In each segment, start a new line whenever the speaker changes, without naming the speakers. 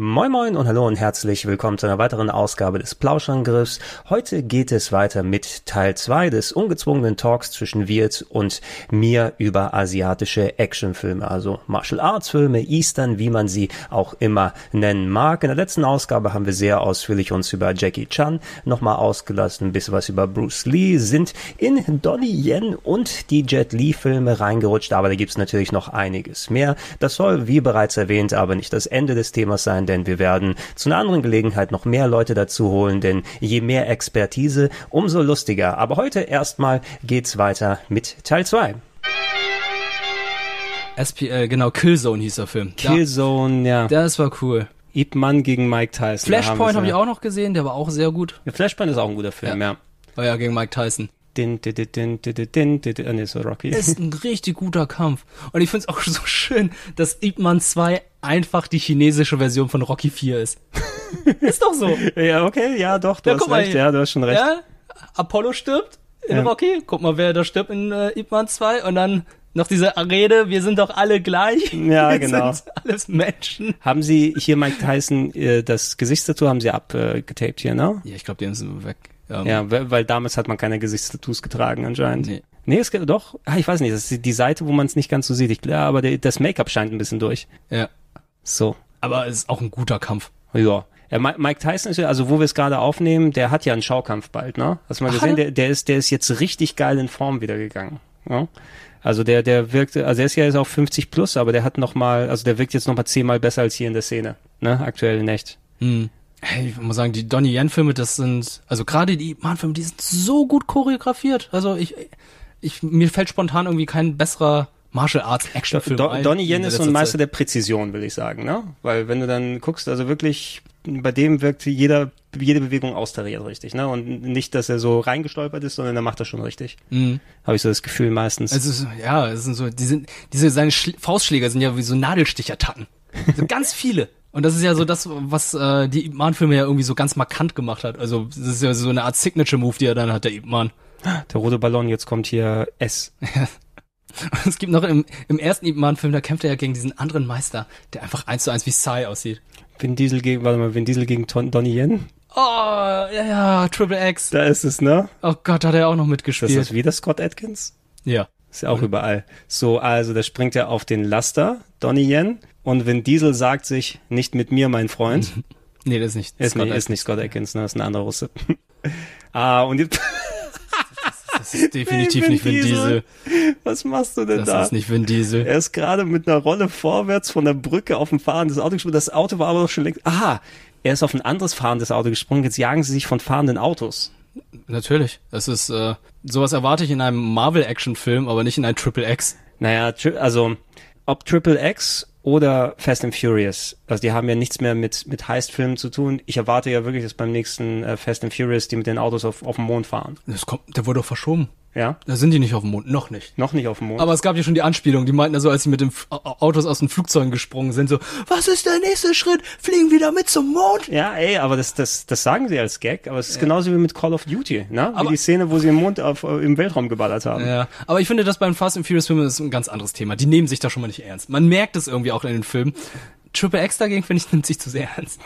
Moin Moin und hallo und herzlich willkommen zu einer weiteren Ausgabe des Plauschangriffs. Heute geht es weiter mit Teil 2 des ungezwungenen Talks zwischen Wirt und mir über asiatische Actionfilme, also Martial Arts Filme, Eastern, wie man sie auch immer nennen mag. In der letzten Ausgabe haben wir sehr ausführlich uns über Jackie Chan nochmal ausgelassen, ein bisschen was über Bruce Lee, sind in Donnie Yen und die Jet Lee Filme reingerutscht, aber da gibt's natürlich noch einiges mehr. Das soll, wie bereits erwähnt, aber nicht das Ende des Themas sein, denn wir werden zu einer anderen Gelegenheit noch mehr Leute dazu holen, denn je mehr Expertise, umso lustiger. Aber heute erstmal geht's weiter mit Teil 2.
SPL, genau, Killzone hieß der Film. Da-
Killzone, ja.
Das war cool.
Ip Man gegen Mike Tyson.
Flashpoint habe ich
auch.
auch noch gesehen, der war auch sehr gut.
Flashpoint ist auch ein guter Film, ja.
Oh ja, gegen Mike Tyson.
Din, din, din, din, din, din, din, din, din. Ah, nee, so Rocky.
Das ist ein richtig guter Kampf. Und ich finde es auch so schön, dass Ip Man 2 einfach die chinesische Version von Rocky 4 ist. ist doch so.
Ja, okay, ja, doch, du
Ja,
hast
guck mal
recht,
hier.
ja, du hast schon recht.
Ja, Apollo stirbt in
Ja.
Rocky. Guck mal, wer da stirbt in äh, Ip Man 2. Und dann noch diese Rede, wir sind doch alle gleich.
Ja,
wir
genau.
sind alles Menschen.
Haben Sie hier Mike Tyson, äh, das Gesichtstattoo haben Sie abgetaped hier, ne?
Ja, ich glaube, die sind weg.
Ja, weil weil damals hat man keine Gesichtstattoos getragen anscheinend. Nee.
Nee.
Nee, es gibt doch, ah, ich weiß nicht, das ist die- die Seite, wo man es nicht ganz so sieht. Ich, ja, aber der, das Make-up scheint ein bisschen durch.
ja.
So,
Aber es ist auch ein guter Kampf.
ja. ja Mi- Mike Tyson ist ja, also wo wir es gerade aufnehmen, der hat ja einen Schaukampf bald, ne? Hast du mal gesehen,
hat er?
der, der ist, der ist jetzt richtig geil in Form wieder gegangen. Ja? Also der, der wirkt, also der ist ja jetzt auch 50 plus, aber der hat noch mal, also der wirkt jetzt noch mal zehnmal besser als hier in der Szene, ne? Aktuell in echt.
Hm. Hey, ich muss sagen, die Donnie Yen Filme, das sind, also gerade die Ip Man Filme, die sind so gut choreografiert. Also ich, ich, mir fällt spontan irgendwie kein besserer Martial Arts Action Film
Do
ein.
Donnie
in
Yen
der
ist so
letzten
ein Meister
Zeit.
der Präzision, will ich sagen, ne? Weil wenn du dann guckst, also wirklich, bei dem wirkt jeder, jede Bewegung austariert richtig, ne? Und nicht, dass er so reingestolpert ist, sondern er macht das schon richtig.
Mhm.
Habe ich so das Gefühl meistens.
Es ist, ja, es sind so, die sind, diese, seine Schli- Faustschläger sind ja wie so Nadelstichattacken. Das sind ganz viele. Und das ist ja so das, was äh, die Ip Man Filme ja irgendwie so ganz markant gemacht hat. Also das ist ja so eine Art Signature Move, die er dann hat, der Ip Man.
der rote Ballon, jetzt kommt hier S.
Es gibt noch im, im ersten Ip Man Film, da kämpft er ja gegen diesen anderen Meister, der einfach eins zu eins wie Psy aussieht.
Vin Diesel gegen, warte mal, Vin Diesel gegen Ton Donnie Yen.
Oh, ja, ja, Triple X.
Da ist es, ne?
Oh Gott, hat er auch noch
Das
mitgespielt.
ist wieder Scott Atkins.
ja.
Ist ja auch überall. So, also, da springt er auf den Laster, Donnie Yen. Und Vin Diesel sagt sich, nicht mit mir, mein Freund.
Nee, das ist nicht.
Ist,
Scott
nicht,
Atkins.
ist nicht Scott Atkins, ne? Ist ein anderer Russe. ah, und jetzt,
Das ist definitiv
Vin
nicht Vin
Diesel.
Diesel.
was machst du denn
Das
da?
ist nicht Vin Diesel.
Er ist gerade mit einer Rolle vorwärts von der Brücke auf ein fahrendes Auto gesprungen. Das Auto war aber doch schon längst. Aha, er ist auf ein anderes fahrendes Auto gesprungen. Jetzt jagen sie sich von fahrenden Autos.
Natürlich. Das ist, äh, sowas erwarte ich in einem Marvel-Action-Film, aber nicht in einem Triple X.
Naja, tri- also ob Triple X oder Fast and Furious, also die haben ja nichts mehr mit, mit Heist-Filmen zu tun. Ich erwarte ja wirklich, dass beim nächsten äh, Fast and Furious die mit den Autos auf, auf dem Mond fahren.
Das kommt, der wurde doch verschoben.
Ja?
Da sind die nicht auf dem Mond, noch nicht.
Noch nicht auf dem Mond.
Aber es gab ja schon die Anspielung, die meinten ja so, als sie mit den F- Au- Autos aus den Flugzeugen gesprungen sind, so, was ist der nächste Schritt? Fliegen wieder mit zum Mond?
Ja, ey, aber das, das, das sagen sie als Gag, aber es ist genauso wie mit Call of Duty, ne? Wie
Aber-
die Szene, wo sie im Mond auf, äh, im Weltraum geballert haben.
Ja, aber ich finde, das beim Fast and Furious Filmen ist ein ganz anderes Thema. Die nehmen sich da schon mal nicht ernst. Man merkt es irgendwie auch in den Filmen. Triple X dagegen, finde ich, nimmt sich zu sehr ernst.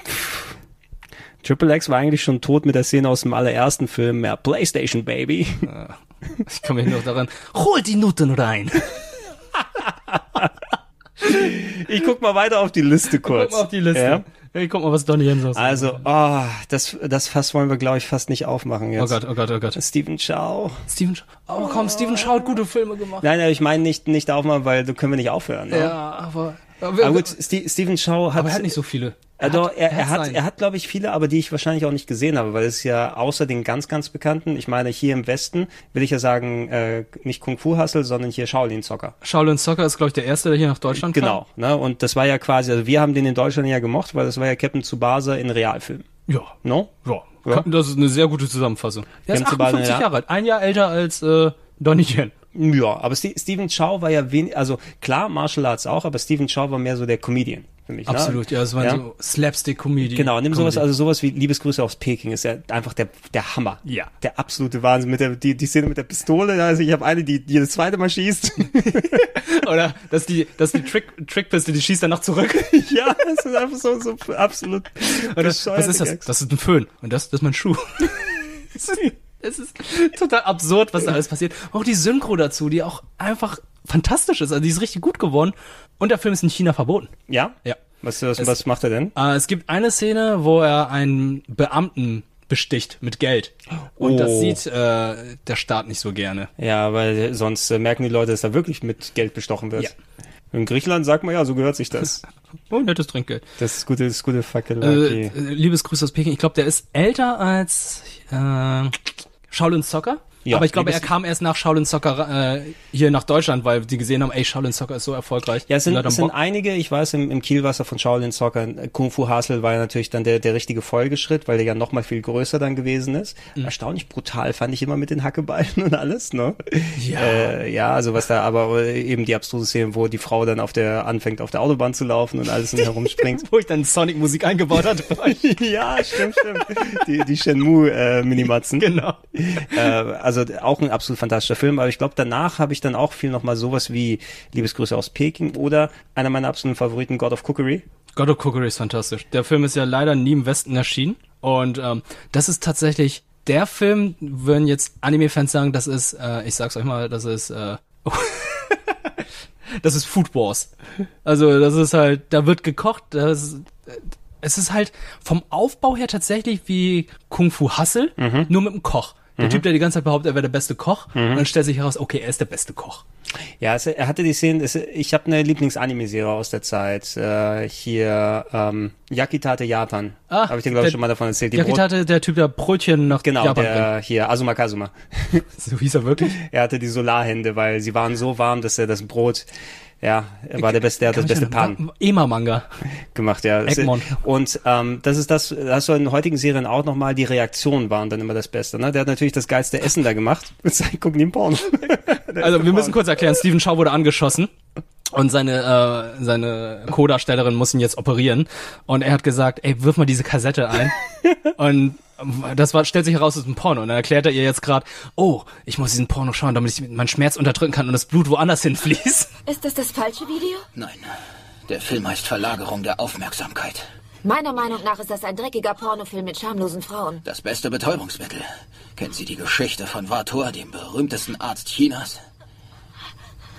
Triple X war eigentlich schon tot mit der Szene aus dem allerersten Film, ja, PlayStation Baby.
Ich komme mich noch daran. Holt die Nutten rein!
Ich guck mal weiter auf die Liste kurz.
Guck mal auf die Liste.
Ja?
Hey, guck mal, was Donny Yen sagt.
Also, ah, das, das Fass wollen wir, glaube ich, fast nicht aufmachen jetzt.
Oh Gott, oh Gott, oh Gott.
Steven Chow.
Steven Sch Oh komm, Steven Shaw hat gute Filme gemacht.
Nein, nein, ich meine nicht, nicht aufmachen, weil da können wir nicht aufhören. Ne?
Ja, aber
Aber gut, Ste Steven Chow hat.
Aber er hat nicht so viele.
Er, doch, er, er,
hat's
hat,
einen.
er hat, glaube ich, viele, aber die ich wahrscheinlich auch nicht gesehen habe, weil es ja außer den ganz, ganz bekannten, ich meine, hier im Westen will ich ja sagen, äh, nicht Kung Fu Hustle, sondern hier Shaolin Soccer.
Shaolin Soccer ist, glaube ich, der erste, der hier nach Deutschland
Genau, ne? Und das war ja quasi, also wir haben den in Deutschland ja gemocht, weil das war ja Captain Tsubasa in Realfilm.
kam. Ja.
No?
Ja.
Ja.
Kann- Das ist eine sehr gute Zusammenfassung. Der ist
Kennst du beide,
58
ja?
Jahre alt, ein Jahr älter als äh, Donnie Yen.
Ja, aber Ste Steven Chow war ja wenig, also klar, Martial Arts auch, aber Steven Chow war mehr so der Comedian für mich.
Absolut,
ne?
ja, es waren so Slapstick-Comedy.
Genau, nimm sowas,
Comedy.
also sowas wie Liebesgrüße aus Peking ist ja einfach der, der Hammer.
Ja.
Der absolute Wahnsinn. Mit der, die, die Szene mit der Pistole, also ich habe eine, die jedes zweite Mal schießt.
Oder dass die, dass die Trick, Trickpiste, die schießt danach zurück.
ja, das ist einfach so, so absolut.
Oder,
bescheuerte
was ist das?
Gags.
Das ist ein Föhn. Und das, das ist mein Schuh. Es ist total absurd, was da alles passiert. Auch die Synchro dazu, die auch einfach fantastisch ist. Also die ist richtig gut geworden. Und der Film ist in China verboten.
Ja?
Ja.
Was, was, was macht er denn?
Äh, es gibt eine Szene, wo er einen Beamten besticht mit Geld. Und das
Oh.
sieht äh, der Staat nicht so gerne.
Ja, weil sonst äh, merken die Leute, dass da wirklich mit Geld bestochen wird.
Ja.
In Griechenland sagt man ja, so gehört sich das.
Oh, nettes Trinkgeld.
Das ist gute, das ist gute Fackel.
Äh, äh, liebes Grüße aus Peking. Ich glaube, der ist älter als äh, Shaolin Soccer.
Ja,
aber ich glaube, er
liebes-
kam erst nach Shaolin Soccer äh, hier nach Deutschland, weil die gesehen haben, ey, Shaolin Soccer ist so erfolgreich.
Ja, es sind,
Die Leute
es
haben
sind
Bock.
einige, ich weiß, im, im Kielwasser von Shaolin Soccer, äh, Kung Fu Hassel war ja natürlich dann der, der richtige Folgeschritt, weil der ja nochmal viel größer dann gewesen ist.
Mhm.
Erstaunlich brutal fand ich immer mit den Hackebeinen und alles, ne?
Ja.
Äh, ja, also was da, aber äh, eben die abstrusen Szenen, wo die Frau dann auf der, anfängt auf der Autobahn zu laufen und alles und herumspringt.
wo ich dann Sonic-Musik eingebaut hatte.
ja, stimmt, stimmt. Die, die Shenmue-Minimatzen.
genau.
äh, also auch ein absolut fantastischer Film, aber ich glaube, danach habe ich dann auch viel nochmal sowas wie Liebesgrüße aus Peking oder einer meiner absoluten Favoriten, God of Cookery.
God of Cookery ist fantastisch. Der Film ist ja leider nie im Westen erschienen. Und ähm, das ist tatsächlich der Film, würden jetzt Anime-Fans sagen, das ist, äh, ich sag's euch mal, das ist, äh, das ist Food Wars. Also das ist halt, da wird gekocht, das ist, äh, es ist halt vom Aufbau her tatsächlich wie Kung Fu Hustle,
Mhm.
nur mit dem Koch. Der Typ, der die ganze Zeit behauptet, er wäre der beste Koch, und dann stellt sich heraus, okay, er ist der beste Koch.
Ja, es, er hatte die Szenen, es, ich habe eine Lieblings-Anime-Serie aus der Zeit, äh, hier ähm, Yakitate Japan,
Ah,
ah, habe ich dir glaube
der-
ich schon mal davon erzählt. Die
Der Gitarre, der Typ, der Brötchen nach
genau,
Japan bringt.
der hier, Azuma Kazuma.
So hieß er wirklich?
Er hatte die Solarhände, weil sie waren so warm, dass er das Brot, ja, er war der Beste, der hat das beste Pan.
E Ema-Manga.
gemacht, ja. Es-
Egmont.
Und ähm, das ist das, hast du in heutigen Serien auch nochmal, die Reaktionen waren dann immer das Beste. Ne? Der hat natürlich das geilste Essen da gemacht. Mit seinen gucken den Porno.
Also wir müssen kurz erklären, Steven Shaw wurde angeschossen und seine, äh, seine Co-Darstellerin muss ihn jetzt operieren. Und er hat gesagt, ey, wirf mal diese Kassette ein. und das war, stellt sich heraus, es ist ein Porno. Und dann erklärt er ihr jetzt gerade, oh, ich muss diesen Porno schauen, damit ich meinen Schmerz unterdrücken kann und das Blut woanders hinfließt.
Ist das das falsche Video?
Nein, der Film heißt Verlagerung der Aufmerksamkeit.
Meiner Meinung nach ist das ein dreckiger Pornofilm mit schamlosen Frauen.
Das beste Betäubungsmittel. Kennen Sie die Geschichte von Vator, dem berühmtesten Arzt Chinas?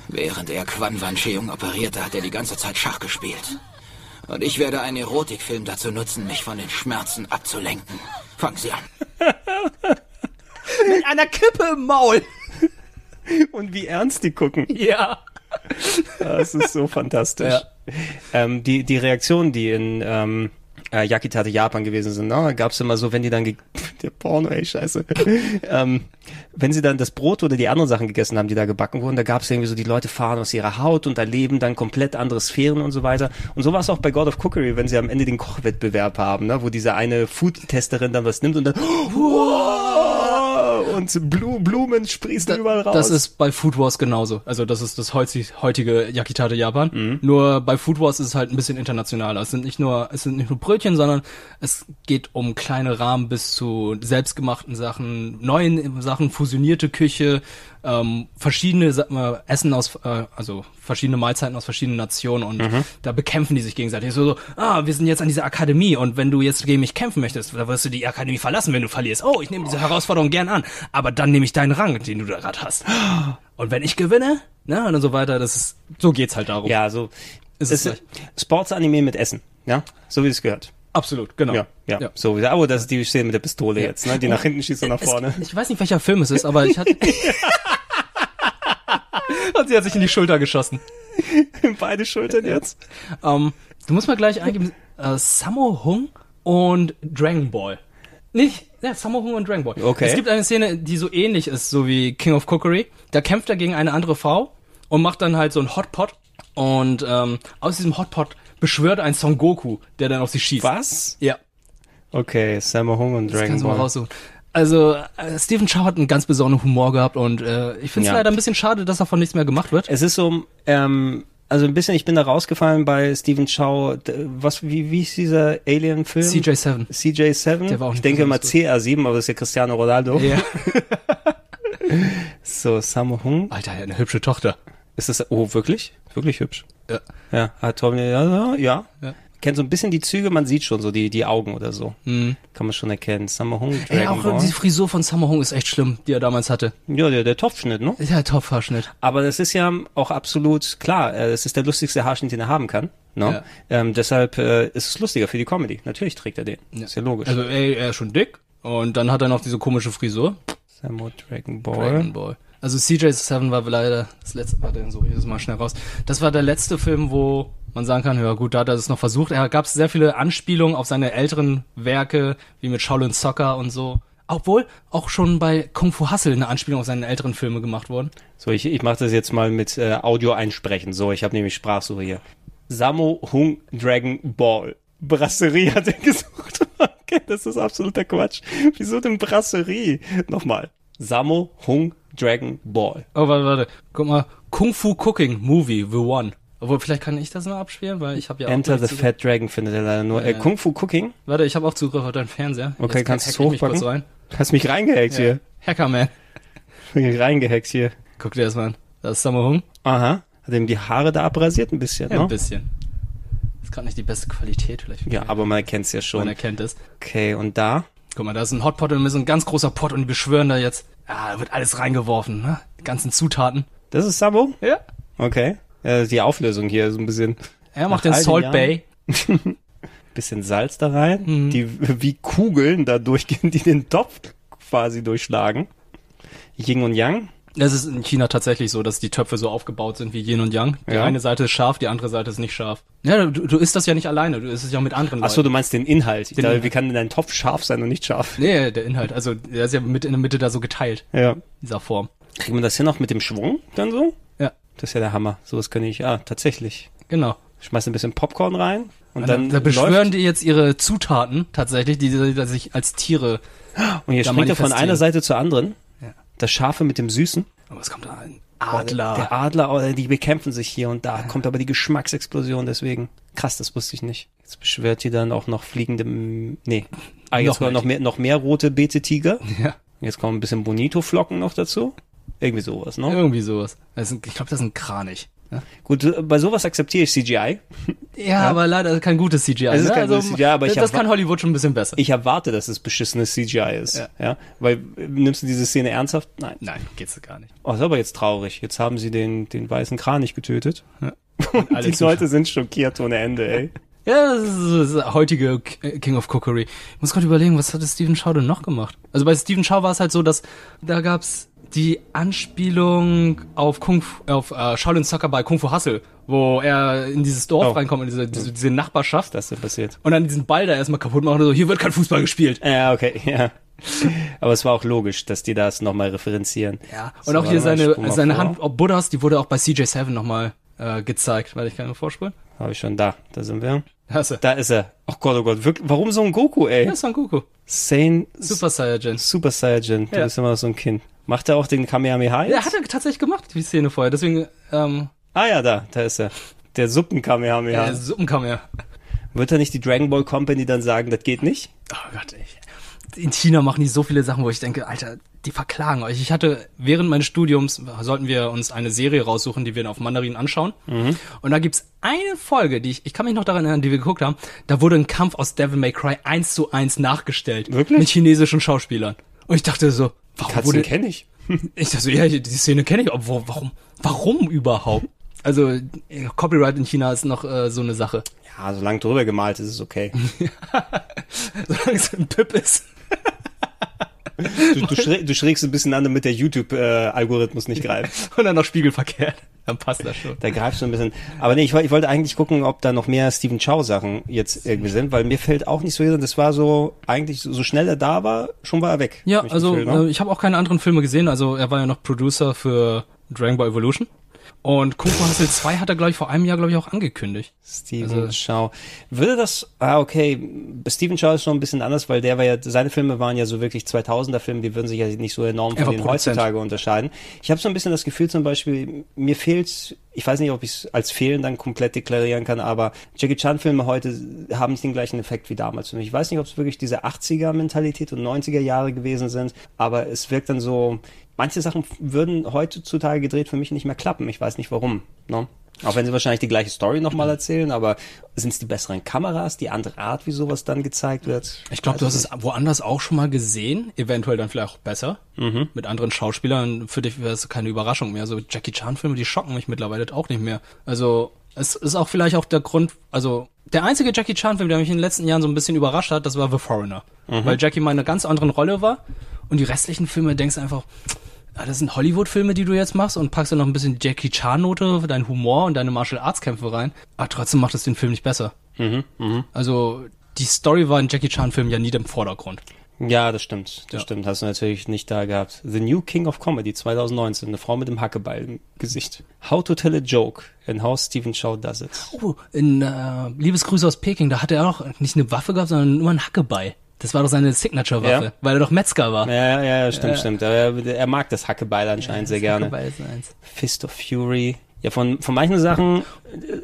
Während er Quan Wan Cheung operierte, hat er die ganze Zeit Schach gespielt. Und ich werde einen Erotikfilm dazu nutzen, mich von den Schmerzen abzulenken. Fangen Sie an.
Mit einer Kippe im Maul.
Und wie ernst die gucken.
Ja.
Das Ah, ist so fantastisch.
Ja.
Ähm, die, die Reaktionen, die in ähm, äh, Yakitate Japan gewesen sind, ne? gab's immer so, wenn die dann, ge- der Porno, ey, scheiße. ähm, wenn sie dann das Brot oder die anderen Sachen gegessen haben, die da gebacken wurden, da gab's irgendwie so, die Leute fahren aus ihrer Haut und erleben dann komplett andere Sphären und so weiter. Und so war's auch bei God of Cookery, wenn sie am Ende den Kochwettbewerb haben, ne? wo diese eine Food-Testerin dann was nimmt und dann, wow! Und Blu Blumen sprießen überall raus.
Das ist bei Food Wars genauso. Also das ist das heutzig- heutige Yakitate Japan. Nur bei Food Wars ist es halt ein bisschen internationaler. Es sind nicht nur es sind nicht nur Brötchen, sondern es geht um kleine Rahmen bis zu selbstgemachten Sachen, neuen Sachen, fusionierte Küche, ähm, verschiedene sag mal, Essen aus äh, also verschiedene Mahlzeiten aus verschiedenen Nationen und da bekämpfen die sich gegenseitig. So, so ah wir sind jetzt an dieser Akademie und wenn du jetzt gegen mich kämpfen möchtest, dann wirst du die Akademie verlassen, wenn du verlierst. Oh, ich nehme diese Herausforderung gern an, aber dann nehme ich deinen Rang, den du da gerade hast. Und wenn ich gewinne, ne, und so weiter, das ist, so geht's halt darum.
Ja, so.
Ist
Ist
es
es
gleich.
ist Sportsanime mit Essen, ja? So wie es gehört.
Absolut, genau.
Ja, ja. So wie der, aber das ist die Szene mit der Pistole jetzt, ne? Die nach hinten schießt und nach
Es-
vorne.
ich weiß nicht, welcher Film es ist, aber ich hatte. Und sie hat sich in die Schulter geschossen.
Beide Schultern jetzt.
Ähm, du musst mal gleich eingeben, äh, Sammo Hung und Dragon Ball. Nicht, ja, Sammo Hung und Dragon Ball.
Okay.
Es gibt eine Szene, die so ähnlich ist, so wie King of Cookery. Da kämpft er gegen eine andere Frau und macht dann halt so einen Hotpot. Und ähm, aus diesem Hotpot beschwört ein Son Goku, der dann auf sie schießt.
Was?
Ja,
Okay, Sammo Hung und
das
Dragon
kannst du mal
Ball.
raussuchen. Also, äh, Stephen Chow hat einen ganz besonderen Humor gehabt und äh, ich finde es
Ja.
leider ein bisschen schade, dass davon nichts mehr gemacht wird.
Es ist so, ähm, also ein bisschen, ich bin da rausgefallen bei Steven Chow. D- Was, wie, wie ist dieser Alien-Film?
CJ7.
CJ7.
Der war auch
ich
nicht
denke immer
besonders gut.
CR7, aber das ist ja Cristiano Ronaldo.
Ja.
So, Sammo Hung.
Alter, er hat eine hübsche Tochter.
Ist das, oh, wirklich? Wirklich hübsch.
Ja.
Ja, hat Tom, ja, ja, ja.
Ja.
Kennt so ein bisschen die Züge, man sieht schon so die, die Augen oder so. Kann man schon erkennen. Sammo Hung, Dragon
Mhm. Ey, auch
Ball.
diese Frisur von Sammo Hung ist echt schlimm, die er damals hatte.
Ja, der, der Topfschnitt, ne?
Ist ja ein Top-Haarschnitt.
Aber das ist ja auch absolut klar. äh, Es ist der lustigste Haarschnitt, den er haben kann. Ne? Ähm, deshalb äh, ist es lustiger für die Comedy. Natürlich trägt er den. Ist ja logisch.
Also ey, er ist schon dick und dann hat er noch diese komische Frisur.
Sammo Dragon Ball.
Dragon Ball. Also CJ7 war leider das letzte, warte, dann suche ich das mal schnell raus. Das war der letzte Film, wo man sagen kann, ja gut, da hat er es noch versucht. Er gab sehr viele Anspielungen auf seine älteren Werke, wie mit Shaolin Soccer und so. Obwohl auch schon bei Kung Fu Hustle eine Anspielung auf seine älteren Filme gemacht worden.
So, ich, ich mache das jetzt mal mit äh, Audio einsprechen. So, ich habe nämlich Sprachsuche hier. Sammo Hung Dragon Ball. Brasserie hat er gesucht. Okay, das ist absoluter Quatsch. Wieso denn Brasserie? Nochmal. Sammo Hung Dragon Ball.
Oh, warte, warte. Guck mal, Kung Fu Cooking Movie, The One. Obwohl, vielleicht kann ich das noch abspielen, weil ich habe ja auch
Enter the
gleich Zugriff-
Fat Dragon findet er leider nur. Äh, Kung Fu Cooking.
Warte, ich habe auch Zugriff auf deinen Fernseher.
Okay,
Jetzt
kannst
hack
du es
ich mich kurz
hochpacken? Hast mich reingehackt hier.
rein. Hackerman.
Bin reingehackt hier.
Guck dir das mal an. Das ist Sammo Hung.
Aha. Hat ihm die Haare da abrasiert ein bisschen,
Ja,
ne?
ein bisschen. Ist gerade nicht die beste Qualität, vielleicht.
Ja, aber man erkennt's ja schon.
Man erkennt es.
Okay, und da?
Guck mal, da ist ein Hotpot und so ein ganz großer Pot und die beschwören da jetzt. Ah, da wird alles reingeworfen, ne? Die ganzen Zutaten.
Das ist Sammo?
Ja.
Okay. Äh, die Auflösung hier so ein bisschen.
Er
Nach
macht den
all den
Salt
Jahren.
Bay.
bisschen Salz da rein,
Mhm.
die wie Kugeln da durchgehen, die den Topf quasi durchschlagen. Yin und Yang.
Das ist in China tatsächlich so, dass die Töpfe so aufgebaut sind wie Yin und Yang. Die
Ja.
eine Seite ist scharf, die andere Seite ist nicht scharf. Ja, du, du isst das ja nicht alleine, du isst es ja mit anderen
Achso,
Leuten.
du meinst den Inhalt. da, Wie
Inhalt.
kann denn ein Topf scharf sein und nicht scharf?
Nee, der Inhalt. Also, der ist ja mit in der Mitte da so geteilt,
Ja.
in dieser Form.
Kriegt man das hier noch mit dem Schwung dann so?
Ja,
Das ist ja der Hammer. Sowas kann ich, ja, tatsächlich.
genau.
Schmeißt ein bisschen Popcorn rein und dann
da beschwören
läuft,
die jetzt ihre Zutaten tatsächlich, die, die, die sich als Tiere.
und hier
da
springt er von
manifestieren.
einer Seite zur anderen. Das Scharfe mit dem Süßen.
Aber es kommt da ein
Der
Adler.
Adler, oh, die bekämpfen sich hier und da kommt aber die Geschmacksexplosion deswegen. Krass, das wusste ich nicht. Jetzt beschwört die dann auch noch fliegende, M- nee, eigentlich
Noch
sogar
mehr
noch mehr, noch mehr rote Beete-Tiger.
Ja,
Jetzt kommen ein bisschen Bonito-Flocken noch dazu. Irgendwie sowas, ne?
irgendwie sowas. Das ist ein, ich glaube, das ist ein Kranich. Ja,
Gut, äh, bei sowas akzeptiere ich CGI.
aber leider kein gutes CGI.
Es ist
ne?
kein gutes CGI, aber ich
das
hab-
kann Hollywood schon ein bisschen besser.
Ich erwarte, dass es beschissenes CGI ist. Ja.
Ja.
Weil, äh, nimmst du diese Szene ernsthaft? Nein.
Nein, geht's gar nicht.
Oh, ist aber jetzt traurig. Jetzt haben sie den, den weißen Kranich getötet.
Alle
Die
Zuschauer.
Leute sind schockiert ohne Ende, ey.
Ja, das ist das ist heutige K- äh, King of Cookery. Ich muss gerade überlegen, was hatte Stephen Chow denn noch gemacht? Also bei Stephen Chow war es halt so, dass da gab's die Anspielung auf Kung Fu, auf äh, Shaolin Soccer bei Kung Fu Hustle, wo er in dieses Dorf
Oh.
reinkommt, in diese, diese, diese Nachbarschaft
Das ist ja passiert.
und dann diesen Ball da erstmal kaputt macht und so, hier wird kein Fußball gespielt.
Ja, okay, ja. Aber es war auch logisch, dass die das nochmal referenzieren.
Ja,
So,
und auch
warte
hier
mal, ich
seine,
spring mal
seine
vor.
Hand auf Buddhas, die wurde auch bei CJ7 nochmal äh, gezeigt, weil ich keine vorspulen.
Habe ich schon da. Da sind wir.
Hast du.
Da ist er. Oh Gott, oh Gott, wirklich, warum so ein Goku, ey?
Ja, Son Goku.
Sane Super,
Super Saiyajin.
Super Saiyan. Du
Ja.
bist immer noch so ein Kind. Macht er auch den Kamehameha?
Ja,
jetzt?
hat er tatsächlich gemacht, die Szene vorher. Deswegen, ähm,
Ah ja, da, da ist er. Der Suppen-Kamehameha.
äh, Suppenkammer.
Wird da nicht die Dragon Ball Company dann sagen, das geht nicht?
Oh Gott, ich, in China machen die so viele Sachen, wo ich denke, Alter, die verklagen euch. Ich hatte während meines Studiums, sollten wir uns eine Serie raussuchen, die wir auf Mandarin anschauen. Und da gibt's eine Folge, die ich, ich kann mich noch daran erinnern, die wir geguckt haben, da wurde ein Kampf aus Devil May Cry eins zu eins nachgestellt.
Wirklich?
Mit chinesischen Schauspielern. Und ich dachte so, warum
Katzen
wurde...
kenne ich.
Ich dachte so, ja, die Szene kenne ich, aber wo- warum, warum überhaupt? Also, äh, Copyright in China ist noch äh, so eine Sache.
Ja, solange drüber gemalt ist, ist okay.
Solange es ein Pip ist.
Du, du, schräg, du schrägst ein bisschen an, damit der YouTube-Algorithmus nicht greift.
Und dann noch spiegelverkehrt. Dann passt das schon.
Da greifst du ein bisschen. Aber nee, ich, woll- ich wollte eigentlich gucken, ob da noch mehr Stephen Chow-Sachen jetzt irgendwie sind, weil mir fällt auch nicht so hin. Das war so, eigentlich so, so schnell er da war, schon war er weg.
Ja,
Hab ich
also
Gefühl, ne?
äh, ich habe auch keine anderen Filme gesehen. Also er war ja noch Producer für Dragon Ball Evolution. Und Kung Fu Hustle 2 hat er, glaube ich, vor einem Jahr, glaube ich, auch angekündigt.
Steven
also-
Chow. Würde das, ah, okay, Steven Chow ist schon ein bisschen anders, weil der war ja, seine Filme waren ja so wirklich 2000er Filme, die würden sich ja nicht so enorm
Er
von
war
den
Produzent.
heutzutage unterscheiden. Ich habe so ein bisschen das Gefühl zum Beispiel, mir fehlt, ich weiß nicht, ob ich es als fehlen dann komplett deklarieren kann, aber Jackie Chan Filme heute haben nicht den gleichen Effekt wie damals für mich. Ich weiß nicht, ob es wirklich diese 80er Mentalität und 90er Jahre gewesen sind, aber es wirkt dann so, manche Sachen würden heutzutage gedreht für mich nicht mehr klappen. Ich weiß nicht warum, ne? Auch wenn sie wahrscheinlich die gleiche Story nochmal erzählen, aber sind es die besseren Kameras, die andere Art, wie sowas dann gezeigt wird?
Ich glaube, du hast es woanders auch schon mal gesehen. Eventuell dann vielleicht auch besser. Mit anderen Schauspielern. Für dich wäre es keine Überraschung mehr. So Jackie Chan-Filme, die schocken mich mittlerweile auch nicht mehr. Also es ist auch vielleicht auch der Grund, also der einzige Jackie Chan-Film, der mich in den letzten Jahren so ein bisschen überrascht hat, das war The Foreigner. Weil Jackie mal in einer ganz anderen Rolle war. Und die restlichen Filme denkst du einfach, Ah, das sind Hollywood-Filme, die du jetzt machst und packst dann noch ein bisschen Jackie Chan-Note für deinen Humor und deine Martial-Arts-Kämpfe rein. Aber trotzdem macht es den Film nicht besser. Also die Story war in Jackie Chan-Filmen ja nie im Vordergrund.
Ja, das stimmt. Das
Ja.
stimmt. Hast du natürlich nicht da gehabt. The New King of Comedy 2019. Eine Frau mit dem Hackebeil im Gesicht. How to tell a joke and how Stephen Chow does it.
Oh, in äh, Liebesgrüße aus Peking, da hatte er auch nicht eine Waffe gehabt, sondern immer einen Hackebeil. Das war doch seine Signature-Waffe,
Ja.
weil er doch Metzger war.
Ja, ja, ja, stimmt, stimmt. Er, er mag das Hackebeil anscheinend sehr gerne.
Hackebeil ist eins.
Fist of Fury. Ja, von, von manchen Sachen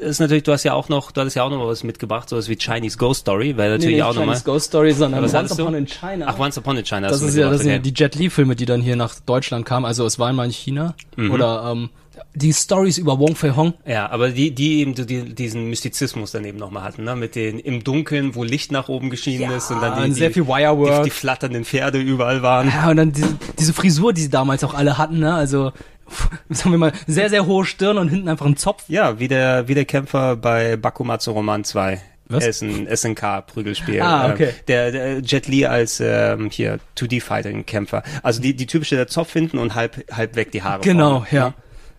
ist natürlich, du hast ja auch noch, du hattest ja auch noch mal was mitgebracht, sowas wie Chinese Ghost Story, weil natürlich auch nochmal.
Chinese Ghost Story, sondern
Was
Once
hattest du?
Upon in China.
Ach, Once Upon in China.
Das
hast du
ist ja,
mitgebracht,
das sind ja
okay.
die Jet Li Filme, die dann hier nach Deutschland kamen. Also es war einmal in China
Mhm.
oder ähm, die Stories über Wong Fei Hong.
Ja, aber die, die eben so die, diesen Mystizismus daneben nochmal hatten, ne? Mit den im Dunkeln, wo Licht nach oben geschienen
Ja,
ist und dann die,
und sehr
die,
viel Wirework.
Die, die flatternden Pferde überall waren.
Ja, und dann diese, diese Frisur, die sie damals auch alle hatten, ne? Also sagen wir mal sehr sehr hohe Stirn und hinten einfach ein Zopf.
Ja, wie der, wie der Kämpfer bei Bakumatsu Roman 2.
Was?
SN, SNK Prügelspiel.
Ah, okay.
Ähm, Der, der Jet Li als ähm, hier 2D Fighting Kämpfer. Also die die typische der Zopf hinten und halb halb weg die Haare.
Genau,
vorne,
ja.
ne?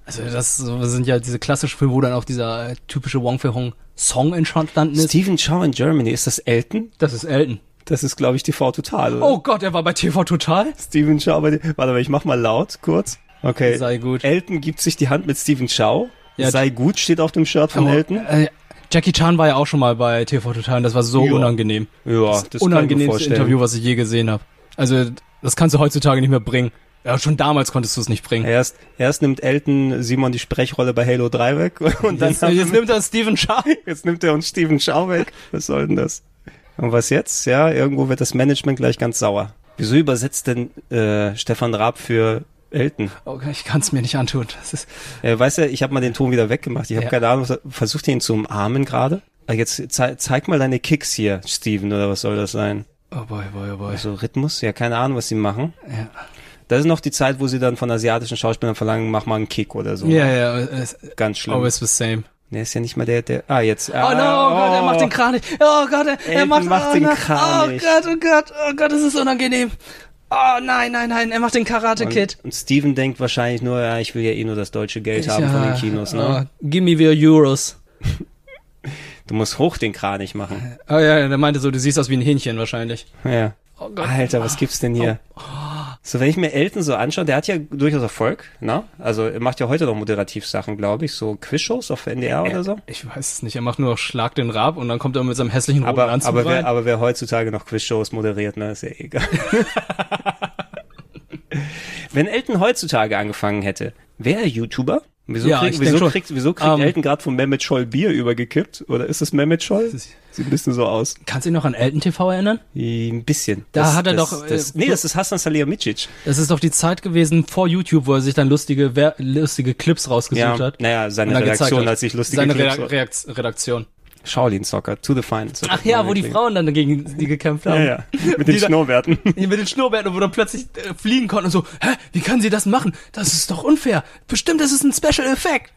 Also das sind ja diese klassischen Filme, wo dann auch dieser äh, typische Wong Fei Hong Song entstanden ist.
ne? Stephen Chow in Germany, ist das Elton?
Das ist Elton.
Das ist glaube ich TV Total. Oder?
Oh Gott, er war bei TV Total?
Stephen Chow bei dir. Warte mal, ich mach mal laut, kurz. Okay.
Sei gut.
Elton gibt sich die Hand mit Stephen Chow.
Ja,
Sei gut steht auf dem Shirt von Elton.
Äh, Jackie Chan war ja auch schon mal bei TV Total und das war so
Ja.
unangenehm.
Ja, das kann ich mir
unangenehmste
vorstellen.
Interview, was ich je gesehen habe. Also, das kannst du heutzutage nicht mehr bringen. Ja, schon damals konntest du es nicht bringen.
Erst, erst nimmt Elton Simon die Sprechrolle bei Halo 3 weg und dann
jetzt, jetzt nimmt er Steven Schaaf.
Jetzt nimmt er uns Steven Schau weg. Was soll denn das? Und was jetzt? Ja, irgendwo wird das Management gleich ganz sauer. Wieso übersetzt denn äh, Stefan Raab für Elton?
Oh, ich kann es mir nicht antun. Das ist,
Äh, weißt du, ich habe mal den Ton wieder weggemacht. Ich habe
Ja.
keine Ahnung, was- versucht ihn zu umarmen gerade. Ah, Jetzt zei zeig mal deine Kicks hier, Steven, oder was soll das sein?
oh boy, boy, oh boy.
So Rhythmus? Ja, keine Ahnung, was sie machen.
Ja.
Das ist noch die Zeit, wo sie dann von asiatischen Schauspielern verlangen, mach mal einen Kick oder so.
Ja, ja, es,
Ganz schlimm.
always the same.
Der ist ja nicht mal der, der. Ah, jetzt.
Oh no, oh Gott, er macht den Kranich. Oh Gott, er, er
Elton
macht,
macht
oh,
den
na-
Kranich.
Oh Gott, oh Gott, oh Gott, das ist unangenehm. Oh nein, nein, nein, er macht den Karate Kid.
Und, und Steven denkt wahrscheinlich nur, ja, ich will ja eh nur das deutsche Geld haben von den Kinos, ne?
Oh, give me your Euros.
Du musst hoch den Kranich machen.
Oh ja, ja, der meinte so, du siehst aus wie ein Hähnchen wahrscheinlich.
Ja.
Oh Gott. Oh.
Alter, was gibt's denn hier? So, wenn ich mir Elton so anschaue, der hat ja durchaus Erfolg, ne? Also, er macht ja heute noch moderativ Sachen, glaube ich, so Quizshows auf NDR oder so.
Ich weiß es nicht, er macht nur noch Schlag den Rab und dann kommt er mit seinem hässlichen roten
Aber,
Anzug
aber,
rein.
wer, aber wer heutzutage noch Quizshows moderiert, ne, ist ja egal. Wenn Elton heutzutage angefangen hätte, wäre er YouTuber? Wieso,
Ja,
krieg,
ich denk
wieso,
schon.
kriegt, wieso kriegt
Ähm,
Elton gerade von Mehmet Scholl Bier übergekippt? Oder ist es Mehmet Scholl?
ist-
Sieht ein bisschen so aus.
Kannst du dich noch an Elton TV erinnern?
Ein bisschen.
Da
das,
hat er
das,
doch, äh,
Das, nee, das ist Hassan Salihamidzic.
Das ist doch die Zeit gewesen vor YouTube, wo er sich dann lustige, wer- lustige Clips rausgesucht
Ja,
hat.
naja,
und
seine
dann gezeigt
Redaktion
hat.
hat sich lustige
Seine
Clips.
Rea- Reakt- Redaktion.
Shaolin Soccer, to the finals.
Ach ja, wo die Frauen dann gegen die gekämpft haben.
Ja, ja, mit den
Die da-
Schnurrbärten.
Hier Mit den Schnurrbärten, wo dann plötzlich äh, fliegen konnten und so, hä, wie können sie das machen? Das ist doch unfair. Bestimmt ist es ein Special Effekt.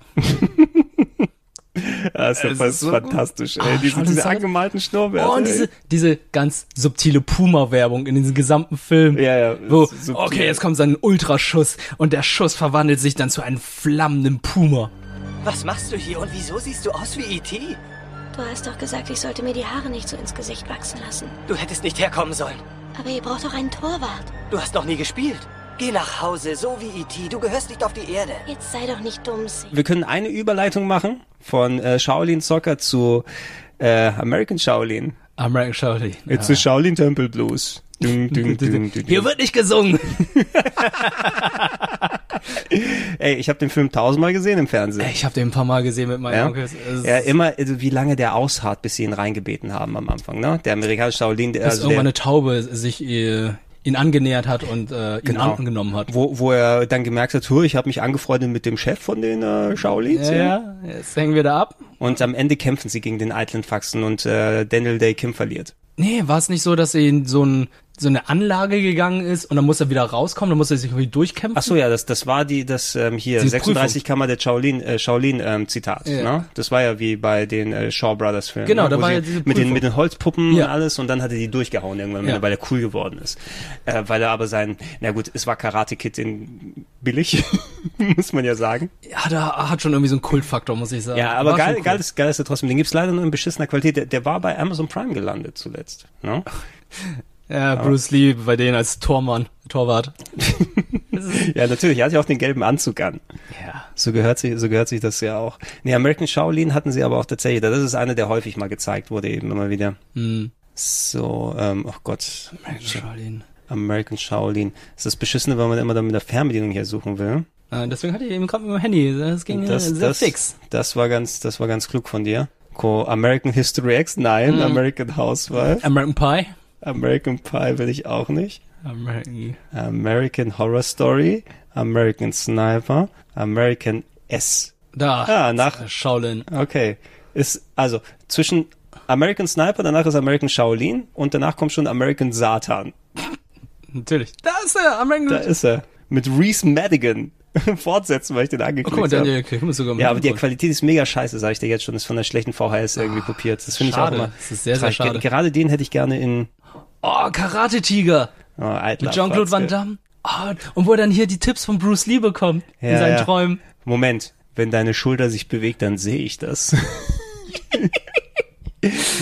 Das ist, das ist
so gut.
fantastisch, ey.
Ah,
diese,
schau, das
diese
ist-
angemalten Schnurrbärte.
Oh, und
ey.
diese, diese ganz subtile Puma-Werbung in diesem gesamten Film.
Ja, ja,
Wo,
das ist subtil.
okay, jetzt kommt sein Ultraschuss und der Schuss verwandelt sich dann zu einem flammenden Puma.
Was machst du hier und wieso siehst du aus wie E E.T.?
Du hast doch gesagt, ich sollte mir die Haare nicht so ins Gesicht wachsen lassen.
Du hättest nicht herkommen sollen.
Aber ihr braucht doch einen Torwart.
Du hast noch nie gespielt. Geh nach Hause, so wie E.T. Du gehörst nicht auf die Erde.
Jetzt sei doch nicht dumm, Sie.
Wir können eine Überleitung machen von äh, Shaolin Soccer zu äh, American Shaolin.
American Shorty.
It's the Shaolin Temple Blues. Ding, ding, ding, ding,
Hier
ding.
wird nicht gesungen.
Ey, ich habe den Film tausendmal gesehen im Fernsehen.
Ich habe den ein paar Mal gesehen mit meinen
Ja.
Onkels. Es-
ja, immer, also wie lange der ausharrt, bis sie ihn reingebeten haben am Anfang, ne? Der amerikanische Shaolin, der,
bis
also
irgendwann
der,
eine Taube sich äh, ihn angenähert hat und äh, ihn
Genau.
angenommen hat.
wo, wo er dann gemerkt hat, hu, ich habe mich angefreundet mit dem Chef von den äh, Shaolins.
Ja, ja, jetzt hängen wir da ab.
Und am Ende kämpfen sie gegen den eitlen Faxen und äh, Daniel Day Kim verliert.
Nee, war es nicht so, dass er in so, ein, so eine Anlage gegangen ist und dann muss er wieder rauskommen, dann muss er sich irgendwie durchkämpfen?
Ach so, ja, das, das war die, das ähm, hier,
Diese
36 Kammer der Shaolin, äh, Shaolin ähm, Zitat.
Ja.
Ne? Das war ja wie bei den äh, Shaw Brothers Filmen.
Genau,
ne?
da
Wo
war
sie
ja diese
mit den,
Prüfung.
mit den Holzpuppen
Ja.
und alles und dann hat er die durchgehauen irgendwann,
Ja.
wieder, weil er cool geworden ist. Äh, weil er aber sein, na gut, es war Karate Kid in billig, muss man ja sagen.
Ja, da hat schon irgendwie so einen Kultfaktor, muss ich sagen.
Ja, aber
War
geil,
schon cool.
geil, ist, geil ist er trotzdem. Den gibt's leider nur in beschissener Qualität. Der, der war bei Amazon Prime gelandet zuletzt. Ne?
Ja, Bruce Lee bei denen als Tormann, Torwart.
Ja, natürlich, er hat ja auch den gelben Anzug an.
Ja.
So gehört sich, so gehört sich das ja auch. Nee, American Shaolin hatten sie aber auch tatsächlich. Das ist eine, der häufig mal gezeigt wurde, eben immer wieder.
Hm.
So, ähm, oh Gott,
Charlene.
American Shaolin. Ist das Beschissene, wenn man immer dann mit der Fernbedienung hier suchen will.
Äh, Deswegen hatte ich eben gerade mit dem Handy, das ging das,
Das,
sehr
das,
fix.
das war ganz, das war ganz klug von dir. Co American History X,
Hm.
nein. American Housewife.
American Pie.
American Pie will ich auch nicht.
American.
American Horror Story. American Sniper. American S.
Da. Äh,
Ah, nach-
Shaolin.
Okay. Ist, also, zwischen American Sniper, danach ist American Shaolin und danach kommt schon American Satan.
Natürlich. Da ist er, American. Oh,
Da ist er. Mit Reese Madigan. Fortsetzen, weil ich den
oh, guck mal,
angeklickt habe.
Daniel Kim ist sogar im
Ja, aber die
Hintergrund.
Qualität ist mega scheiße, sag ich dir jetzt schon. Ist von der schlechten VHS irgendwie kopiert. Das finde ich auch
Ah, schade.
immer.
Das ist sehr, sehr
tragisch.
schade.
Ge- Gerade den hätte ich gerne in
Oh, Karate-Tiger.
oh, Eitler
Mit Jean-Claude Van
Fratzke.
Damme. Ah, und wo er dann hier die Tipps von Bruce Lee bekommt.
Ja,
in seinen
ja.
Träumen.
Moment, wenn deine Schulter sich bewegt, dann sehe ich das.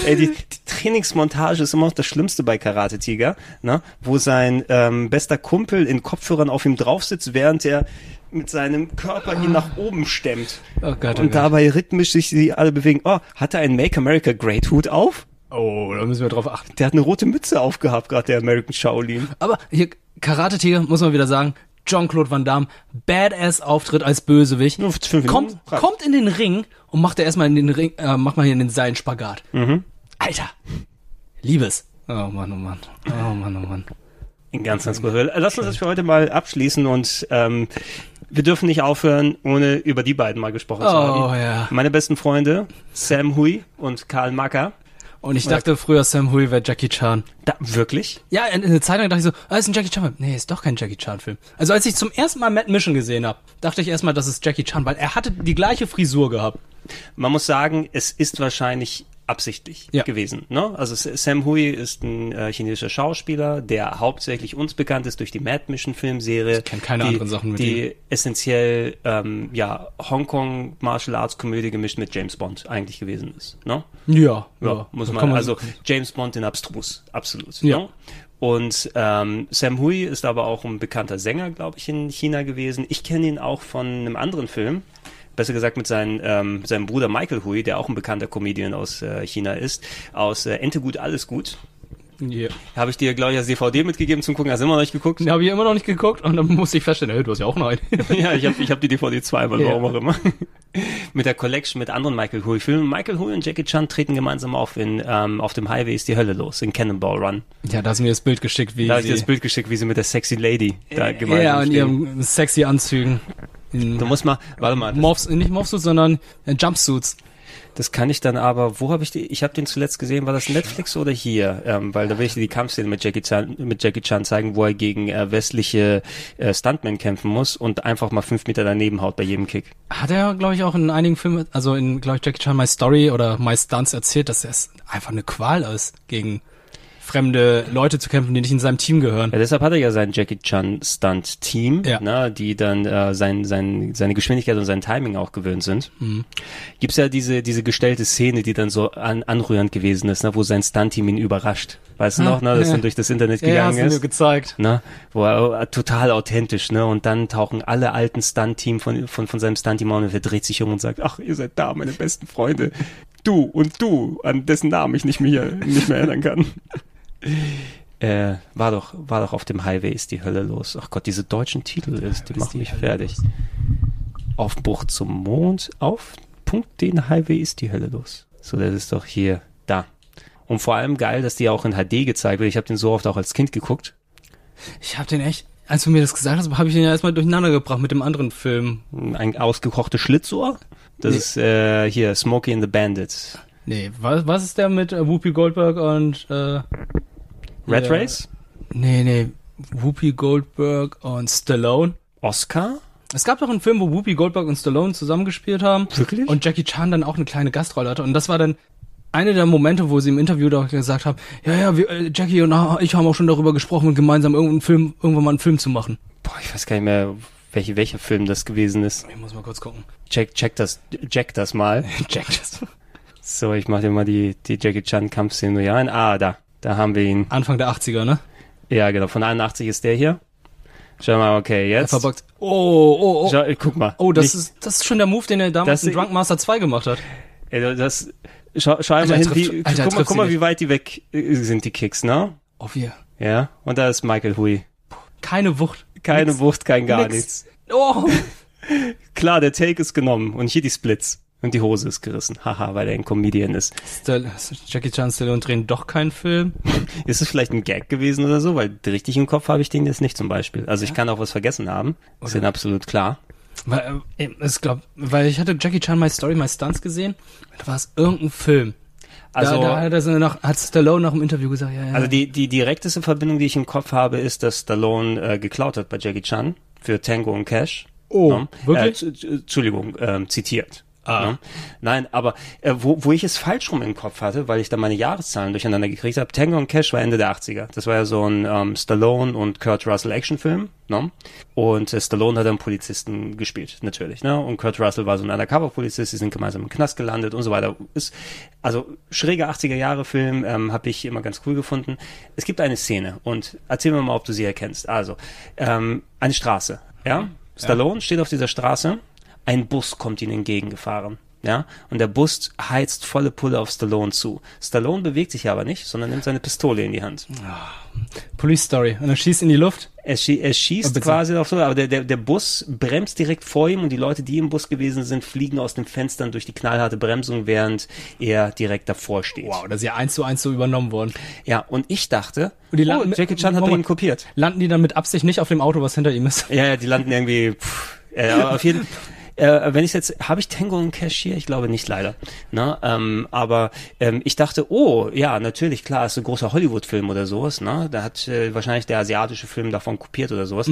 Ey, die, die Trainingsmontage ist immer noch das Schlimmste bei Karate Tiger, ne? wo sein ähm, bester Kumpel in Kopfhörern auf ihm drauf sitzt, während er mit seinem Körper ihn nach oben stemmt.
Oh Gott, oh
Und
Gott.
dabei rhythmisch sich die alle bewegen. Oh, hat er einen Make America Great Hut auf?
Oh, da müssen wir drauf achten.
Der hat eine rote Mütze aufgehabt, gerade der American Shaolin.
Aber hier, Karate-Tiger, muss man wieder sagen, Jean-Claude Van Damme, Badass-Auftritt als Bösewicht.
Nur fünf Minuten.
Kommt,
Reicht.
kommt in den Ring und macht er erstmal in den Ring, äh, macht mal hier in den Seilen Spagat.
Mhm.
Alter. Liebes. Oh Mann, oh Mann. Oh Mann, oh Mann.
Ganz, ganz skurril. Lass uns das für heute mal abschließen und ähm, wir dürfen nicht aufhören, ohne über die beiden mal gesprochen zu haben.
Oh, ja.
Meine besten Freunde, Sam Hui und Karl Macker.
Und ich dachte früher, Sam Hui wäre Jackie Chan.
Da, wirklich?
Ja, in in der Zeit lang dachte ich so, ah, ist ein Jackie Chan-Film. Nee, ist doch kein Jackie Chan-Film. Also als ich zum ersten Mal Mad Mission gesehen habe, dachte ich erstmal, das ist Jackie Chan, weil er hatte die gleiche Frisur gehabt.
Man muss sagen, es ist wahrscheinlich absichtlich
Ja.
gewesen. Ne? Also S- Sam Hui ist ein äh, chinesischer Schauspieler, der hauptsächlich uns bekannt ist durch die Mad Mission Filmserie. Ich
kenn keine
die,
anderen Sachen mit
Die essentiell ähm, ja, Hongkong Martial Arts Komödie gemischt mit James Bond eigentlich gewesen ist. Ne?
Ja, ja.
Ja, muss
das
man,
kann
also James Bond in abstrus, absolut.
Ja.
Ne? Und ähm, Sam Hui ist aber auch ein bekannter Sänger, glaube ich, in China gewesen. Ich kenne ihn auch von einem anderen Film, besser gesagt mit seinen, ähm, seinem Bruder Michael Hui, der auch ein bekannter Comedian aus äh, China ist, aus äh, Ente gut, alles gut.
Ja.
Habe ich dir, glaube ich, als DVD mitgegeben zum Gucken. Hast du immer noch nicht geguckt?
Den habe ich immer noch nicht geguckt und dann musste ich feststellen, hey, du hast ja auch noch einen.
ja, ich habe ich hab die DVD zweimal,
Ja.
warum auch immer. mit der Collection mit anderen Michael Hui-Filmen. Michael Hui und Jackie Chan treten gemeinsam auf in ähm, auf dem Highway ist die Hölle los, in Cannonball Run.
Ja, da hast du mir das Bild geschickt, wie
Da habe ich
sie-
dir das Bild geschickt, wie sie mit der sexy Lady da gemeinsam
Ja, in
stehen.
ihren sexy Anzügen. In
Du musst mal, warte mal, das-
Morphs, nicht Morphsuits, sondern äh, Jumpsuits.
Das kann ich dann aber, wo habe ich die, ich habe den zuletzt gesehen, war das Netflix oder hier? Ähm, weil da will ich dir die Kampfszene mit Jackie Chan, mit Jackie Chan zeigen, wo er gegen äh, westliche äh, Stuntmen kämpfen muss und einfach mal fünf Meter daneben haut bei jedem Kick.
Hat er, glaube ich, auch in einigen Filmen, also in, glaube ich, Jackie Chan My Story oder My Stunts erzählt, dass es einfach eine Qual ist, gegen fremde Leute zu kämpfen, die nicht in seinem Team gehören.
Ja, deshalb hat er ja sein Jackie Chan Stunt Team,
Ja.
ne, die dann äh, sein, sein, seine Geschwindigkeit und sein Timing auch gewöhnt sind.
Mhm.
Gibt's ja diese, diese gestellte Szene, die dann so an, anrührend gewesen ist, ne, wo sein Stunt Team ihn überrascht. Weißt du
Ah,
noch, ne, das
ja.
dann durch das Internet
Ja, ja, hast
gegangen
du mir
ist?
gezeigt.
Ne, wo er äh, total authentisch, ne? Und dann tauchen alle alten Stunt-Team von, von, von seinem Stunt-Team auf und er dreht sich um und sagt, ach, ihr seid da, meine besten Freunde. Du und du, an dessen Namen ich nicht mehr, nicht mehr erinnern kann. Äh, war doch, war doch auf dem Highway ist die Hölle los. Ach Gott, diese deutschen Titel, ist, die machen mich fertig. Auf Bruch zum Mond, auf Punkt den Highway ist die Hölle los. So, das ist doch hier, da. Und vor allem geil, dass die auch in HD gezeigt wird. Ich habe den so oft auch als Kind geguckt.
Ich habe den echt, als du mir das gesagt hast, habe ich den ja erstmal durcheinander gebracht mit dem anderen Film.
Ein ausgekochtes Schlitzohr. Das
Nee.
ist äh, hier Smokey and the Bandits.
Nee, was, was ist der mit äh, Whoopi Goldberg und, äh,
Red
Ja.
Race?
nee, nee, Whoopi Goldberg und Stallone?
Oscar?
Es gab doch einen Film, wo Whoopi Goldberg und Stallone zusammengespielt haben.
Wirklich?
Und Jackie Chan dann auch eine kleine Gastrolle hatte. Und das war dann einer der Momente, wo sie im Interview doch gesagt haben, ja, ja, wir, äh, Jackie und ah, ich haben auch schon darüber gesprochen, und gemeinsam irgendeinen Film, irgendwann mal einen Film zu machen.
Boah, ich weiß gar nicht mehr, welche, welcher Film das gewesen ist.
Ich muss mal kurz gucken.
Check, check das, check das mal.
Jack das.
So, ich mache dir mal die, die Jackie Chan Kampfszene nur hier rein. Ah, da. Da haben wir ihn.
Anfang der 80er, ne?
Ja, genau. Von 81 ist der hier. Schau mal, okay,
Er
jetzt.
verbockt. Oh, oh, oh.
Schau, äh, guck mal.
Oh, das
Nicht-
ist, das ist schon der Move, den er damals
Das-
in Drunk Master 2 gemacht hat.
Äh, das, schau, schau
Alter,
mal hin,
trifft- Alter,
wie, guck mal,
trifft
guck
sie
mal,
nicht.
wie weit die weg äh, sind, die Kicks, ne?
Oh, wir.
Ja. Und da ist Michael Hui.
Keine Wucht.
Keine Wucht, kein gar
Nix.
nichts.
Oh.
Klar, der Take ist genommen und hier die Splits. Und die Hose ist gerissen. Haha, weil er ein Comedian ist.
Stall Jackie Chan und Stallone drehen doch keinen Film.
Ist es vielleicht ein Gag gewesen oder so? Weil richtig im Kopf habe ich den jetzt nicht zum Beispiel. Also ich kann auch was vergessen haben. Ist denn absolut klar.
Weil, äh, es glaub, weil ich hatte Jackie Chan My Story, My Stunts gesehen. Da war es irgendein Film. Also,
Also,
da, da hat, er so nach, hat Stallone nach dem Interview gesagt, ja, ja.
also die, die direkteste Verbindung, die ich im Kopf habe, ist, dass Stallone äh, geklaut hat bei Jackie Chan für Tango und Cash.
Oh,
Ne? Äh,
wirklich?
zu- zu- Entschuldigung, ähm, zitiert. Ah. Nein, aber äh, wo, wo ich es falsch rum im Kopf hatte, weil ich da meine Jahreszahlen durcheinander gekriegt habe, Tango und Cash war Ende der 80er. Das war ja so ein ähm, Stallone und Kurt Russell Actionfilm. Ne? Und äh, Stallone hat einen Polizisten gespielt, natürlich. Ne? Und Kurt Russell war so ein Undercover-Polizist, die sind gemeinsam im Knast gelandet und so weiter. Ist, also schräger 80er-Jahre-Film ähm, habe ich immer ganz cool gefunden. Es gibt eine Szene und erzähl mir mal, ob du sie erkennst. Also, ähm, eine Straße. Ja? Stallone steht auf dieser Straße ein Bus kommt ihnen entgegengefahren. Ja, und der Bus heizt volle Pulle auf Stallone zu. Stallone bewegt sich aber nicht, sondern nimmt seine Pistole in die Hand.
Police Story. Und er schießt in die Luft.
Er, schie er schießt
bitte.
quasi auf Stallone, aber der, der, der Bus bremst direkt vor ihm und die Leute, die im Bus gewesen sind, fliegen aus den Fenstern durch die knallharte Bremsung, während er direkt davor steht.
Wow, das ist ja eins zu eins so übernommen worden.
Ja, und ich dachte,
Und die
oh,
landen-
Jackie Chan hat bei
Moment.
ihm kopiert.
Landen die dann mit Absicht nicht auf dem Auto, was hinter ihm ist?
Ja, ja, die landen irgendwie. Pff, äh, aber auf jeden äh, wenn ich jetzt, habe ich Tango und Cash hier? Ich glaube nicht, leider. Na, ähm, aber ähm, ich dachte, oh, ja, natürlich, klar, ist ein großer Hollywood-Film oder sowas. Ne? Da hat äh, wahrscheinlich der asiatische Film davon kopiert oder sowas.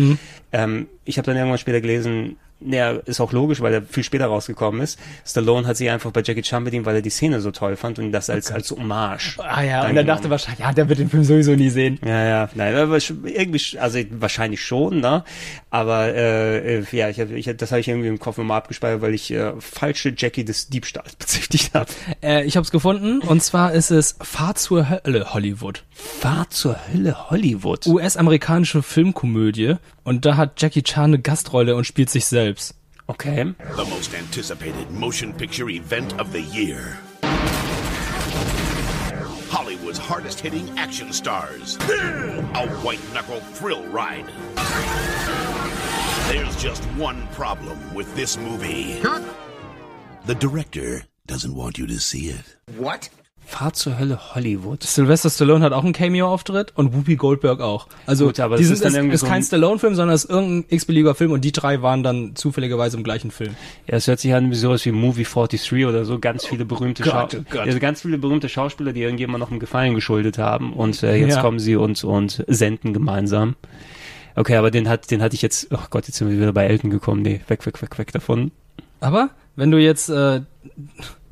Ähm, ich habe dann irgendwann später gelesen, naja, ist auch logisch, weil er viel später rausgekommen ist. Stallone hat sich einfach bei Jackie Chan bedient, weil er die Szene so toll fand und das als, als Hommage.
Ah ja,
dann
und er
genommen.
dachte wahrscheinlich, ja, der wird den Film sowieso nie sehen.
Ja, ja, nein, aber sch- irgendwie, sch- also wahrscheinlich schon, ne? Aber äh, äh, ja, ich hab, ich, hab- das habe ich irgendwie im Kopf immer abgespeichert, weil ich äh, falsche Jackie des Diebstahls bezichtigt habe.
Äh, ich hab's gefunden, und zwar ist es Fahr zur Hölle Hollywood.
Fahr zur Hölle Hollywood.
US-amerikanische Filmkomödie. Und da hat Jackie Chan eine Gastrolle und spielt sich selbst.
Okay.
The most anticipated motion picture event of the year. Hollywood's hardest hitting action stars. A white knuckle thrill ride. There's just one problem with this movie the director doesn't want you to see it.
What?
Fahrt zur Hölle Hollywood.
Sylvester Stallone hat auch einen Cameo-Auftritt und Whoopi Goldberg auch. Also
Gut, aber
die
das
sind,
ist dann
es
irgendwie
ist
so ein-
kein Stallone-Film, sondern es ist irgendein x-beliebiger Film und die drei waren dann zufälligerweise im gleichen Film.
Ja, es hört sich an wie sowas wie Movie 43 oder so, ganz viele berühmte
Gott,
Schau-
oh Gott.
also ganz viele berühmte Schauspieler, die irgendjemand noch einen Gefallen geschuldet haben und äh, jetzt
Ja.
kommen sie und und senden gemeinsam. Okay, aber den hat den hatte ich jetzt, oh Gott, jetzt sind wir wieder bei Elton gekommen. Nee, weg weg weg weg davon.
Aber wenn du jetzt äh,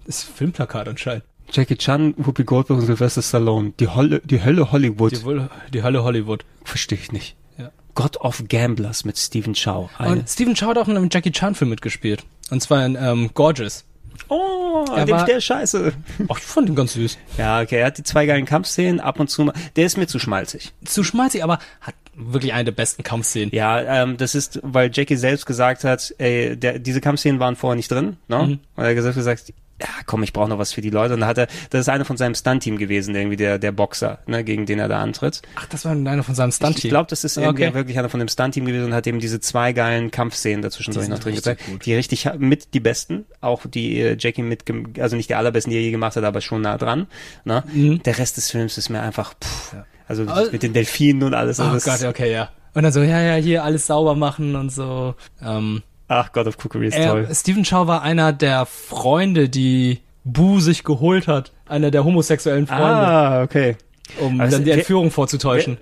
das ist ein Filmplakat anscheinend.
Jackie Chan, Whoopi Goldberg und Sylvester Stallone, die Hölle die Hölle Hollywood.
Die, Wolle- die Hölle Hollywood.
Verstehe ich nicht.
Ja.
God of Gamblers mit Stephen Chow. Eine-
Und Stephen Chow hat auch in einem Jackie Chan Film mitgespielt. Und zwar in ähm, Gorgeous.
oh,
Er
dem-
war-
der ist scheiße.
Ach, ich fand ihn ganz süß.
Ja, okay, er hat die zwei geilen Kampfszenen ab und zu mal. Der ist mir zu schmalzig.
Zu schmalzig, aber hat wirklich eine der besten Kampfszenen.
Ja, ähm, das ist, weil Jackie selbst gesagt hat, ey, der, diese Kampfszenen waren vorher nicht drin, ne? Und er hat selbst gesagt, ja, komm, ich brauche noch was für die Leute. Und dann hat er, das ist einer von seinem Stunt-Team gewesen, irgendwie der, der Boxer, ne, gegen den er da antritt.
Ach, das war einer von seinem
Ich,
Stunt-Team.
ich glaube, das ist irgendwie
Okay.
wirklich einer von dem Stunt-Team gewesen und hat eben diese zwei geilen Kampfszenen dazwischen so noch
sind
drin
richtig
gezeigt, die richtig ha- mit die besten, auch die äh, Jackie mit, gem- also nicht die allerbesten, die er je gemacht hat, aber schon nah dran. Ne?
Mhm.
Der Rest des Films ist mir einfach, pff, also
Also-
mit den Delfinen und alles.
Oh
alles
Gott, okay, ja. Und dann so, ja, ja, hier alles sauber machen und so. Ähm,
Ach Gott, auf Cookery ist toll.
er, Stephen Äh, Chow war einer der Freunde, die Bu sich geholt hat. Einer der homosexuellen Freunde,
Ah, okay.
um
also
dann die
wer-
Entführung vorzutäuschen.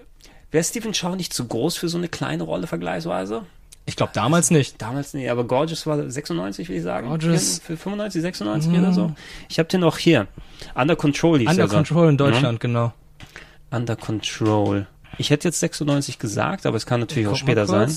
Wäre Stephen Chow nicht zu groß für so eine kleine Rolle vergleichsweise?
ich glaube, damals nicht.
Damals nee, aber Gorgeous war 96, will ich sagen.
Gorgeous. Mhm.
Für 95, 96 oder so. Ich habe den auch hier. Under Control hieß
Under
er so.
Control in Deutschland, genau.
Ja? Under Control. Ich hätte jetzt 96 gesagt, aber es kann natürlich auch später sein.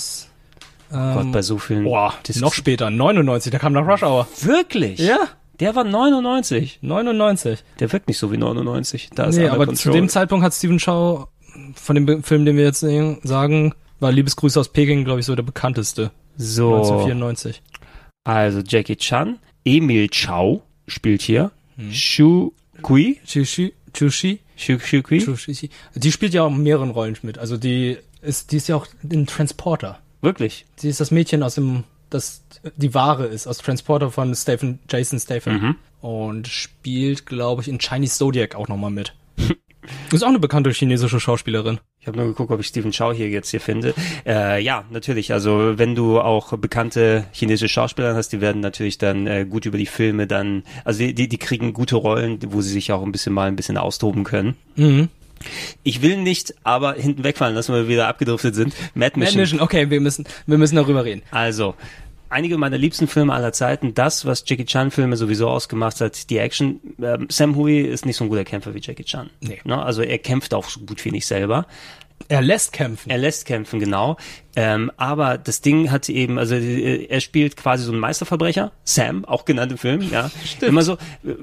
Ähm,
Gott, bei so vielen.
Boah,
Discs.
noch später, 99, der kam nach Rush Hour.
Wirklich?
Ja,
Der war 99.
99.
Der wirkt nicht so wie 99. Da ist
Nee,
Under
aber zu
Control.
dem Zeitpunkt hat Stephen Chow, von dem Be- Film, den wir jetzt sehen, sagen, war Liebesgrüße aus Peking, glaube ich, so der bekannteste.
so.
1994.
Also Jackie Chan, Emil Chow spielt hier.
Hm.
Shu Kui.
Chushi, Chushi,
Shu, Shu Kui.
Chushi. Die spielt ja auch in mehreren Rollen mit. Also die ist, die ist ja auch in Transporter.
Wirklich.
Die ist das Mädchen aus dem, das die Ware ist, aus Transporter von Stephen, Jason Statham.
Mhm.
Und spielt, glaube ich, in Chinese Zodiac auch nochmal mit. ist auch eine bekannte chinesische Schauspielerin.
Ich habe nur geguckt, ob ich Stephen Chow hier jetzt hier finde. Äh, ja, natürlich. Also wenn du auch bekannte chinesische Schauspieler hast, die werden natürlich dann äh, gut über die Filme dann, also die, die kriegen gute Rollen, wo sie sich auch ein bisschen mal ein bisschen austoben können.
Mhm.
Ich will nicht, aber hinten wegfallen, dass wir wieder abgedriftet sind. Mad
Mad
Mission.
Mission, okay, wir müssen, wir müssen darüber reden.
Also, einige meiner liebsten Filme aller Zeiten, das, was Jackie Chan Filme sowieso ausgemacht hat, die Action. Ähm, Sam Hui ist nicht so ein guter Kämpfer wie Jackie Chan.
Nee.
Ne? Also er kämpft auch so gut wie nicht selber.
Er lässt kämpfen.
Er lässt kämpfen, genau. Ähm, aber das Ding hat eben, also äh, er spielt quasi so einen Meisterverbrecher, Sam, auch genannt im Film, ja. Immer so, äh,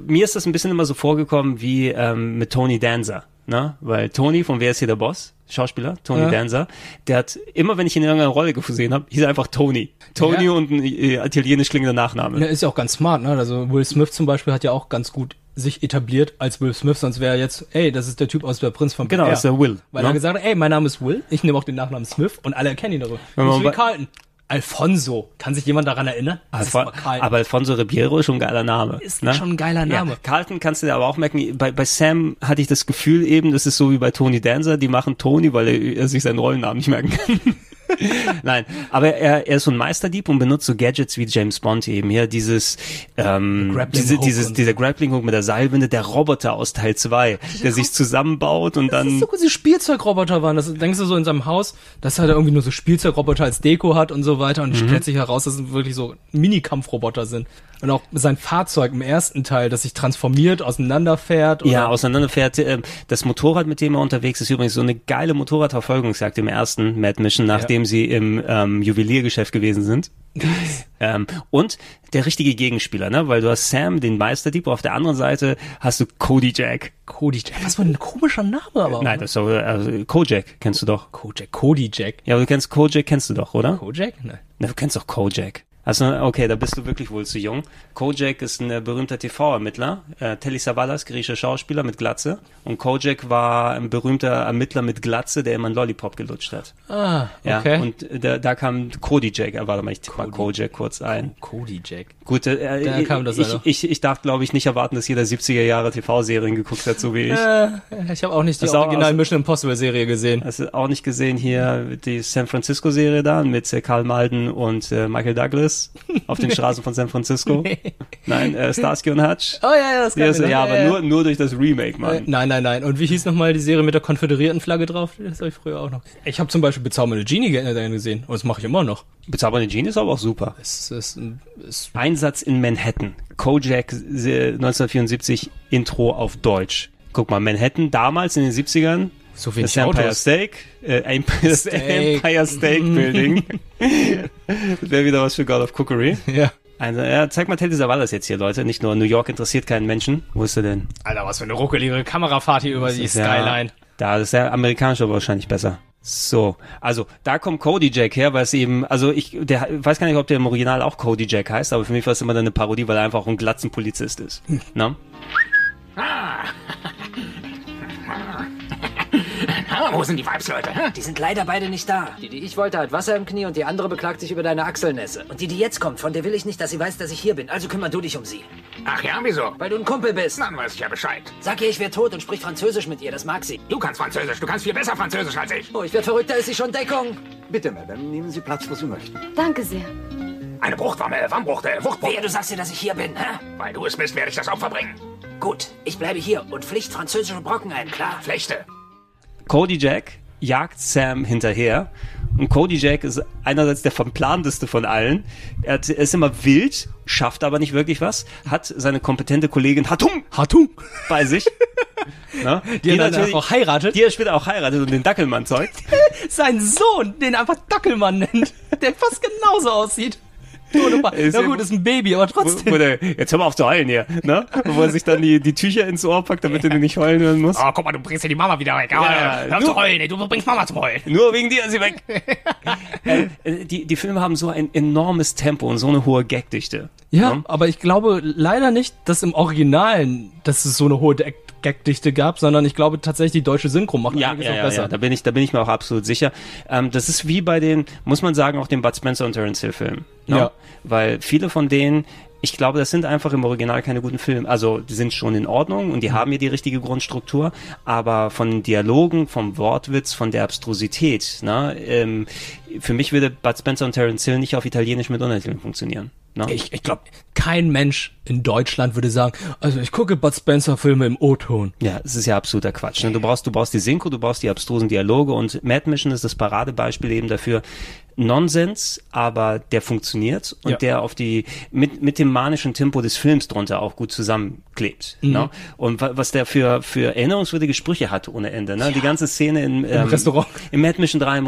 mir ist das ein bisschen immer so vorgekommen wie ähm, mit Tony Danza, ne? Weil Tony, von Wer ist hier der Boss? Schauspieler, Tony
Ja.
Danza, der hat immer, wenn ich ihn in irgendeiner Rolle gesehen habe, hieß er einfach Tony. Tony
Ja.
und ein äh, italienisch klingender Nachname.
Ja, ist ja auch ganz smart, ne? Also Will Smith zum Beispiel hat ja auch ganz gut sich etabliert als Will Smith, sonst wäre er jetzt, ey, das ist der Typ aus der Prinz von
Genau,
Bel-Air.
ist der Will,
Weil
ne?
er gesagt hat, ey, mein Name ist Will, ich nehme auch den Nachnamen Smith und alle erkennen ihn darüber.
Wenn man
Nicht wie
bei-
Carlton. Alfonso. Kann sich jemand daran erinnern? Das
Alfon-
ist Carlton.
aber Alfonso Ribeiro ist schon ein geiler Name. ne?
Ist schon ein geiler Name.
Carlton kannst du dir aber auch merken, bei, bei Sam hatte ich das Gefühl eben, das ist so wie bei Tony Dancer, die machen Tony, weil er, er sich seinen Rollennamen nicht merken kann. Nein, aber er, er ist so ein Meisterdieb und benutzt so Gadgets wie James Bond eben hier, dieses, ähm,
Grappling
diese,
Hook
dieses,
und-
dieser Grappling Hook mit der Seilwinde, der Roboter aus Teil 2, der sich zusammenbaut und
das
dann...
ist so gut, diese Spielzeugroboter waren. Das denkst du so in seinem Haus, dass er da irgendwie nur so Spielzeugroboter als Deko hat und so weiter und
Mhm.
stellt sich heraus, dass es wirklich so Mini-Kampfroboter sind. Und auch sein Fahrzeug im ersten Teil, das sich transformiert, auseinanderfährt. Oder
Ja, auseinanderfährt. Ähm, Das Motorrad, mit dem er unterwegs ist, übrigens so eine geile Motorradverfolgungsjagd im ersten Mad Mission, nachdem sie im ähm, Juweliergeschäft gewesen sind. ähm, und der richtige Gegenspieler, ne? Weil du hast Sam, den Meisterdieb, auf der anderen Seite hast du Cody Jack.
Cody Jack. Was für ein komischer Name aber. auch.
Nein, das ist doch, äh, Kojak kennst du doch.
Kojak. Cody Jack.
Ja, aber du kennst Kojak, kennst du doch, oder?
Kojak? Ne. Nein.
Na, du kennst doch Kojak. Also, okay, da bist du wirklich wohl zu jung. Kojak ist ein äh, berühmter TV-Ermittler. Äh, Telly Savalas, griechischer Schauspieler mit Glatze. Und Kojak war ein berühmter Ermittler mit Glatze, der immer einen Lollipop gelutscht hat.
Ah,
Ja,
okay.
und äh, da, da kam Kojak, äh, warte mal, ich tippe mal Kojak kurz ein.
Cody Jack.
Gut, äh,
Da
ich,
kam das
ich,
also.
ich, ich darf, glaube ich, nicht erwarten, dass jeder 70er Jahre TV-Serien geguckt hat, so wie ich.
Äh, ich habe auch nicht die
Das ist auch-
original
also-
Mission Impossible Serie gesehen.
Hast du auch nicht gesehen hier die San Francisco-Serie da mit äh, Karl Malden und äh, Michael Douglas auf den Straßen von San Francisco? Nein, äh, Starsky und Hutch.
Oh ja, ja, das
ja,
kann
so, ja, aber nur, nur durch das Remake,
Äh,
Mann.
Nein, nein, nein. Und wie hieß nochmal die Serie mit der konföderierten Flagge drauf? Das habe ich früher auch noch. Ich habe zum Beispiel Bezaubernde Genie ge- äh, gesehen. Und das mache ich immer noch.
Bezaubernde Genie ist aber auch super.
Es ist, ein- es
Einsatz in Manhattan. Kojak äh, 1974 Intro auf Deutsch. Guck mal, Manhattan damals in den 70ern.
so
Das
wenig
Empire
Autos.
State, äh, Empire, das
Steak.
Empire State Building. Wäre wieder was für God of Cookery.
Ja.
Also, ja, zeig mal Telly Savalas jetzt hier, Leute. Nicht nur New York interessiert keinen Menschen. Wo ist er denn?
Alter, was für eine ruckelige Kamerafahrt hier über die
ist ja-
Skyline.
Da ist der amerikanische wahrscheinlich besser. So, also da kommt Cody Jack her, weil es eben, also ich der, weiß gar nicht, ob der im Original auch Cody Jack heißt, aber für mich war es immer dann eine Parodie, weil er einfach auch ein glatzen Polizist ist. ne? Na?
wo sind die Weibsleute? hä?
Die sind leider beide nicht da. Die, die ich wollte, hat Wasser im Knie und die andere beklagt sich über deine Achselnässe. Und die, die jetzt kommt, von der will ich nicht, dass sie weiß, dass ich hier bin. Also kümmer du dich um sie.
Ach ja, wieso?
Weil du ein Kumpel bist.
Dann weiß ich ja Bescheid.
Sag ihr, ich wäre tot und sprich Französisch mit ihr. Das mag sie.
Du kannst Französisch, du kannst viel besser Französisch als ich.
Oh, ich werde verrückt, da ist sie schon Deckung.
Bitte, Madame, nehmen Sie Platz, wo Sie möchten.
Danke sehr.
Eine äh, Bruchtwamme, Wammbruchte, Wuchtbruch.
Wehe, du sagst ihr, dass ich hier bin, hä?
Weil du es bist, werde ich das Opfer bringen.
Gut, ich bleibe hier und pflicht französische Brocken ein, klar?
Flechte.
Cody Jack jagt Sam hinterher. Und Cody Jack ist einerseits der verplanteste von allen. Er hat- er ist immer wild, schafft aber nicht wirklich was, hat seine kompetente Kollegin Hatum
Hatu,
bei sich. ne?
die, er dann auch heiratet.
die er später auch heiratet und den Dackelmann zeugt.
Sein Sohn, den er einfach Dackelmann nennt, der fast genauso aussieht. Ohne Pa-
Ist
Na
ja-
gut, ist ein Baby, aber
Wo,
trotzdem.
wo der, jetzt hör mal auf zu heulen hier, ne? Wo er sich dann die, die Tücher ins Ohr packt, damit er nicht heulen hören muss.
Oh, guck mal, du bringst ja die Mama wieder weg. Oh,
Ja,
hör auf
du-
zu heulen, ey, du bringst Mama zum Heulen.
Nur wegen dir ist sie weg. äh, äh, die, die Filme haben so ein enormes Tempo und so eine hohe Gagdichte.
Ja,
Ne?
aber ich glaube leider nicht, dass im Originalen, dass es so eine hohe Gag- Gagdichte gab, sondern ich glaube tatsächlich, die deutsche Synchro macht
Ja,
einiges
ja,
noch
ja,
besser.
ja, da bin ich, da bin ich mir auch absolut sicher. Ähm, das ist wie bei den, muss man sagen, auch den Bud Spencer und Terence Hill Filmen. Ne?
Ja.
Weil viele von denen, ich glaube, das sind einfach im Original keine guten Filme. Also, die sind schon in Ordnung
Mhm.
und die haben hier die richtige Grundstruktur, aber von den Dialogen, vom Wortwitz, von der Abstrusität, ne? ähm, für mich würde Bud Spencer und Terence Hill nicht auf Italienisch mit Untertiteln funktionieren. Ne?
Ich, ich glaube, kein Mensch in Deutschland würde sagen, also ich gucke Bud Spencer Filme im O-Ton.
Ja, es ist ja absoluter Quatsch. Ne? Du brauchst, du brauchst die Synchro, du brauchst die abstrusen Dialoge und Mad Mission ist das Paradebeispiel eben dafür. Nonsens, aber der funktioniert und
Ja.
der auf die, mit, mit dem manischen Tempo des Films drunter auch gut zusammenklebt.
Mhm.
Ne? Und wa- was der für, für erinnerungswürdige Sprüche hat ohne Ende. Ne? Die ganze Szene in, ähm,
Restaurant.
Im Mad Mission 3 im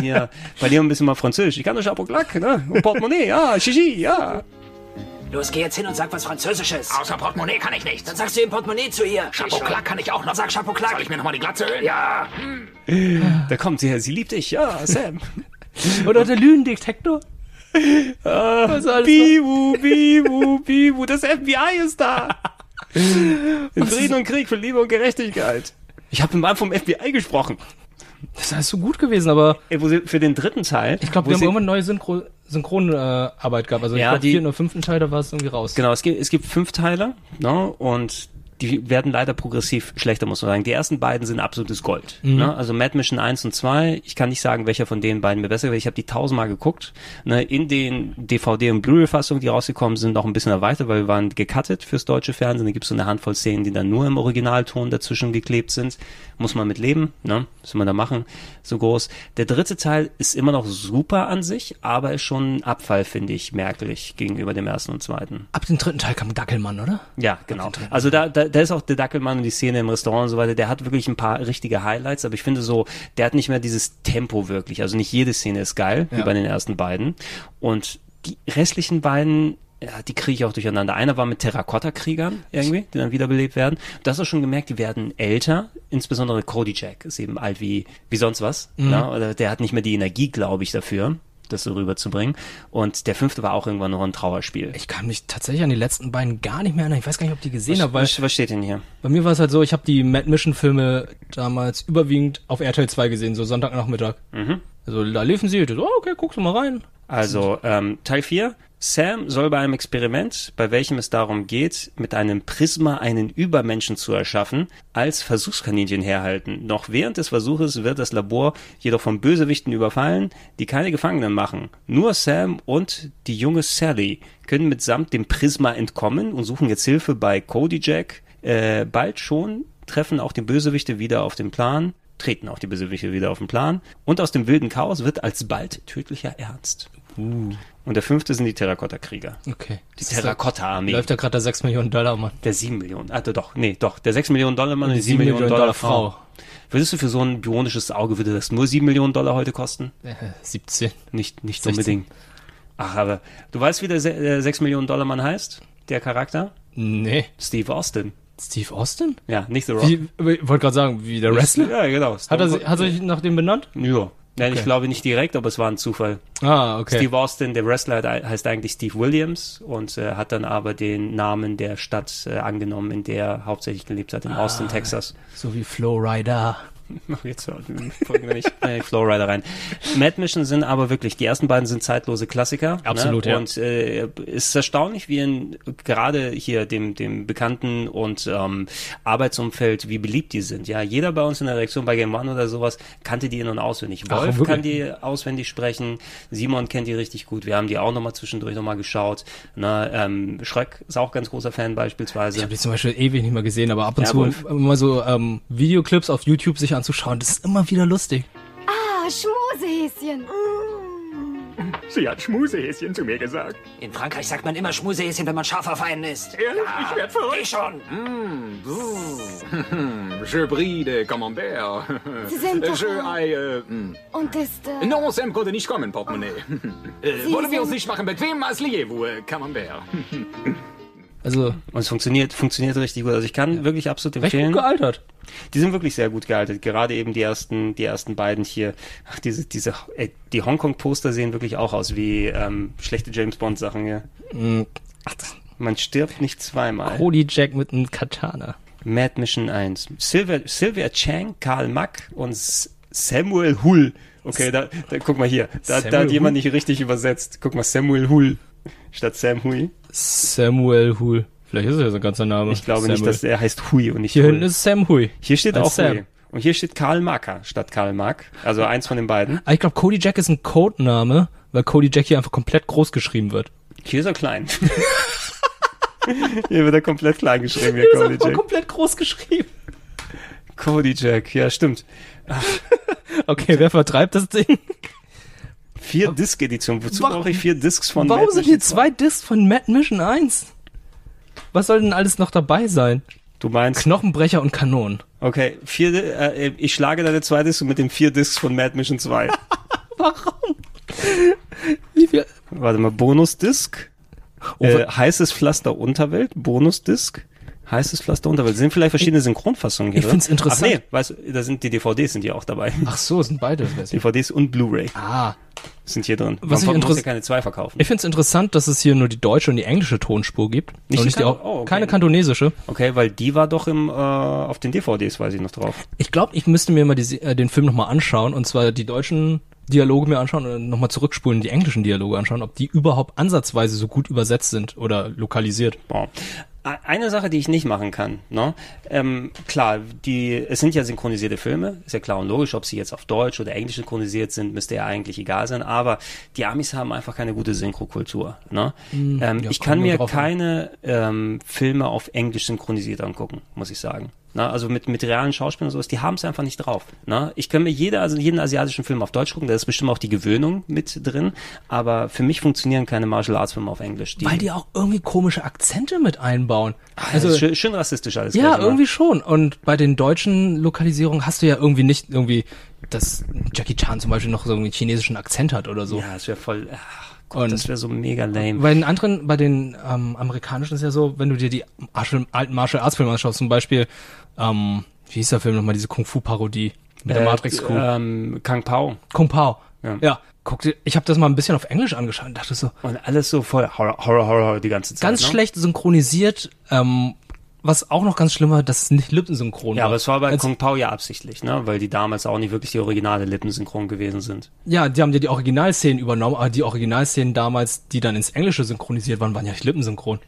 hier. bei dir ein bisschen mal Französisch. Ich kann doch Apoglack, ne? Und Portemonnaie, ja, Gigi, ja.
Los, geh jetzt hin und sag was Französisches.
Außer Portemonnaie kann ich nichts.
Dann sagst du ihr im Portemonnaie zu ihr.
Schapoklack kann ich auch noch.
Sag Schapoklack.
Soll ich mir nochmal die Glatze ölen? Ja.
Da kommt sie her, sie liebt dich, ja, Sam.
Oder der Lügendetektor. Also alles
Bibu, Bibu, Bibu, das FBI ist da. In Frieden und Krieg, für Liebe und Gerechtigkeit. Ich habe mit dem Mann vom FBI gesprochen.
Das ist alles so gut gewesen, aber
Ey, wo sie, für den dritten Teil.
ich glaube,
wo
wir haben
sie-
irgendwann neue Synchro Synchronarbeit gehabt. Also
Ja,
ich glaube,
die-
vier oder fünften Teil, da war es irgendwie raus.
Genau, es gibt, es gibt fünf Teile, ne? Und die werden leider progressiv schlechter, muss man sagen. Die ersten beiden sind absolutes Gold. Ne? Also Mad Mission 1 und 2, ich kann nicht sagen, welcher von den beiden mir besser gefällt. Ich habe die tausendmal geguckt. Ne? In den DVD- und Blu-ray-Fassungen, die rausgekommen sind, noch ein bisschen erweitert, weil wir waren gecuttet fürs deutsche Fernsehen. Da gibt es so eine Handvoll Szenen, die dann nur im Originalton dazwischen geklebt sind. Muss man mit leben, ne? Was soll man da machen? So groß. Der dritte Teil ist immer noch super an sich, aber ist schon ein Abfall, finde ich, merklich gegenüber dem ersten und zweiten.
Ab dem dritten Teil kam Dackelmann, oder?
Ja, genau. Also da, da, da ist auch der Dackelmann und die Szene im Restaurant und so weiter, der hat wirklich ein paar richtige Highlights, aber ich finde so, der hat nicht mehr dieses Tempo wirklich. Also nicht jede Szene ist geil, wie bei den ersten beiden. Und die restlichen beiden, ja, die kriege ich auch durcheinander. Einer war mit Terrakotta-Kriegern irgendwie, die dann wiederbelebt werden. Das hast du schon gemerkt, die werden älter,
Mhm.
insbesondere Cody Jack ist eben alt wie, wie sonst was. Ne? Oder der hat nicht mehr die Energie, glaube ich, dafür. das so rüberzubringen. Und der fünfte war auch irgendwann noch ein Trauerspiel.
Ich kann mich tatsächlich an die letzten beiden gar nicht mehr erinnern. Ich weiß gar nicht, ob die gesehen habe, weil
was, was steht denn hier?
bei mir war es halt so, ich habe die Mad Mission Filme damals überwiegend auf RTL 2 gesehen, so Sonntagnachmittag.
Mhm.
Also da liefen sie, ich dachte, oh, okay, guckst du mal rein.
Also, ähm, Teil 4. Sam soll bei einem Experiment, bei welchem es darum geht, mit einem Prisma einen Übermenschen zu erschaffen, als Versuchskaninchen herhalten. Noch während des Versuches wird das Labor jedoch von Bösewichten überfallen, die keine Gefangenen machen. Nur Sam und die junge Sally können mitsamt dem Prisma entkommen und suchen jetzt Hilfe bei Cody Jack. Äh, bald schon treffen auch die Bösewichte wieder auf den Plan, treten auch die Bösewichte wieder auf den Plan. Und aus dem wilden Chaos wird alsbald tödlicher Ernst. Und der fünfte sind die Terrakotta-Krieger.
Okay.
Die Terrakotta-Armee.
Läuft ja gerade der 6 Millionen Dollar, Mann.
Der 7 Millionen, ah doch, nee, doch, der 6 Millionen Dollar Mann und die 7 Millionen, Dollar Frau. Würdest du für so ein bionisches Auge, würde das nur 7 Millionen Dollar heute kosten?
Äh, 17.
Nicht, nicht
16.
unbedingt. Ach, aber du weißt, wie der Se- äh, 6 Millionen Dollar Mann heißt? Der Charakter?
Nee.
Steve Austin.
Steve Austin?
Ja, nicht The Rock.
Wie, ich wollte gerade sagen, wie der Wrestler?
Ja, genau.
Hat er, sich- hat er sich nach dem benannt?
Ja. Nein, ich
Okay.
glaube nicht direkt, aber es war ein Zufall.
Ah, okay.
Steve Austin, der Wrestler, hat- heißt eigentlich Steve Williams und äh, hat dann aber den Namen der Stadt äh, angenommen, in der er hauptsächlich gelebt hat, in
Ah.
Austin, Texas.
So wie Flow Rider.
Jetzt folgen wir nicht äh, Flowrider rein. Mad Mission sind aber wirklich, die ersten beiden sind zeitlose Klassiker.
Absolut,
ne?
ja.
Und äh, es ist erstaunlich, wie in gerade hier dem, dem bekannten und ähm, Arbeitsumfeld, wie beliebt die sind. Ja, jeder bei uns in der Redaktion bei Game One oder sowas kannte die in- und auswendig.
Ach,
Wolf
wirklich?
kann die auswendig sprechen, Simon kennt die richtig gut. Wir haben die auch nochmal zwischendurch nochmal geschaut. Ne? Ähm, Schröck ist auch ganz großer Fan beispielsweise.
Ich habe die zum Beispiel ewig nicht mehr gesehen, aber ab und
Ja,
zu
Wolf.
immer so ähm, Videoclips auf YouTube sich anzuschauen, das ist immer wieder lustig.
Ah, Schmusehäschen.
Sie hat Schmusehäschen zu mir gesagt.
In Frankreich sagt man immer Schmusehäschen, wenn man scharf auf einen ist.
Ehrlich, ich werd verrückt.
Ich schon.
Je brie de camembert.
Sie sind doch-
Je ei, äh, mh.
Und ist, äh,
Non, Sam konnte nicht kommen, Portemonnaie. äh,
Sie
wollen wir
sind-
uns nicht machen bequem als Lievo, äh, Camembert.
Also
Und es funktioniert, funktioniert richtig gut. Also ich kann wirklich absolut
recht
empfehlen.
gut gealtert.
Die sind wirklich sehr gut gealtert. Gerade eben die ersten, die ersten beiden hier. Ach, diese, diese, äh, die Hongkong-Poster sehen wirklich auch aus wie ähm, schlechte James Bond-Sachen hier.
Mhm.
Man stirbt nicht zweimal.
Cody Jack mit einem Katana.
Mad Mission 1. Sylvia, Sylvia Chang, Karl Mack und S- Samuel Hull. Okay, da, da guck mal hier. Da, da
Samuel
hat jemand
Hull?
nicht richtig übersetzt. Guck mal, Samuel Hull statt Sam Hui.
Samuel Hull. Vielleicht ist er ja so ein ganzer Name.
Ich glaube nicht, dass er heißt Hui und nicht
Hier
Hull.
hinten ist Sam Hui.
Hier steht
Als
auch
Sam.
Hui. Und hier steht Karl Marker statt Karl Mark. Also eins von den beiden.
Ah, Ich glaube, Cody Jack ist ein Codename, weil Cody Jack hier einfach komplett groß geschrieben wird.
Hier ist er klein. hier wird er komplett klein geschrieben, hier, Cody Jack.
komplett groß geschrieben.
Cody Jack, ja, stimmt.
Okay, wer vertreibt das Ding?
Vier Disc-Edition. Wozu
Warum-
brauche ich vier Discs von
Warum
Mad
sind
Mission
hier zwei Discs von Mad Mission 1? Was soll denn alles noch dabei sein?
Du meinst?
Knochenbrecher und Kanonen.
Okay, vier, äh, ich schlage deine zwei Discs mit den vier Discs von Mad Mission 2.
Wie viel?
Warte mal, Bonus-Disc.
Oh,
Äh, heißes Pflaster Unterwelt, Bonus-Disc. Heißes Pflaster Unterwelt. Sind vielleicht verschiedene Synchronfassungen hier.
Ich find's
oder?
interessant.
Ach nee, weißt du, da sind die DVDs sind hier auch dabei.
Ach so, sind beide. das weiß ich.
DVDs und Blu-ray
Ah,
sind hier drin.
Was ich
Man muss
interess-
ja keine zwei verkaufen.
ich finde es interessant, dass es hier nur die deutsche und die englische Tonspur gibt. und
Nicht die
nicht die,
Kan-
au-
oh, okay.
Keine kantonesische.
Okay, weil die war doch im äh, auf den DVDs, weiß ich noch drauf.
Ich glaube, ich müsste mir mal die, Se- äh, den Film nochmal anschauen und zwar die deutschen Dialoge mir anschauen und dann nochmal zurückspulen, die englischen Dialoge anschauen, ob die überhaupt ansatzweise so gut übersetzt sind oder lokalisiert.
Wow. E- Eine Sache, die ich nicht machen kann, ne? ähm, klar, die, es sind ja synchronisierte Filme, ist ja klar und logisch, ob sie jetzt auf Deutsch oder Englisch synchronisiert sind, müsste ja eigentlich egal sein, aber die Amis haben einfach keine gute Synchrokultur. Ne?
Mm,
ähm,
ja,
ich
kommt
kann
nur
mir
drauf an.
keine ähm, Filme auf Englisch synchronisiert angucken, muss ich sagen. Ne? Also mit, mit realen Schauspielern und sowas, die haben es einfach nicht drauf. Ne? Ich kann mir jede, also jeden asiatischen Film auf Deutsch gucken, da ist bestimmt auch die Gewöhnung mit drin, aber für mich funktionieren keine Martial Arts Filme auf Englisch.
Weil die auch irgendwie komische Akzente mit einbauen.
Also schön, Also, ne? schön rassistisch alles.
Ja,
gleich immer.
irgendwie schon. Und bei den deutschen Lokalisierungen hast du ja irgendwie nicht irgendwie, dass Jackie Chan zum Beispiel noch so einen chinesischen Akzent hat oder so.
Ja, das wäre voll. Ach Gott, das wäre so mega lame.
Bei den anderen, bei den ähm, amerikanischen ist ja so, wenn du dir die Arsch- alten Martial Arts Filme anschaust, zum Beispiel, ähm, wie hieß der Film nochmal, diese Kung Fu Parodie mit der
Äh,
Matrix Crew?
Ähm, Kang Pao.
Kung Pao. Ja. ja. Guck dir, ich habe das mal ein bisschen auf Englisch angeschaut und dachte so.
Und alles so voll Horror, Horror, Horror die ganze Zeit.
Ganz
ne?
schlecht synchronisiert, ähm, was auch noch ganz schlimm war, dass es nicht lippensynchron
Ja,
war.
aber es war bei
Als-
Kung Pao ja absichtlich, ne? Weil die damals auch nicht wirklich die originale Lippensynchron gewesen sind.
Ja, die haben ja die Originalszenen übernommen, aber die Originalszenen damals, die dann ins Englische synchronisiert waren, waren ja nicht lippensynchron.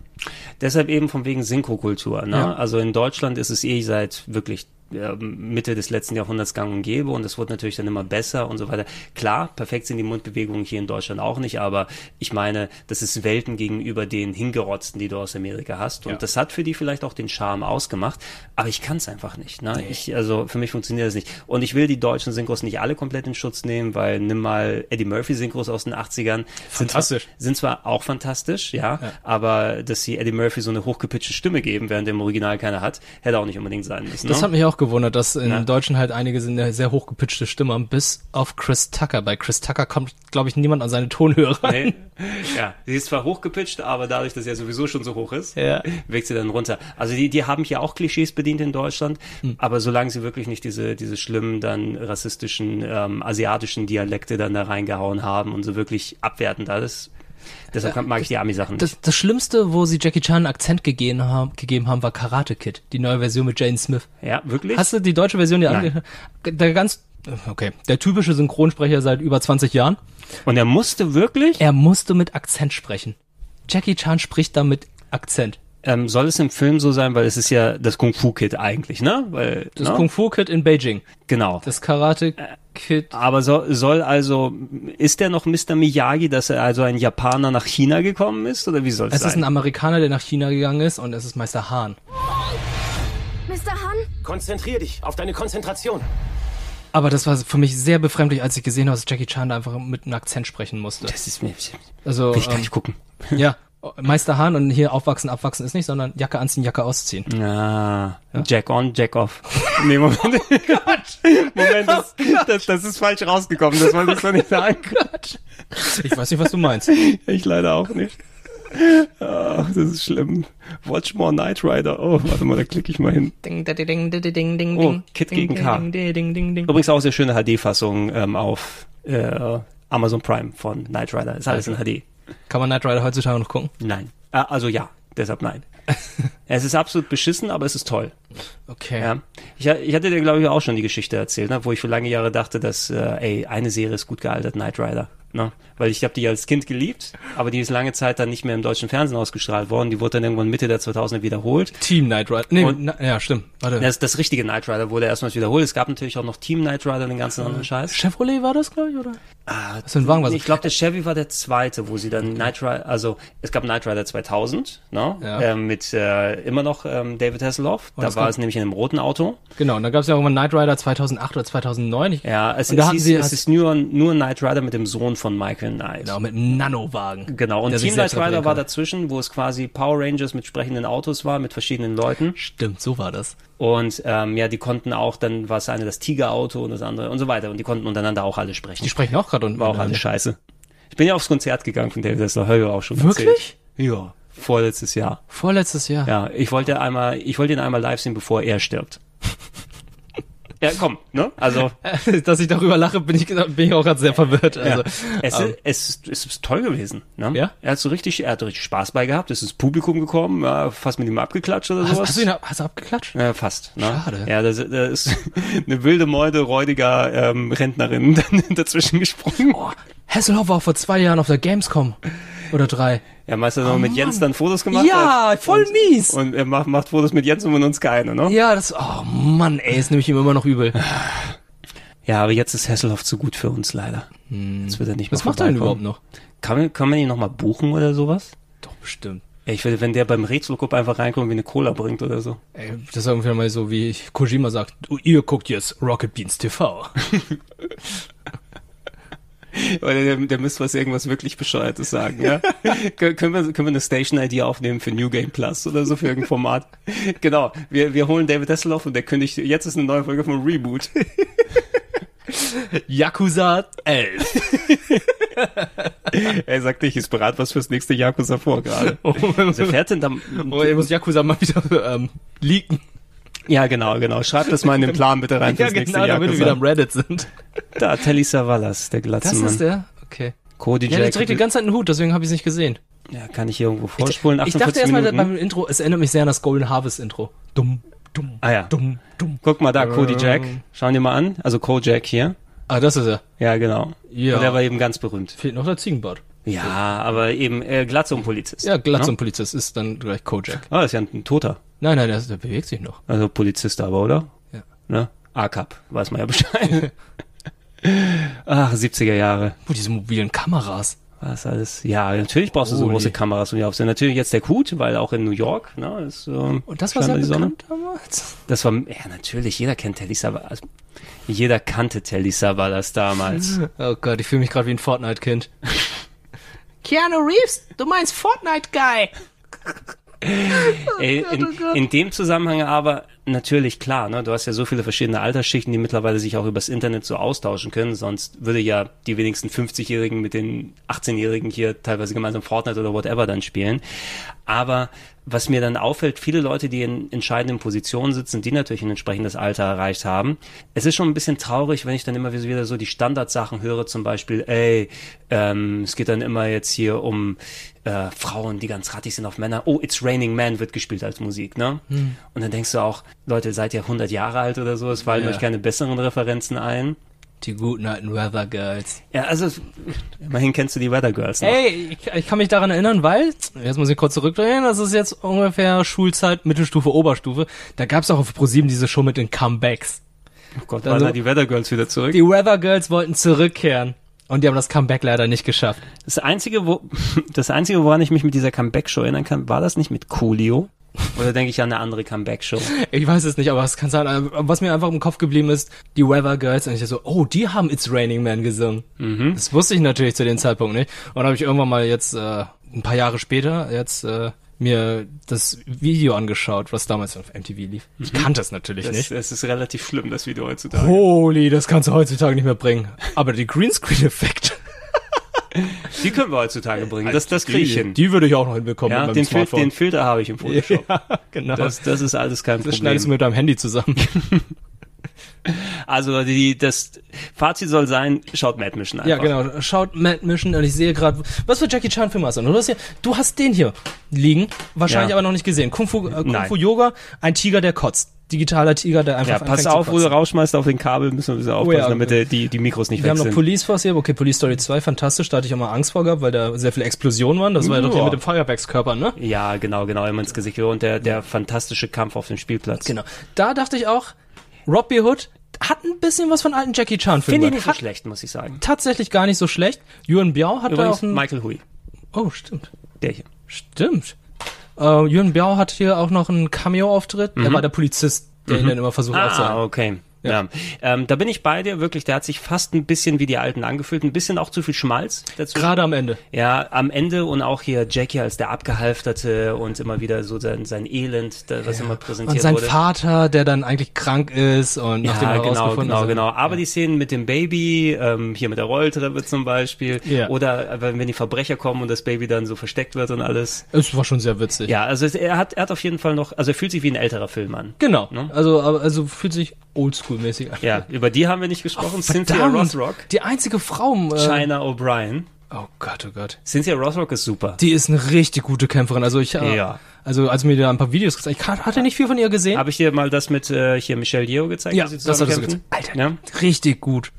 Deshalb eben von wegen Synchrokultur. Ne?
Ja.
Also in Deutschland ist es eh seit wirklich ja, Mitte des letzten Jahrhunderts gang und gäbe und es wurde natürlich dann immer besser und so weiter. Klar, perfekt sind die Mundbewegungen hier in Deutschland auch nicht, aber ich meine, das ist Welten gegenüber den Hingerotzten, die du aus Amerika hast und
Ja.
das hat für die vielleicht auch den Charme ausgemacht, aber ich kann es einfach nicht. Ne? Ich, also für mich funktioniert das nicht und ich will die deutschen Synchros nicht alle komplett in Schutz nehmen, weil nimm mal Eddie Murphy Synchros aus den 80ern. Sind zwar-
Fantastisch.
sind zwar auch fantastisch, ja,
Ja.
aber dass sie Eddie Murphy so eine hochgepitchte Stimme geben, während er im Original keine hat, hätte auch nicht unbedingt sein müssen.
Das
ne?
hat mich auch gewundert, dass in
Ja.
Deutschen halt einige sind eine sehr hochgepitchte Stimme haben, bis auf Chris Tucker. Bei Chris Tucker kommt, glaube ich, niemand an seine Tonhöhe ran.
Nee. Ja, sie ist zwar hochgepitcht, aber dadurch, dass er sowieso schon so hoch ist,
Ja.
wirkt sie dann runter. Also die, die haben hier auch Klischees bedient in Deutschland,
Hm.
aber solange sie wirklich nicht diese, diese schlimmen, dann rassistischen, ähm, asiatischen Dialekte dann da reingehauen haben und so wirklich abwertend alles, deshalb kann- mag ich die Ami-Sachen nicht.
Das, das Schlimmste, wo sie Jackie Chan einen Akzent gegeben haben, gegeben haben, war Karate Kid, die neue Version mit Jane Smith.
Ja, wirklich?
Hast du die deutsche Version dir angehört? Der ganz, okay, der typische Synchronsprecher seit über 20 Jahren.
Und er musste wirklich?
Er musste mit Akzent sprechen. Jackie Chan spricht da mit Akzent.
Ähm, soll es im Film so sein, weil es ist ja das Kung Fu Kid eigentlich, ne? Weil,
Das
ne?
Kung Fu Kid in Beijing.
Genau.
Das Karate Kid.
Aber so, soll also, ist der noch Mr. Miyagi, dass er also ein Japaner nach China gekommen ist? Oder wie soll es
Es ist
sein?
ein Amerikaner, der nach China gegangen ist und es ist Meister Hahn.
Mr. Han?
Konzentrier dich auf deine Konzentration.
Aber das war für mich sehr befremdlich, als ich gesehen habe, dass Jackie Chan da einfach mit einem Akzent sprechen musste. Das
ist mir.
Also,
Will ich gar
ähm,
nicht gucken.
Ja. Meister Hahn und hier aufwachsen, abwachsen ist nicht, sondern Jacke anziehen, Jacke ausziehen.
Ah, Jack on, Jack off. Nee, Moment.
Oh
Moment, das, das, das ist falsch rausgekommen. Das wollte ich so nicht sagen.
Oh Ich weiß nicht, was du meinst.
Ich leider auch nicht. Ach, das ist schlimm. Watch more Knight Rider. Oh, warte mal, da klicke ich mal hin.
Ding, ding, ding, ding, ding, ding.
Oh, Kid gegen K.
Ding, ding, ding, ding, ding.
Übrigens auch sehr schöne HD-Fassung ähm, auf äh, Amazon Prime von Knight Rider. Ist alles in HD.
Kann man Knight Rider heutzutage noch gucken?
Nein. Äh, also ja, deshalb nein. es ist absolut beschissen, aber es ist toll.
Okay.
Ja. Ich, ha- ich hatte dir, glaube ich, auch schon die Geschichte erzählt, ne? wo ich für lange Jahre dachte, dass, äh, ey, eine Serie ist gut gealtert, Knight Rider. Ne? Weil ich habe die als Kind geliebt, aber die ist lange Zeit dann nicht mehr im deutschen Fernsehen ausgestrahlt worden. Die wurde dann irgendwann Mitte der 2000er wiederholt.
Team Knight Rider. Nee,
Und-
na, ja, stimmt. Warte.
Das, das richtige Knight Rider wurde erstmals wiederholt. Es gab natürlich auch noch Team Knight Rider und den ganzen anderen Scheiß.
Chevrolet war das, glaube ich, oder? So ein Wagen war so-
Ah, Ich glaube, der Chevy war der zweite, wo sie dann Knight Rider, also es gab Knight Rider 2000, ne?
Ja.
Ähm, mit äh, immer noch ähm, David Hasselhoff.
Und
da
es
war
gab-
es nämlich in einem roten Auto.
Genau, und dann gab es ja auch immer Knight Rider 2008 oder 2009. Ich,
Ja, es,
und da
es,
hatten
hieß,
sie halt
es ist nur, nur Knight Rider mit dem Sohn von Michael Knight.
genau, mit einem Nanowagen.
Genau, und
der sich
Team Knight
selbst reparieren
Rider war
kann.
dazwischen, wo es quasi Power Rangers mit sprechenden Autos war, mit verschiedenen Leuten.
Stimmt, so war das.
Und ähm, ja, die konnten auch, dann war es eine das Tigerauto und das andere und so weiter. Und die konnten untereinander auch alle sprechen.
Die sprechen auch gerade und
War auch alles scheiße. Ich bin ja aufs Konzert gegangen von David Hasselhoff, höre auch schon
Wirklich?
Erzählt. Ja, vorletztes Jahr.
Vorletztes Jahr.
Ja, ich wollte einmal, ich wollte ihn einmal live sehen, bevor er stirbt. ja, komm, ne? Also
Dass ich darüber lache, bin ich, bin ich auch gerade sehr verwirrt. Also,
ja. es,
ähm,
ist, es, ist, es ist toll gewesen. Ne?
Ja?
Er hat so richtig, er hat richtig Spaß bei gehabt, es ist Publikum gekommen, ja, fast mit ihm abgeklatscht oder
hast,
sowas.
hast du ihn ab- hast du abgeklatscht?
Ja, fast. Ne?
Schade.
Ja, da, da ist eine wilde Meute räudiger ähm, Rentnerin dann dazwischen gesprungen.
Oh. Hasselhoff war vor zwei Jahren auf der Gamescom. Oder drei.
Ja, meistens noch mit Jens dann Fotos gemacht
Oh, Ja,
hat.
voll mies.
Und er macht, macht Fotos mit Jens und mit uns keine, ne?
Ja, das, oh Mann, ey, das nehme ich ihm immer noch übel.
Ja, aber jetzt ist Hasselhoff zu gut für uns leider. Jetzt wird er nicht mehr
Hm. Was macht er denn
vorbeikommen.
überhaupt
Kann man, kann man ihn nochmal buchen oder sowas?
Doch, bestimmt.
Ey, Ich würde, wenn der beim Rätselclub einfach reinkommt, wie eine Cola bringt oder so.
Ey, das ist irgendwie mal so, wie Kojima sagt, "Du, ihr guckt jetzt Rocket Beans TV.
Oder der, der müsste was irgendwas wirklich Bescheuertes sagen, ja? Kön- können, wir, können wir eine Station-ID aufnehmen für New Game Plus oder so für irgendein Format? genau, wir, wir holen David Hasselhoff und der kündigt, jetzt ist eine neue Folge von Reboot.
Yakuza 11.
er sagt nicht, ich bereit was fürs nächste Yakuza vor gerade.
Oh,
Wer fährt denn da?
Oh, ich muss Yakuza mal wieder ähm, leaken.
Ja, genau, genau. Schreibt das mal in den Plan bitte rein
ja,
fürs
genau,
nächste Jahr.
damit wir wieder am Reddit sind.
Da, Telly Savalas, der Glatze
Das
Mann.
ist der? Okay.
Cody
Ja, der
Jack.
trägt die ganze Zeit einen Hut, deswegen habe ich es nicht gesehen.
ja, kann ich hier irgendwo vorspulen?
Ich dachte
48
erstmal
Minuten.
beim Intro, es erinnert mich sehr an das Golden Harvest Intro. Dumm.
Ah ja. Guck mal da, Cody
Äh.
Jack. Schauen wir mal an. Also Kojak hier.
Ah, das ist er.
Ja, genau.
Ja.
Und der war eben ganz berühmt.
Fehlt noch der Ziegenbart.
Ja, aber eben äh, Glatze und Polizist.
Ja, Glatz
Ne?
und Polizist ist dann gleich
Oh,
Kojak.
Ah, das ist ja ein, ein Toter.
Nein, nein, der, der bewegt sich noch.
Also Polizist aber, oder?
Ja.
Ne? A-Cup, weiß man ja Bescheid. Ach, 70er Jahre.
Puh, diese mobilen Kameras.
Was alles. Ja, natürlich brauchst du so
Holy.
große Kameras, um die aufzunehmen. Natürlich jetzt der Hut, weil auch in New York, ne, ist, ähm,
Und das war sehr
scheint da die Sonne.
bekannt damals.
Das war, ja, natürlich, jeder kennt Telly Savalas. Also, jeder kannte Telly Savalas damals.
Oh Gott, ich fühle mich gerade wie ein Fortnite-Kind. Keanu Reeves, du meinst Fortnite Guy.
Ey, Äh, in, in dem Zusammenhang aber natürlich klar, ne? du hast ja so viele verschiedene Altersschichten, die mittlerweile sich auch übers Internet so austauschen können, sonst würde ja die wenigsten 50-Jährigen mit den 18-Jährigen hier teilweise gemeinsam Fortnite oder whatever dann spielen. Aber was mir dann auffällt, viele Leute, die in entscheidenden Positionen sitzen, die natürlich ein entsprechendes Alter erreicht haben, es ist schon ein bisschen traurig, wenn ich dann immer wieder so die Standardsachen höre, zum Beispiel, ey, ähm, es geht dann immer jetzt hier um äh, Frauen, die ganz rattig sind auf Männer. Oh, It's Raining Man wird gespielt als Musik, ne?
Hm.
Und dann denkst du auch, Leute, seid ihr 100 Jahre alt oder so? Es fallen
Ja.
euch keine besseren Referenzen ein.
Die guten alten Weather Girls.
Ja, also, immerhin kennst du die Weather Girls noch.
Ey, ich, ich kann mich daran erinnern, weil, jetzt muss ich kurz zurückdrehen, das ist jetzt ungefähr Schulzeit, Mittelstufe, Oberstufe. Da gab es auch auf ProSieben diese Show mit den Comebacks.
Oh Gott,
also-
waren da die Weather Girls wieder zurück?
Die Weather Girls wollten zurückkehren. Und die haben das Comeback leider nicht geschafft.
Das einzige, wo, das einzige, woran ich mich mit dieser Comeback-Show erinnern kann, war das nicht mit Coolio? Oder denke ich an eine andere Comeback-Show?
Ich weiß es nicht, aber es kann sein. aber Was mir einfach im Kopf geblieben ist, die Weather Girls. Und ich so, oh, die haben It's Raining Man gesungen. Das wusste ich natürlich zu dem Zeitpunkt nicht. Und habe ich irgendwann mal jetzt, äh, ein paar Jahre später, jetzt äh, mir das Video angeschaut, was damals auf MTV lief. Ich kannte es natürlich
das,
nicht. Oh.
Es ist relativ schlimm, das Video heutzutage.
Holy, das kannst du heutzutage nicht mehr bringen. Aber die Greenscreen-Effekte,
Die können wir heutzutage bringen. Das, das kriege ich hin.
die würde ich auch noch hinbekommen
ja,
mit meinem
den, Fil
Smartphone.
den Filter habe ich im Photoshop.
genau.
Das, das ist alles kein
das
Problem.
schneidest du mit deinem Handy zusammen.
Also Leute, die, das Fazit soll sein, schaut Mad Mission einfach.
Ja, genau. Schaut Mad Mission und ich sehe gerade, was für Jackie Chan Filme hast du? Du hast, hier, du hast den hier liegen, wahrscheinlich
Ja.
aber noch nicht gesehen. Kung Fu, äh, Kung
Nein.
Fu Yoga, ein Tiger, der kotzt. Digitaler Tiger, der einfach
Ja,
anfängt
pass
zu
auf, wo du
kotzen.
rausschmeißt auf den Kabel, müssen wir ein bisschen aufpassen,
Oh ja.
damit der, die, die Mikros nicht
Wir haben noch
wechseln.
Police Force hier, okay, Police Story 2, fantastisch, da hatte ich immer Angst vor gehabt, weil da sehr viele Explosionen waren. Das war ja doch hier
Ja.
mit dem Feuerwerkskörper, ne?
ja, genau, genau, immer ins Gesicht und der, der fantastische Kampf auf dem Spielplatz.
Genau. Da dachte ich auch, Robbie Hood hat ein bisschen was von alten Jackie Chan Filmen.
Finde ich nicht so
hat
schlecht, muss ich sagen.
tatsächlich gar nicht so schlecht. Yuan Biao hat da
Übrigens,
auch ein
Michael Hui,
Oh, stimmt.
der hier.
Stimmt. Äh, Jürgen Biau hat hier auch noch einen Cameo-Auftritt. Er war der Polizist, der ihn dann immer versucht
Mhm. Ah,
aufzuhalten.
okay. Ja. Ähm, da bin ich bei dir, wirklich, der hat sich fast ein bisschen wie die Alten angefühlt, ein bisschen auch zu viel Schmalz dazu.
Gerade am Ende.
Ja, am Ende und auch hier Jackie als der Abgehalfterte und immer wieder so sein, sein Elend, da- was immer präsentiert
Und sein
wurde.
Vater, der dann eigentlich krank ist und nachdem
Ja,
er
genau,
rausgefunden
genau,
hat-
genau. Aber die Szenen mit dem Baby, ähm, hier mit der Rolltreppe zum Beispiel,
Ja.
oder äh, wenn wenn die Verbrecher kommen und das Baby dann so versteckt wird und alles.
Es war schon sehr witzig.
Ja, also es, er hat, er hat auf jeden Fall noch, also er fühlt sich wie ein älterer Film an.
Genau. Also, aber- also fühlt sich oldschool-mäßig an.
Ne?
Oh,
Ja, über die haben wir nicht gesprochen. Cynthia
Verdammt,
Rothrock,
Die einzige Frau. im, Äh,
China O'Brien.
Oh Gott, oh Gott.
Cynthia Rothrock ist super.
Die ist eine richtig gute Kämpferin. Also ich, äh,
Ja.
also als mir da ein paar Videos gezeigt, ich hatte nicht viel von ihr gesehen.
Habe ich dir mal das mit äh, hier Michelle Yeoh gezeigt?
Ja,
wie sie
das hattest du
zusammenkämpfen?
gezeigt.
Ja?
richtig gut.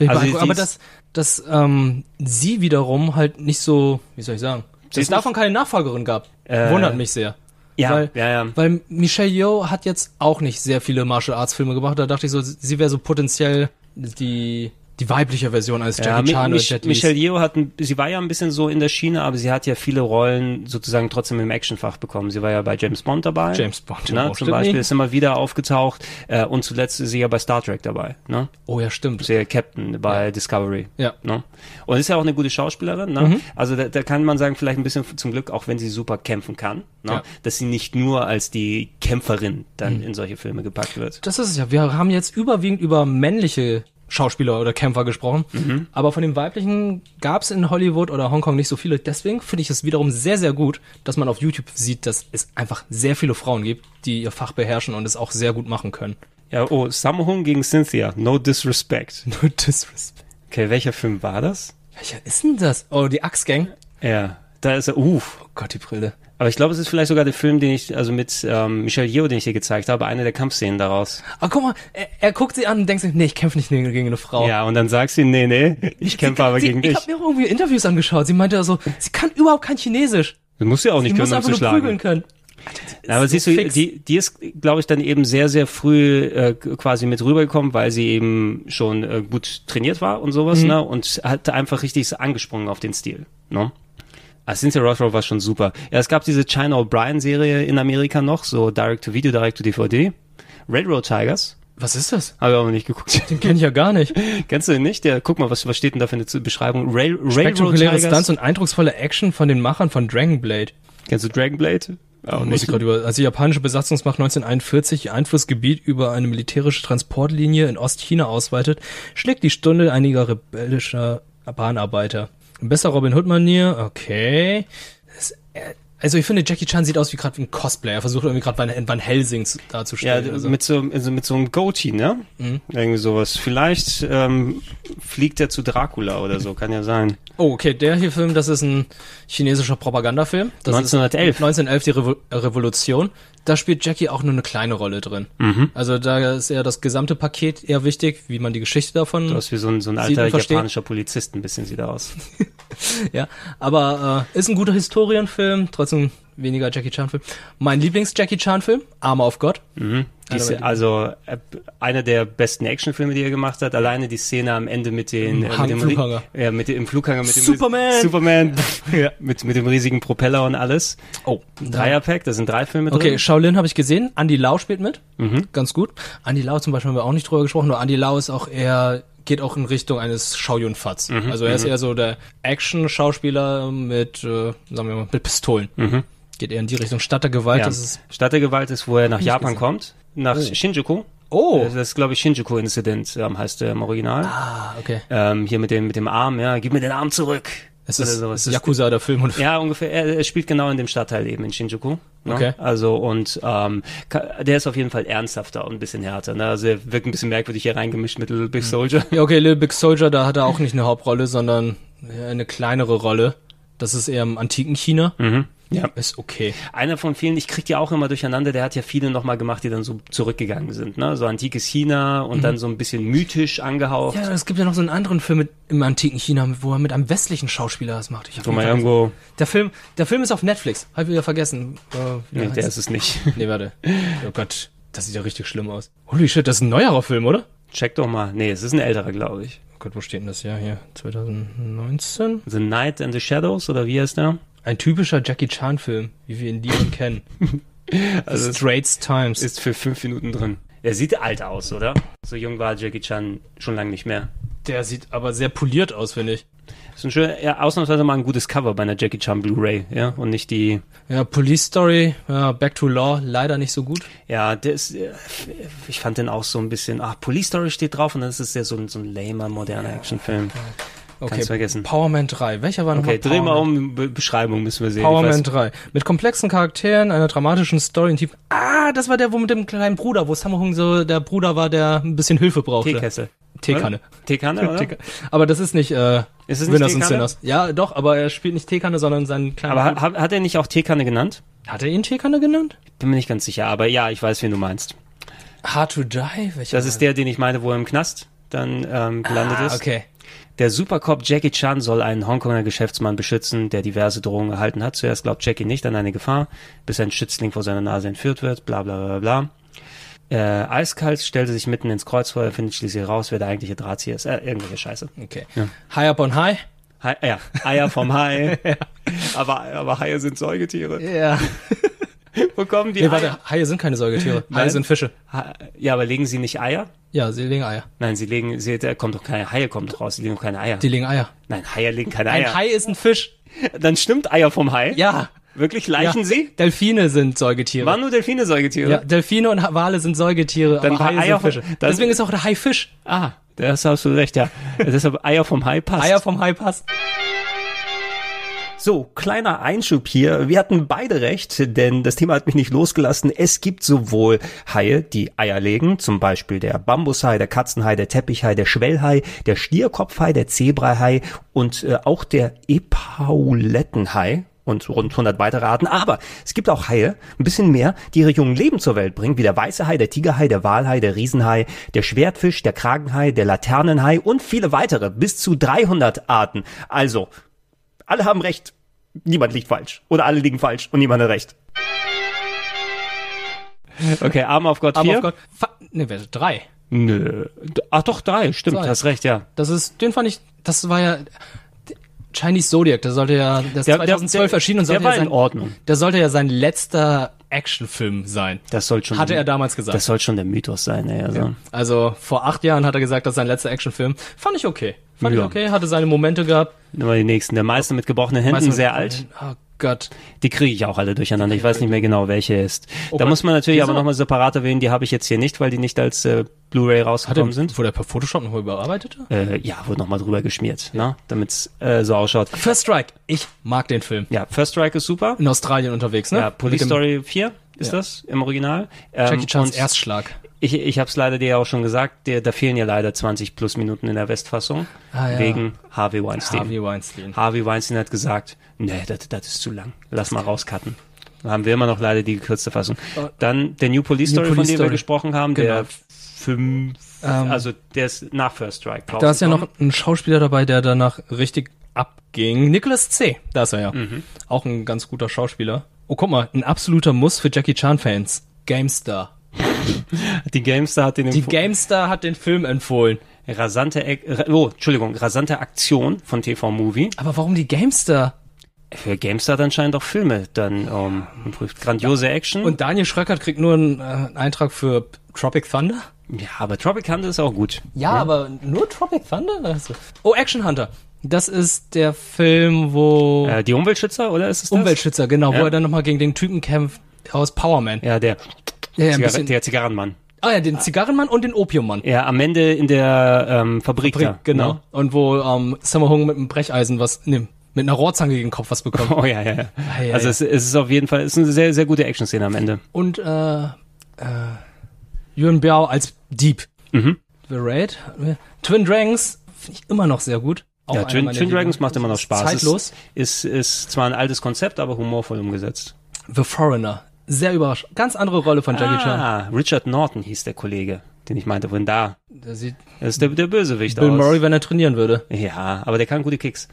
Ich
Also
beeindruckt.
sie
aber dass,
ist-
dass ähm, sie wiederum halt nicht so, wie soll ich sagen, dass
Sie
es
ist
davon keine Nachfolgerin gab,
Äh,
wundert mich sehr.
Ja,
weil,
ja, ja.
weil Michelle Yeoh hat jetzt auch nicht sehr viele Martial Arts Filme gemacht. Da dachte ich so, sie wäre so potenziell die die weibliche Version als
Ja,
Jackie
Mi-
Chan
Mich,
oder Jet Li.
Michelle Yeoh hat, ein- sie war ja ein bisschen so in der Schiene, aber sie hat ja viele Rollen sozusagen trotzdem im Actionfach bekommen. Sie war ja bei James Bond dabei.
James Bond,
ne,
wow,
zum
stimmt
Beispiel
nicht.
ist immer wieder aufgetaucht äh, und zuletzt ist sie ja bei Star Trek dabei. Ne?
Oh ja, stimmt.
Sie ist ja Captain bei Discovery.
Ja.
Ne? Und ist ja auch eine gute Schauspielerin. Ne?
Mhm.
Also da, da kann man sagen, vielleicht ein bisschen f- zum Glück, auch wenn sie super kämpfen kann, ne?
Ja. Mhm.
dass sie nicht nur als die Kämpferin dann in solche Filme gepackt wird.
Das ist es ja. Wir haben jetzt überwiegend über männliche Schauspieler oder Kämpfer gesprochen.
Mhm.
Aber von dem weiblichen gab es in Hollywood oder Hongkong nicht so viele. Deswegen finde ich es wiederum sehr, sehr gut, dass man auf YouTube sieht, dass es einfach sehr viele Frauen gibt, die ihr Fach beherrschen und es auch sehr gut machen können.
Ja, oh, Samhung gegen Cynthia. No disrespect.
No disrespect.
Okay, welcher Film war das?
Welcher ist denn das? Oh, die Axtgang.
Ja, da ist er, uff.
Oh Gott, die Brille.
Aber ich glaube, es ist vielleicht sogar der Film, den ich, also mit ähm, Michel Yeoh, den ich dir gezeigt habe, eine der Kampfszenen daraus.
Ah, guck mal, er, er guckt sie an und denkt sich, nee, ich kämpfe nicht gegen gegen eine Frau.
Ja, und dann sagst du, nee, nee, ich kämpfe aber
sie,
gegen
Oh. ich
dich.
habe mir auch irgendwie Interviews angeschaut. Sie meinte so, sie kann überhaupt kein Chinesisch.
Du musst ja auch nicht
sie
können,
muss
um
einfach
zu
nur
schlagen.
prügeln können.
Ja, aber
ist
siehst
so
du,
fix.
die, die ist, glaube ich, dann eben sehr, sehr früh äh, quasi mit rübergekommen, weil sie eben schon äh, gut trainiert war und sowas,
Mhm.
ne? Und hat einfach richtig angesprungen auf den Stil, ne? Ah, Cynthia Rothrock war schon super. Ja, es gab diese China O'Brien-Serie in Amerika noch, so Direct-to-Video, Direct-to-DVD. Railroad Tigers.
Was ist das?
Habe ich aber nicht geguckt.
Den kenne ich ja gar nicht.
Kennst du den nicht? Der, guck mal, was, was steht denn da für eine Z- Beschreibung? Rail, Railroad
Spektakuläre
Tigers.
Stunts und eindrucksvolle Action von den Machern von Dragon Blade.
Kennst du Dragon Blade?
muss
Auch Oh, nicht.
ich gerade über. Also die japanische Besatzungsmacht 1941 ihr Einflussgebiet über eine militärische Transportlinie in Ostchina ausweitet, schlägt die Stunde einiger rebellischer Bahnarbeiter. In besser Robin Hood-Manier, okay. Das, äh, also ich finde, Jackie Chan sieht aus wie gerade ein Cosplayer. Er versucht irgendwie gerade Van, Van Helsing zu-
Ja,
darzustellen. also.
mit so, also mit so einem Goatee, ne?
Mhm.
Irgendwie sowas. Vielleicht ähm, fliegt er zu Dracula oder so, kann ja sein.
Oh, okay, der hier Film, das ist ein chinesischer Propagandafilm. Das
1911.
Ist 1911 die Revo äh, Revolution. Da spielt Jackie auch nur eine kleine Rolle drin.
Mhm.
Also da ist eher das gesamte Paket eher wichtig, wie man die Geschichte davon
Du hast wie so ein, so ein
sieht
alter
und versteht.
japanischer Polizist, ein bisschen sieht er aus.
Ja, aber äh, ist ein guter Historienfilm, trotzdem weniger Jackie Chan Film. Mein Lieblings Jackie Chan Film, Arme auf Gott.
Mhm. Die
Einer
Szene-
meiner
also äh, einer der besten Actionfilme, die er gemacht hat. Alleine die Szene am Ende mit den äh,
Hang-
mit dem,
Flughanger.
Ri- ja, mit dem im Flughanger mit dem
Superman!
Superman mit mit dem riesigen Propeller und alles.
Oh,
Dreierpack, da sind drei Filme drin.
Okay, Shaolin habe ich gesehen. Andy Lau spielt mit.
Mhm.
Ganz gut. Andy Lau zum Beispiel haben wir auch nicht drüber gesprochen, nur Andy Lau ist auch eher, geht auch in Richtung eines Shaoyun-Fats.
Mhm,
Also er ist
mhm.
eher so der Action-Schauspieler mit, äh, sagen wir mal, mit Pistolen.
Mhm.
Geht eher in die Richtung Stadt der Gewalt.
Ja.
Das ist
Stadt der Gewalt ist, wo er nach
Nicht
Japan
gesehen.
kommt, nach
Oh.
Shinjuku.
Oh.
Das ist, glaube ich, Shinjuku-Incident ähm, heißt der im Original.
Ah, okay.
Ähm, hier mit dem, mit dem Arm, ja, gib mir den Arm zurück.
Es
Oder
ist,
sowas.
es ist Yakuza, der Film. Und
Ja, ungefähr. Er, er spielt genau in dem Stadtteil eben in Shinjuku. Ne?
Okay.
Also und ähm, ka- der ist auf jeden Fall ernsthafter und ein bisschen härter. Ne? Also er wirkt ein bisschen merkwürdig hier reingemischt mit Little
Mhm.
Big Soldier.
Ja, okay, Little Big Soldier, da hat er auch nicht eine Hauptrolle, sondern äh, eine kleinere Rolle. Das ist eher im antiken China.
Mhm. Ja.
Ist okay.
Einer von vielen, ich krieg die auch immer durcheinander, der hat ja viele nochmal gemacht, die dann so zurückgegangen sind. Ne? So antikes China und
Mhm.
dann so ein bisschen mythisch angehaucht.
Ja, es gibt ja noch so einen anderen Film mit, im antiken China, wo er mit einem westlichen Schauspieler das macht. Ich hab
Wo
ihn
man
vergessen.
irgendwo.
Der Film, der Film ist auf Netflix. Hab wieder vergessen. Äh, wie
Nee,
heißt
der ist es nicht.
Nee, warte. Oh Gott, das sieht ja richtig schlimm aus. Holy shit, das ist ein neuerer Film, oder?
Check doch mal. Nee, es ist ein älterer, glaube ich.
Oh Gott, wo steht denn das Jahr hier? 2019?
The Night and the Shadows oder wie heißt der?
Ein typischer Jackie Chan Film, wie wir ihn lieben kennen.
Also es
Straits Times.
ist für fünf Minuten drin. Er sieht alt aus, oder? So jung war Jackie Chan schon lange nicht mehr.
Der sieht aber sehr poliert aus, finde ich.
Ist ein schön, ja, ausnahmsweise mal ein gutes Cover bei einer Jackie Chan Blu-ray, ja, und nicht die,
Ja, Police Story, ja, Back to Law, leider nicht so gut.
ja, der ist, äh, ich fand den auch so ein bisschen, ach, Police Story steht drauf und dann ist es ja so ein, so ein lamer, moderner Actionfilm.
Okay,
Kannst vergessen.
Power Man 3. Welcher war nochmal
Okay, dreh mal
Power Man?
um, Be Beschreibung müssen wir sehen.
Power
Ich weiß-
Man 3. Mit komplexen Charakteren, einer dramatischen Story und tiefen... Ah, das war der, wo mit dem kleinen Bruder, wo Sammo Hung so der Bruder war, der ein bisschen Hilfe brauchte.
Teekessel.
Teekanne.
Oder? Teekanne, oder?
Teeka- aber das ist nicht, äh,
Ist es nicht
Winners and
Teekanne?
Sinners. Ja, doch, aber er spielt nicht Teekanne, sondern seinen kleinen...
Aber hat, hat er nicht auch Teekanne genannt?
hat er ihn Teekanne genannt?
Bin mir nicht ganz sicher, aber ja, ich weiß, wen du meinst.
Hard to Die? Welcher
Das ist der, den ich meine, wo er im Knast dann ähm, gelandet
Ah,
ist.
okay.
Der Supercop Jackie Chan soll einen Hongkonger Geschäftsmann beschützen, der diverse Drohungen erhalten hat. Zuerst glaubt Jackie nicht an eine Gefahr, bis ein Schützling vor seiner Nase entführt wird, bla bla bla bla. Äh, eiskalt stellte sich mitten ins Kreuzfeuer, findet schließlich heraus, wer der eigentliche Drahtzieher ist. Äh, irgendwelche Scheiße.
Okay.
Ja.
High Up on High?
Hai, ja, Eier vom Hai. aber, aber Haie sind Säugetiere.
Ja.
Wo kommen die
Nee,
Eier?
warte, Haie sind keine Säugetiere. Haie
Nein.
sind Fische.
Ha- Ja, aber legen sie nicht Eier?
Ja, sie legen Eier.
Nein, sie legen, sie, da kommt doch keine Haie, kommt doch raus, sie legen doch keine Eier.
Die legen Eier.
Nein, Haie legen keine
Ein
Eier.
Hai ist ein Fisch.
Dann stimmt Eier vom Hai.
Ja.
Wirklich leichen
ja.
sie?
Delfine sind Säugetiere.
Waren nur Delfine Säugetiere?
Ja, Delfine und Ha- Wale sind Säugetiere,
Dann
aber
war
Haie
Eier
sind Fische.
von- dann-
Deswegen ist auch der Hai Fisch.
Ah, Das hast du recht, ja. Deshalb Eier vom High passt.
Eier vom High passt.
So, kleiner Einschub hier. Wir hatten beide recht, denn das Thema hat mich nicht losgelassen. Es gibt sowohl Haie, die Eier legen, zum Beispiel der Bambushai, der Katzenhai, der Teppichhai, der Schwellhai, der Stierkopfhai, der Zebrahai und äh, auch der Epaulettenhai und rund 100 weitere Arten. Aber es gibt auch Haie, ein bisschen mehr, die ihre jungen Leben zur Welt bringen, wie der weiße Hai, der Tigerhai, der Walhai, der Riesenhai, der Schwertfisch, der Kragenhai, der Laternenhai und viele weitere, bis zu 300 Arten. Also, alle haben recht, niemand liegt falsch. Oder alle liegen falsch und niemand hat recht.
Okay, Arm auf Gott
Arm
4.
auf Gott. Fa ne, wer drei?
Nö. Ach doch, drei, stimmt,
Drei.
hast recht, ja.
Das ist, den fand ich, das war ja Chinese Zodiac, der sollte ja, der ist
Der- der-
2012
der-
erschienen und
der
sollte
war
ja
in
sein,
Ordnung.
Der sollte ja sein letzter Actionfilm sein.
Das soll schon.
Hatte er damals gesagt.
Das soll schon der Mythos sein, ey, also.
Also vor acht Jahren hat er gesagt, das ist sein letzter Actionfilm. Fand ich okay. Fand
Ja.
ich okay, hatte seine Momente gehabt.
Nehmen wir die nächsten. Der Meister mit gebrochenen Händen,
Meister mit
sehr
gebrochenen
alt.
Oh Gott.
Die kriege ich auch alle durcheinander. Ich weiß nicht mehr genau, welche ist.
Oh
da
Gott.
muss man natürlich
Wieso?
aber nochmal separat erwähnen, die habe ich jetzt hier nicht, weil die nicht als äh, Blu-ray
Hat er,
rausgekommen sind.
wurde er per Photoshop nochmal überarbeitet?
Äh, ja, wurde nochmal drüber geschmiert, ne? damit es äh, so ausschaut.
First Strike, ich mag den Film.
Ja, First Strike ist super.
In Australien unterwegs, ne?
Ja,
Mit
Police
dem
Story 4 ist
Ja.
das im Original. Ähm,
Jackie Chans
und
Ähm, Erstschlag.
Ich, ich habe es leider dir ja auch schon gesagt, dir, da fehlen ja leider 20 plus Minuten in der Westfassung
Ah, ja. Ah.
wegen Harvey Weinstein.
Harvey Weinstein.
Harvey Weinstein hat gesagt, nee, das das ist zu lang, lass mal rauscutten. Dann haben wir immer noch leider die gekürzte Fassung.
Oh.
Dann der New Police
New
Story, von
Police
dem wir
Story.
gesprochen haben, der
Genau.
fünf,
Ähm.
also der ist nach First Strike.
Da ist ja noch
rausgekommen.
ein Schauspieler dabei, der danach richtig abging. Nicholas C. Da ist er ja. Auch ein ganz guter Schauspieler. Oh, guck mal, ein absoluter Muss für Jackie Chan-Fans. GameStar.
Die Gamestar hat den
Die
empfohlen.
GameStar hat den Film empfohlen.
rasante, Ac- ra- oh, Entschuldigung, rasante Aktion von TV Movie.
Aber warum die GameStar?
Für GameStar hat anscheinend auch Filme dann ähm, geprüft. Grandiose Action.
Und Daniel Schröckert kriegt nur einen, äh, einen Eintrag für Tropic Thunder?
ja, aber Tropic Hunter ist auch gut.
Ja, aber nur Tropic Thunder? Also- Oh, Action Hunter. Das ist der Film, wo
Äh, die Umweltschützer, oder ist es das?
Umweltschützer, genau,
Ja.
wo er dann nochmal gegen den Typen kämpft aus Power Man.
Ja, der,
Ja, ja, ein
Zigar
bisschen-
der Zigarrenmann.
Ah ja, den Zigarrenmann und den Opiummann.
Ja, am Ende in der ähm, Fabrik.
Bringt,
da,
genau.
ne?
Und wo ähm, Summer Hung mit einem Brecheisen was, ne, mit einer Rohrzange gegen den Kopf was bekommt.
Oh ja, ja, ja.
ja,
also
ja.
Es, es ist auf jeden Fall, es ist eine sehr, sehr gute Action-Szene am Ende.
Und äh, äh, Yuan Biao als Dieb.
Mhm.
The Raid. Twin Dragons finde ich immer noch sehr gut. Auch
ja,
einer
Twin,
meiner
Twin
Lieben.
Dragons macht immer noch Spaß.
Zeitlos.
Ist, ist, ist zwar ein altes Konzept, aber humorvoll umgesetzt.
The Foreigner. Sehr überrascht. Ganz andere Rolle von Jackie Chan.
Ah, Richard Norton hieß der Kollege, den ich meinte, wohin da.
Da sieht
Das ist der, der Bösewicht
Bill
aus.
Murray, wenn er trainieren würde.
Ja, aber der kann gute Kicks.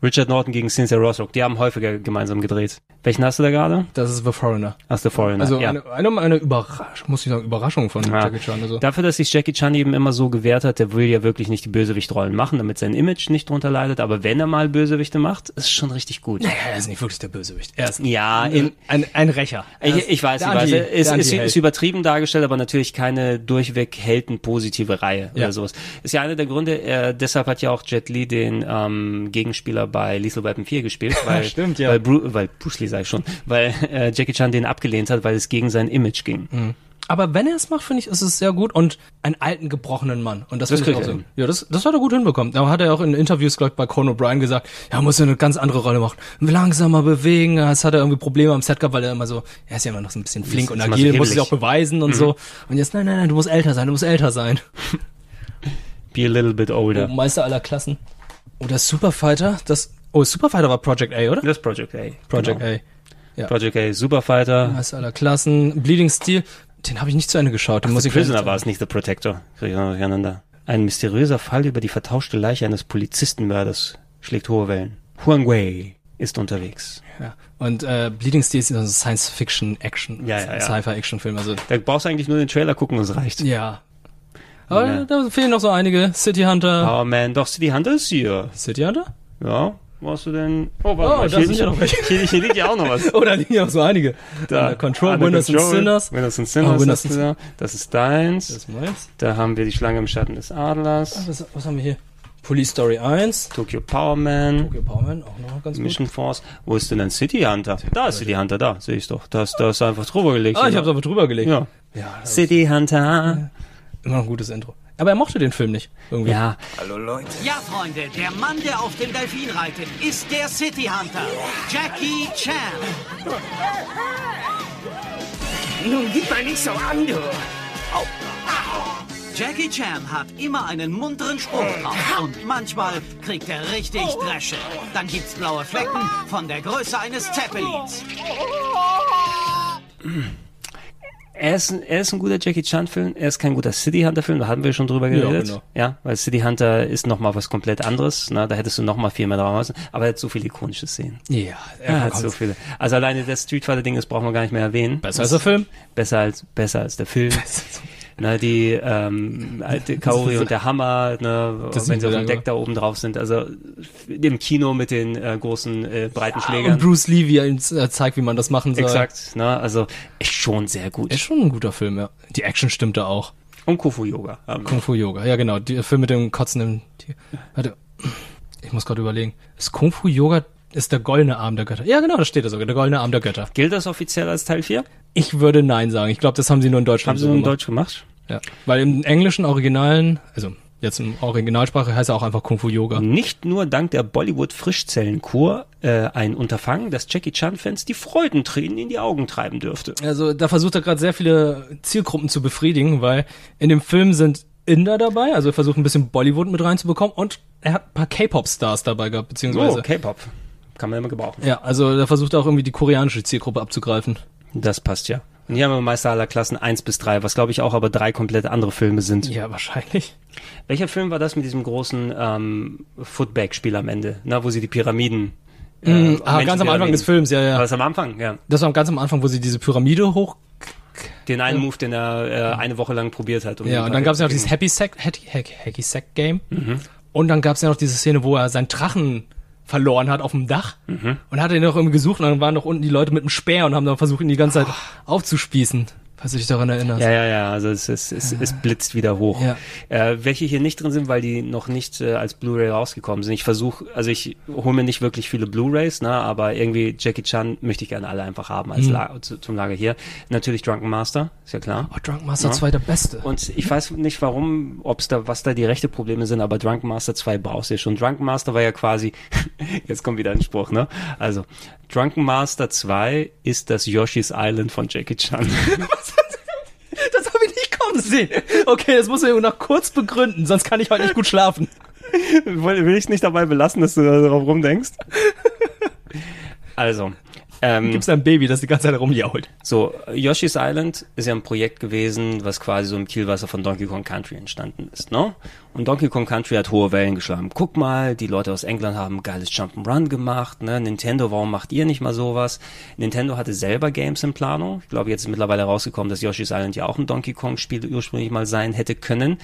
Richard Norton gegen Cynthia Rothrock, die haben häufiger gemeinsam gedreht. Welchen hast du da gerade?
Das ist The Foreigner.
Ach, The Foreigner.
Also
ja. Ah.
eine, eine meiner Überraschung, muss ich sagen, Überraschung von
Ja.
Jackie Chan. Also.
Dafür, dass sich Jackie Chan eben immer so gewehrt hat, der will ja wirklich nicht die Bösewichtrollen machen, damit sein Image nicht drunter leidet. Aber wenn er mal Bösewichte macht, ist schon richtig gut.
Naja, er ist nicht wirklich der Bösewicht. Er ist
Ja, in,
ein, ein, ein Rächer. Er
ich,
ist
ich weiß, ich
Also, der
weiß.
Anti-
Es
der
ist, ist,
Anti-Held.
ist übertrieben dargestellt, aber natürlich keine durchweg heldenpositive Reihe oder
Ja.
sowas. Ist ja einer der Gründe, äh, deshalb hat ja auch Jet Li den ähm, Gegenspieler bei Lethal Weapon 4 gespielt, weil,
Stimmt, ja.
weil, Bru weil Bruce Lee sag ich schon, weil äh, Jackie Chan den abgelehnt hat, weil es gegen sein Image ging.
Mhm. Aber wenn er es macht, finde ich, ist es sehr gut und einen alten, gebrochenen Mann. Und das, das
Das
ich
kriegt
auch
er
so.
hin.
Ja, das, das hat er gut hinbekommen. Da hat er auch in Interviews, glaube ich, bei Conan O'Brien gesagt, ja, muss ja eine ganz andere Rolle machen. Langsamer bewegen, das hat er irgendwie Probleme am Set gehabt, weil er immer so, er ist ja immer noch so ein bisschen flink
Ist
und
immer so Mhm.
agil, muss
hebelig.
sich auch beweisen und so. Und jetzt, nein, nein, nein, du musst älter sein, du musst älter sein.
Be a little bit older.
Oh, Meister aller Klassen. Oder Oh, Superfighter, das, oh, Superfighter war Project A, oder?
Das ist Project A.
Project
genau.
A. Ja.
Project A, Superfighter.
Meister aller Klassen, Bleeding Steel, den habe ich nicht zu Ende geschaut, den muss
The
ich
Prisoner war es nicht, The Protector. Krieg ich noch durcheinander. Ein mysteriöser Fall über die vertauschte Leiche eines Polizistenmörders schlägt hohe Wellen. Huang Wei ist unterwegs.
Ja. Und äh, Bleeding Steel ist so ein Science-Fiction-Action,
Ja, ja, ja.
Sci-Fi-Action-Film. Also
Da brauchst du eigentlich nur den Trailer gucken und es reicht.
ja. Aber
Ja.
da fehlen noch so einige. City Hunter.
Power Oh, Man, doch City Hunter ist hier.
City Hunter?
Ja, wo hast du denn? Oh,
Oh, da
hier,
sind ja noch welche.
hier, hier liegt ja auch noch was.
Oh, da liegen ja auch so einige. Äh, Control,
Under
Winners and
Ah, Control,
Sinners.
Winners and Sinners.
Oh, Winners
hast
and
du da. Das ist deins.
Das ist meins.
da haben wir die Schlange im Schatten des
Ah,
Adlers.
Was, was haben wir hier? Police Story 1.
Tokyo Power Man.
Tokyo Bauman, auch noch ganz gut.
Mission Force. Wo ist denn ein City Hunter? Da ist City Hunter, da sehe ich doch. Da ist, da ist einfach drüber gelegt.
Ah, ich
Ja.
hab's aber drüber gelegt.
ja.
Ja, das
City Hunter.
ist immer noch ein gutes Intro. Aber er mochte den Film nicht. Irgendwie.
Ja.
Hallo Leute. Ja, Freunde, der Mann, der auf dem Delfin reitet, ist der City Hunter. Jackie Chan.
Nun gib mal nicht so an, du. Au.
Jackie Chan hat immer einen munteren Spruch
Äh.
drauf. Und manchmal kriegt er richtig
Oh.
Dresche. Dann gibt's blaue Flecken von der Größe eines Zeppelins.
Er ist, ein- er ist ein guter Jackie Chan-Film, er ist kein guter City Hunter-Film, da hatten wir schon drüber
Ja,
geredet. Ja,
genau.
weil City Hunter ist nochmal was komplett anderes, ne? da hättest du nochmal viel mehr drauf aber er hat so viele ikonische Szenen.
Ja,
er
er
hat so viele. Also alleine das Street Fighter-Ding, das brauchen wir gar nicht mehr erwähnen.
Besser als der Film?
Besser als, besser als der Film. Na, die ähm, alte Kaori und der Hammer, ne,
Das sind
wenn sie auf
wir
dem
da
Deck da oben drauf sind, also im Kino mit den äh, großen äh, breiten
Und
Schlägern.
Bruce Lee, wie er ihm äh, zeigt, wie man das machen soll.
Exakt, ne? Also ist schon sehr gut.
Ist schon ein guter Film, ja. Die Action stimmt da auch.
Und Kung Fu Yoga. Ähm, haben wir.
Kung Fu Yoga, ja genau. Der Film mit dem kotzenden Tier. Warte, ich muss gerade überlegen. Ist Kung Fu Yoga ist der goldene Arm der Götter? Ja genau, da steht er sogar, der goldene Arm der Götter.
Gilt das offiziell als Teil 4?
Ich würde nein sagen. Ich glaube, das haben sie nur in Deutschland
Haben sie nur in Deutsch gemacht?
Ja, weil im englischen Originalen, also jetzt in Originalsprache heißt er auch einfach Kung Fu Yoga.
Nicht nur dank der Bollywood-Frischzellenkur äh, ein Unterfangen, das Jackie Chan-Fans die Freudentränen in die Augen treiben dürfte.
Also da versucht er gerade sehr viele Zielgruppen zu befriedigen, weil in dem Film sind Inder dabei, also er versucht ein bisschen Bollywood mit reinzubekommen und er hat ein paar K-Pop-Stars dabei gehabt, beziehungsweise.
Oh, K-Pop. Kann man immer gebrauchen.
Ja, also da versucht er auch irgendwie die koreanische Zielgruppe abzugreifen.
Das passt ja. Und hier haben wir Meister aller Klassen 1 bis 3, was glaube ich auch aber drei komplett andere Filme sind.
Ja, wahrscheinlich.
Welcher Film war das mit diesem großen ähm, Footbag-Spiel am Ende? Na, wo sie die Pyramiden.
Mm,
äh,
ah,
Menschen-
ganz am Anfang
Pyramiden-
des Films, ja,
War
ja.
das am Anfang? Ja.
Das war ganz am Anfang, wo sie diese Pyramide hoch.
Den einen Move, den er äh, eine Woche lang probiert hat. um
Ja,
den
und dann gab es ja noch
Parallel-
dieses Happy Sack, Hacky, Hack, Hacky Sack Game. Und dann gab es ja noch diese Szene, wo er seinen Drachen verloren hat auf dem Dach und hat ihn noch irgendwie gesucht und dann waren noch unten die Leute mit dem Speer und haben dann versucht, ihn die ganze Zeit aufzuspießen, falls du dich daran erinnerst.
Ja, ja, ja, also es, es, es, es blitzt wieder hoch.
Ah. Ja.
Äh, welche hier nicht drin sind, weil die noch nicht äh, als Blu-ray rausgekommen sind. Ich versuche, also ich hole mir nicht wirklich viele Blu-rays, ne, aber irgendwie Jackie Chan möchte ich gerne alle einfach haben als
Mhm.
La zu, zum Lager hier. Natürlich Drunken Master, ist ja klar.
Oh, Drunken Master 2 der beste.
Und ich weiß nicht warum, ob's da, was da die rechte Probleme sind, aber Drunken Master 2 brauchst du ja schon. Drunken Master war ja quasi, jetzt kommt wieder ein Spruch, ne? Also, Drunken Master 2 ist das Yoshi's Island von Jackie Chan.
Das habe ich nicht kommen sehen. Okay, das muss ich nur noch kurz begründen, sonst kann ich heute nicht gut schlafen.
Will, will ich nicht dabei belassen, dass du da drauf rumdenkst? Also. Ähm,
Gibt's da ein Baby, das die ganze Zeit rumjault?
So, Yoshi's Island ist ja ein Projekt gewesen, was quasi so im Kielwasser von Donkey Kong Country entstanden ist, ne? Und Donkey Kong Country hat hohe Wellen geschlagen. Guck mal, die Leute aus England haben geiles Jump'n'Run gemacht, ne? Nintendo, warum macht ihr nicht mal sowas? Nintendo hatte selber Games in Planung. Ich glaube, jetzt ist mittlerweile rausgekommen, dass Yoshi's Island ja auch ein Donkey Kong-Spiel ursprünglich mal sein hätte können.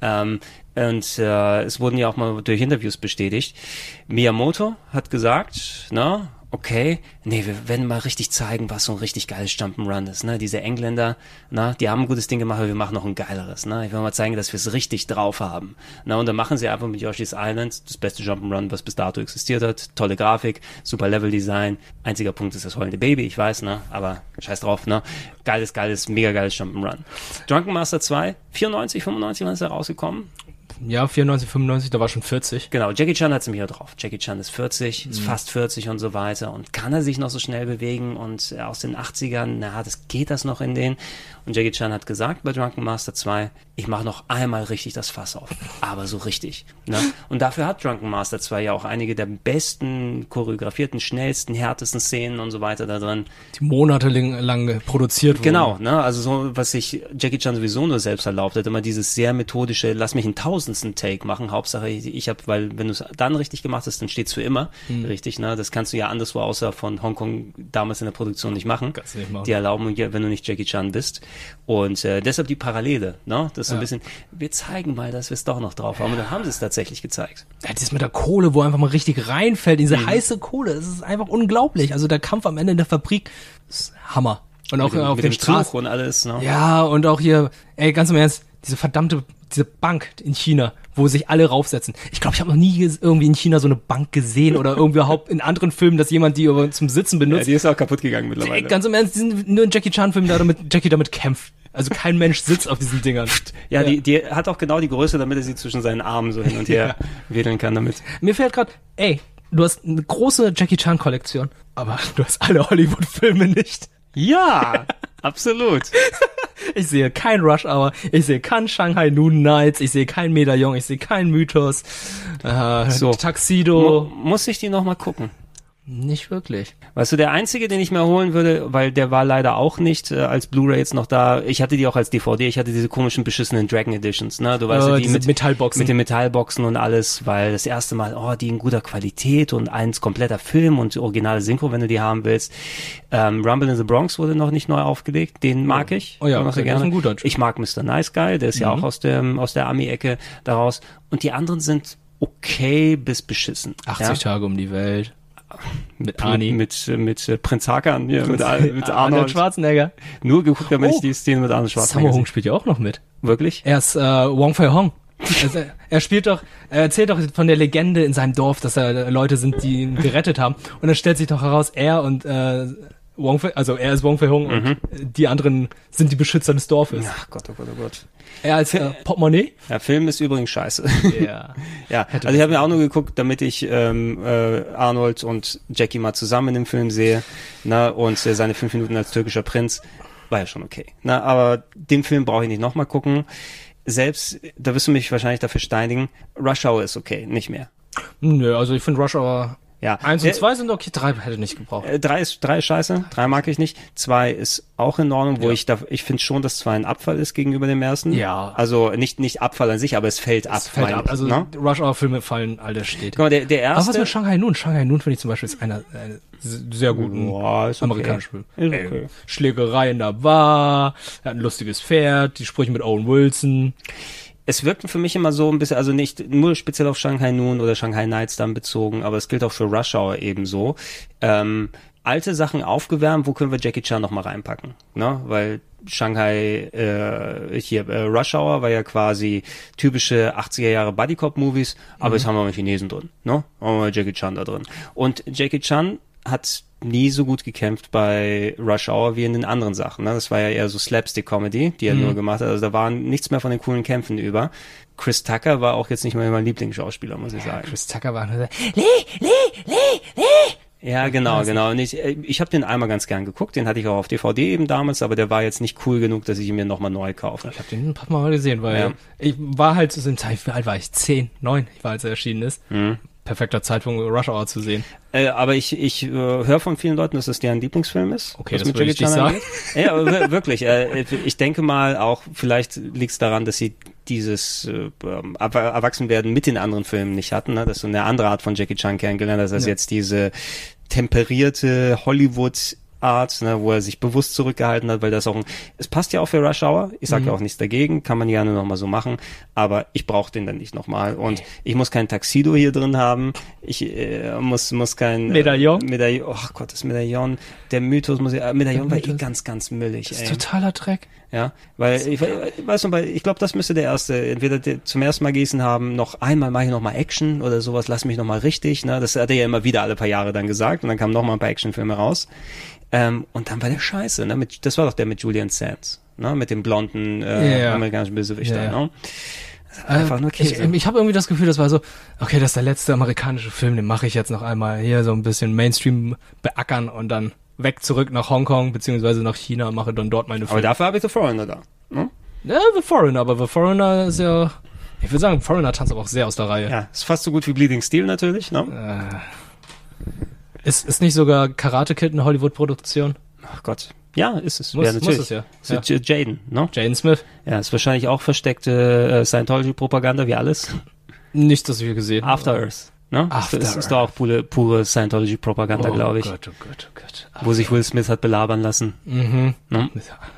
Ähm, und äh, es wurden ja auch mal durch Interviews bestätigt. Miyamoto hat gesagt, ne, na, okay, nee, wir werden mal richtig zeigen, was so ein richtig geiles Jump'n'Run ist. Ne? Diese Engländer, na, die haben ein gutes Ding gemacht, aber wir machen noch ein geileres. Ne? Ich will mal zeigen, dass wir es richtig drauf haben. Na, und dann machen sie einfach mit Yoshi's Island das beste Jump'n'Run, was bis dato existiert hat. Tolle Grafik, super Level-Design. Einziger Punkt ist das heulende Baby, ich weiß, ne? aber scheiß drauf. Ne? Geiles, geiles, mega geiles Jump'n'Run. Drunken Master 2, 94, 95, wann ist er rausgekommen?
Ja, 94, 95, da war schon 40.
Genau, Jackie Chan hat es mir drauf. Jackie Chan ist 40, ist
Mhm.
fast 40 und so weiter. Und kann er sich noch so schnell bewegen? Und äh, aus den 80ern, na, das geht das noch in den. Und Jackie Chan hat gesagt bei Drunken Master 2, ich mache noch einmal richtig das Fass auf. Aber so richtig. Ne? Und dafür hat Drunken Master 2 ja auch einige der besten, choreografierten, schnellsten, härtesten Szenen und so weiter da drin.
Die monatelang produziert wurden.
Genau, ne? also so, was sich Jackie Chan sowieso nur selbst erlaubt hat, immer dieses sehr methodische, lass mich einen tausendsten Take machen, Hauptsache ich, ich habe, weil wenn du es dann richtig gemacht hast, dann steht's für immer
Mhm.
richtig, ne? das kannst du ja anderswo außer von Hongkong damals in der Produktion nicht machen,
Kannst du nicht machen.
die erlauben, ja, wenn du nicht Jackie Chan bist und äh, deshalb die Parallele, ne? das ist so ein
Ja.
bisschen, wir zeigen mal, dass wir es doch noch drauf haben und dann haben sie es tatsächlich gezeigt.
Ja, das mit der Kohle, wo einfach mal richtig reinfällt, diese heiße Kohle, es ist einfach unglaublich. Also der Kampf am Ende in der Fabrik ist Hammer. Und auch
mit, dem-
auf
mit
den
dem Tuch
Straßen.
und alles. Ne?
Ja, und auch hier, ey, ganz im Ernst, diese verdammte, diese Bank in China, wo sich alle raufsetzen. Ich glaube, ich habe noch nie ges- irgendwie in China so eine Bank gesehen oder irgendwie überhaupt in anderen Filmen, dass jemand die über- zum Sitzen benutzt.
ist auch kaputt gegangen
Ey, ganz im Ernst, die sind nur in Jackie Chan-Filmen da, damit Jackie damit kämpft. Also kein Mensch sitzt auf diesen Dingern.
Ja, Die, die hat auch genau die Größe, damit er sie zwischen seinen Armen so hin und her wedeln kann damit.
Mir fällt gerade, ey, du hast eine große Jackie Chan Kollektion, aber du hast alle Hollywood Filme nicht.
Ja, absolut.
Ich sehe kein Rush Hour, ich sehe kein Shanghai Noon Nights, ich sehe kein Medaillon, ich sehe kein Mythos, äh,
So.
Tuxedo.
muss ich die nochmal gucken?
Nicht wirklich.
Weißt du, der einzige, den ich mir holen würde, weil der war leider auch nicht äh, als Blu-ray jetzt noch da. Ich hatte die auch als DVD. Ich hatte diese komischen beschissenen Dragon Editions, ne? Du weißt
Äh,
ja, die
diese
mit
Metallboxen.
mit den Metallboxen und alles, weil das erste Mal, oh, die in guter Qualität und eins kompletter Film und originale Synchro, wenn du die haben willst. Ähm, Rumble in the Bronx wurde noch nicht neu aufgelegt. Den mag ich.
Oh ja,
Den mag
okay,
ich
das ist
gerne.
ein guter
Ich mag Mr. Nice Guy, der ist ja
Mhm.
auch aus der aus der Army-Ecke daraus. Und die anderen sind okay bis beschissen.
80
ja?
Tage um die Welt. Mit
Mit-
Arnie.
Mit, äh, mit äh, Prinz Hakan, ja, mit, Al- mit
Arnold
Arnold.
Schwarzenegger.
Nur geguckt, damit
Oh.
ich die Szene mit Arnold
Sammo
Schwarzenegger
Hung
sehe.
spielt ja auch noch mit.
Wirklich?
Er ist äh, Wong Fei Hong. Also, er spielt doch, er erzählt doch von der Legende in seinem Dorf, dass da Leute sind, die ihn gerettet haben. Und dann stellt sich doch heraus, er und äh, Wong Fei, also er ist Wong Fei Hong
Mhm.
und äh, die anderen sind die Beschützer des Dorfes.
Ach Gott, oh Gott, oh Gott.
Er als äh, Portemonnaie.
Der Film ist übrigens scheiße.
Ja.
ja, also ich habe mir auch nur geguckt, damit ich ähm, äh, Arnold und Jackie mal zusammen in dem Film sehe. Na, und äh, seine fünf Minuten als türkischer Prinz war ja schon okay. Na, aber den Film brauche ich nicht nochmal gucken. Selbst, da wirst du mich wahrscheinlich dafür steinigen, Rush Hour ist okay, nicht mehr.
Nö, also ich finde Rush Hour
Ja.
1 und
Äh,
2 sind okay, 3 hätte nicht gebraucht.
Äh, drei ist drei ist scheiße, drei mag ich nicht. Zwei ist auch in Ordnung, wo ich da ich finde schon, dass zwei ein Abfall ist gegenüber dem ersten.
Ja.
Also nicht nicht Abfall an sich, aber es fällt ab.
Das fällt
meine
ab.
ich,
Also
ne?
Rush Hour Filme fallen, all das steht.
Guck mal, der, der
Aber was
erste.
mit Shanghai Noon? Shanghai Noon finde ich zum Beispiel ist einer einer sehr guten
Boah, ist okay.
amerikanischen Film.
Ist okay.
Ey, Schlägerei in der Bar, er hat ein lustiges Pferd, die Sprüche mit Owen Wilson.
es wirkten für mich immer so ein bisschen, also nicht nur speziell auf Shanghai Noon oder Shanghai Nights dann bezogen, aber es gilt auch für Rush Hour ebenso. Ähm, alte Sachen aufgewärmt, wo können wir Jackie Chan nochmal reinpacken? Ne? Weil Shanghai, äh, hier, äh, Rush Hour war ja quasi typische 80er Jahre Buddy Cop Movies, aber jetzt haben wir mal einen Chinesen drin, ne? Haben wir mal Jackie Chan da drin. Und Jackie Chan hat nie so gut gekämpft bei Rush Hour wie in den anderen Sachen. Ne? Das war ja eher so Slapstick-Comedy, die er
Mhm.
nur gemacht hat. Also da waren nichts mehr von den coolen Kämpfen über. Chris Tucker war auch jetzt nicht mehr mein Lieblingsschauspieler, muss ich sagen.
Chris Tucker war
Lee, Lee, Lee, Lee.
Ja, genau, genau. Und ich, äh, ich habe den einmal ganz gern geguckt, den hatte ich auch auf DVD eben damals, aber der war jetzt nicht cool genug, dass ich ihn mir nochmal neu kaufe.
Ich habe den ein paar Mal gesehen, weil
Ja.
ich war halt zu dem Zeitpunkt, wie alt war ich? Zehn, neun, ich war, als er erschienen ist.
Mhm.
Perfekter Zeitpunkt, Rush Hour zu sehen.
Äh, aber ich, ich äh, höre von vielen Leuten, dass das deren Lieblingsfilm ist.
Okay,
was
das würde ich nicht
angeht. Ja, aber wir- wirklich. Äh, ich denke mal auch, vielleicht liegt es daran, dass sie dieses äh, ähm, Erwa- Erwachsenwerden mit den anderen Filmen nicht hatten, ne? dass du eine andere Art von Jackie Chan kennengelernt hast, als
Ja.
jetzt diese temperierte Hollywood- Art, ne, wo er sich bewusst zurückgehalten hat, weil das auch ein, es passt ja auch für Rush Hour, ich sage
Mhm.
ja auch nichts dagegen, kann man gerne nochmal so machen, aber ich brauche den dann nicht nochmal und ich muss kein Taxido hier drin haben, ich äh, muss, muss kein
Medaillon?
Äh, Medaillon, ach Gott, das Medaillon, der Mythos muss ich, äh, Medaillon war eh ganz, ganz müllig,
Das
ey.
ist totaler Dreck.
Ja, weil ich, ich weiß noch, weil ich glaube, das müsste der erste entweder der, zum ersten Mal gießen haben, noch einmal mache ich noch mal Action oder sowas, lass mich noch mal richtig, ne? Das hat er ja immer wieder alle paar Jahre dann gesagt und dann kamen noch mal ein paar Actionfilme raus. Ähm, und dann war der Scheiße, ne? Mit, das war doch der mit Julian Sands, ne? Mit dem blonden äh,
Ja, ja.
amerikanischen Bösewicht
Ja,
da,
ja.
ne? Das war Einfach nur Käse.
Äh, Ich, ich habe irgendwie das Gefühl, das war so, okay, das ist der letzte amerikanische Film, den mache ich jetzt noch einmal hier so ein bisschen Mainstream beackern und dann weg zurück nach Hongkong beziehungsweise nach China, mache dann dort meine
Aber
Filme.
dafür habe ich The Foreigner da. Ne?
Ja, The Foreigner, aber The Foreigner ist ja, ich würde sagen, Foreigner tanzt aber auch sehr aus der Reihe.
Ja, ist fast so gut wie Bleeding Steel natürlich, ne?
Ist, ist nicht sogar Karate Kid eine Hollywood-Produktion?
Ach Gott. Ja, ist es.
Muss,
ja,
muss
natürlich.
es ja.
Ist
ja.
J- Jaden, ne?
Jaden Smith.
Ja, ist wahrscheinlich auch versteckte äh, Scientology-Propaganda wie alles.
Nicht, dass wir gesehen haben.
After Earth. Ne?
After
das ist doch auch pure, pure Scientology-Propaganda,
Oh
glaube ich.
Gott, oh Gott, oh Gott.
Wo sich Will Smith hat belabern lassen.
Mhm.
Ne?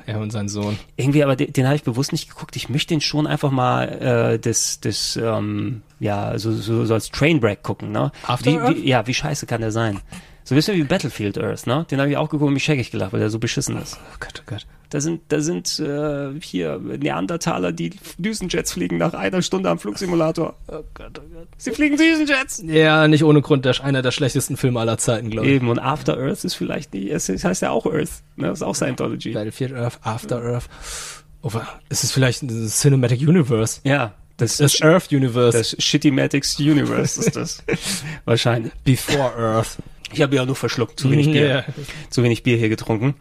Er und sein Sohn.
Irgendwie, aber den, den habe ich bewusst nicht geguckt. Ich möchte den schon einfach mal äh, das, das ähm, ja, so, so, so als Trainwreck gucken. Ne?
After
wie,
Earth?
Wie, ja, wie scheiße kann der sein? So ein bisschen wie Battlefield Earth, ne? Den habe ich auch geguckt und mich schäckig gelacht, weil der so beschissen ist.
Oh Gott, oh Gott.
Da sind, da sind äh, hier Neandertaler, die Düsenjets fliegen nach einer Stunde am Flugsimulator.
Oh Gott, oh Gott.
Sie fliegen Düsenjets!
Ja, nicht ohne Grund der, einer der schlechtesten Filme aller Zeiten, glaube ich.
Eben, und After Earth ist vielleicht nicht, es heißt ja auch Earth, ne? Das ist auch Scientology.
Battlefield Earth, After Earth. Oh, ist es vielleicht ein Cinematic Universe?
Ja.
Das, das, das Earth Universe.
Das Shittimatics Universe ist das. Wahrscheinlich.
Before Earth.
Ich habe ja nur verschluckt, zu wenig Bier, yeah. zu wenig Bier hier getrunken.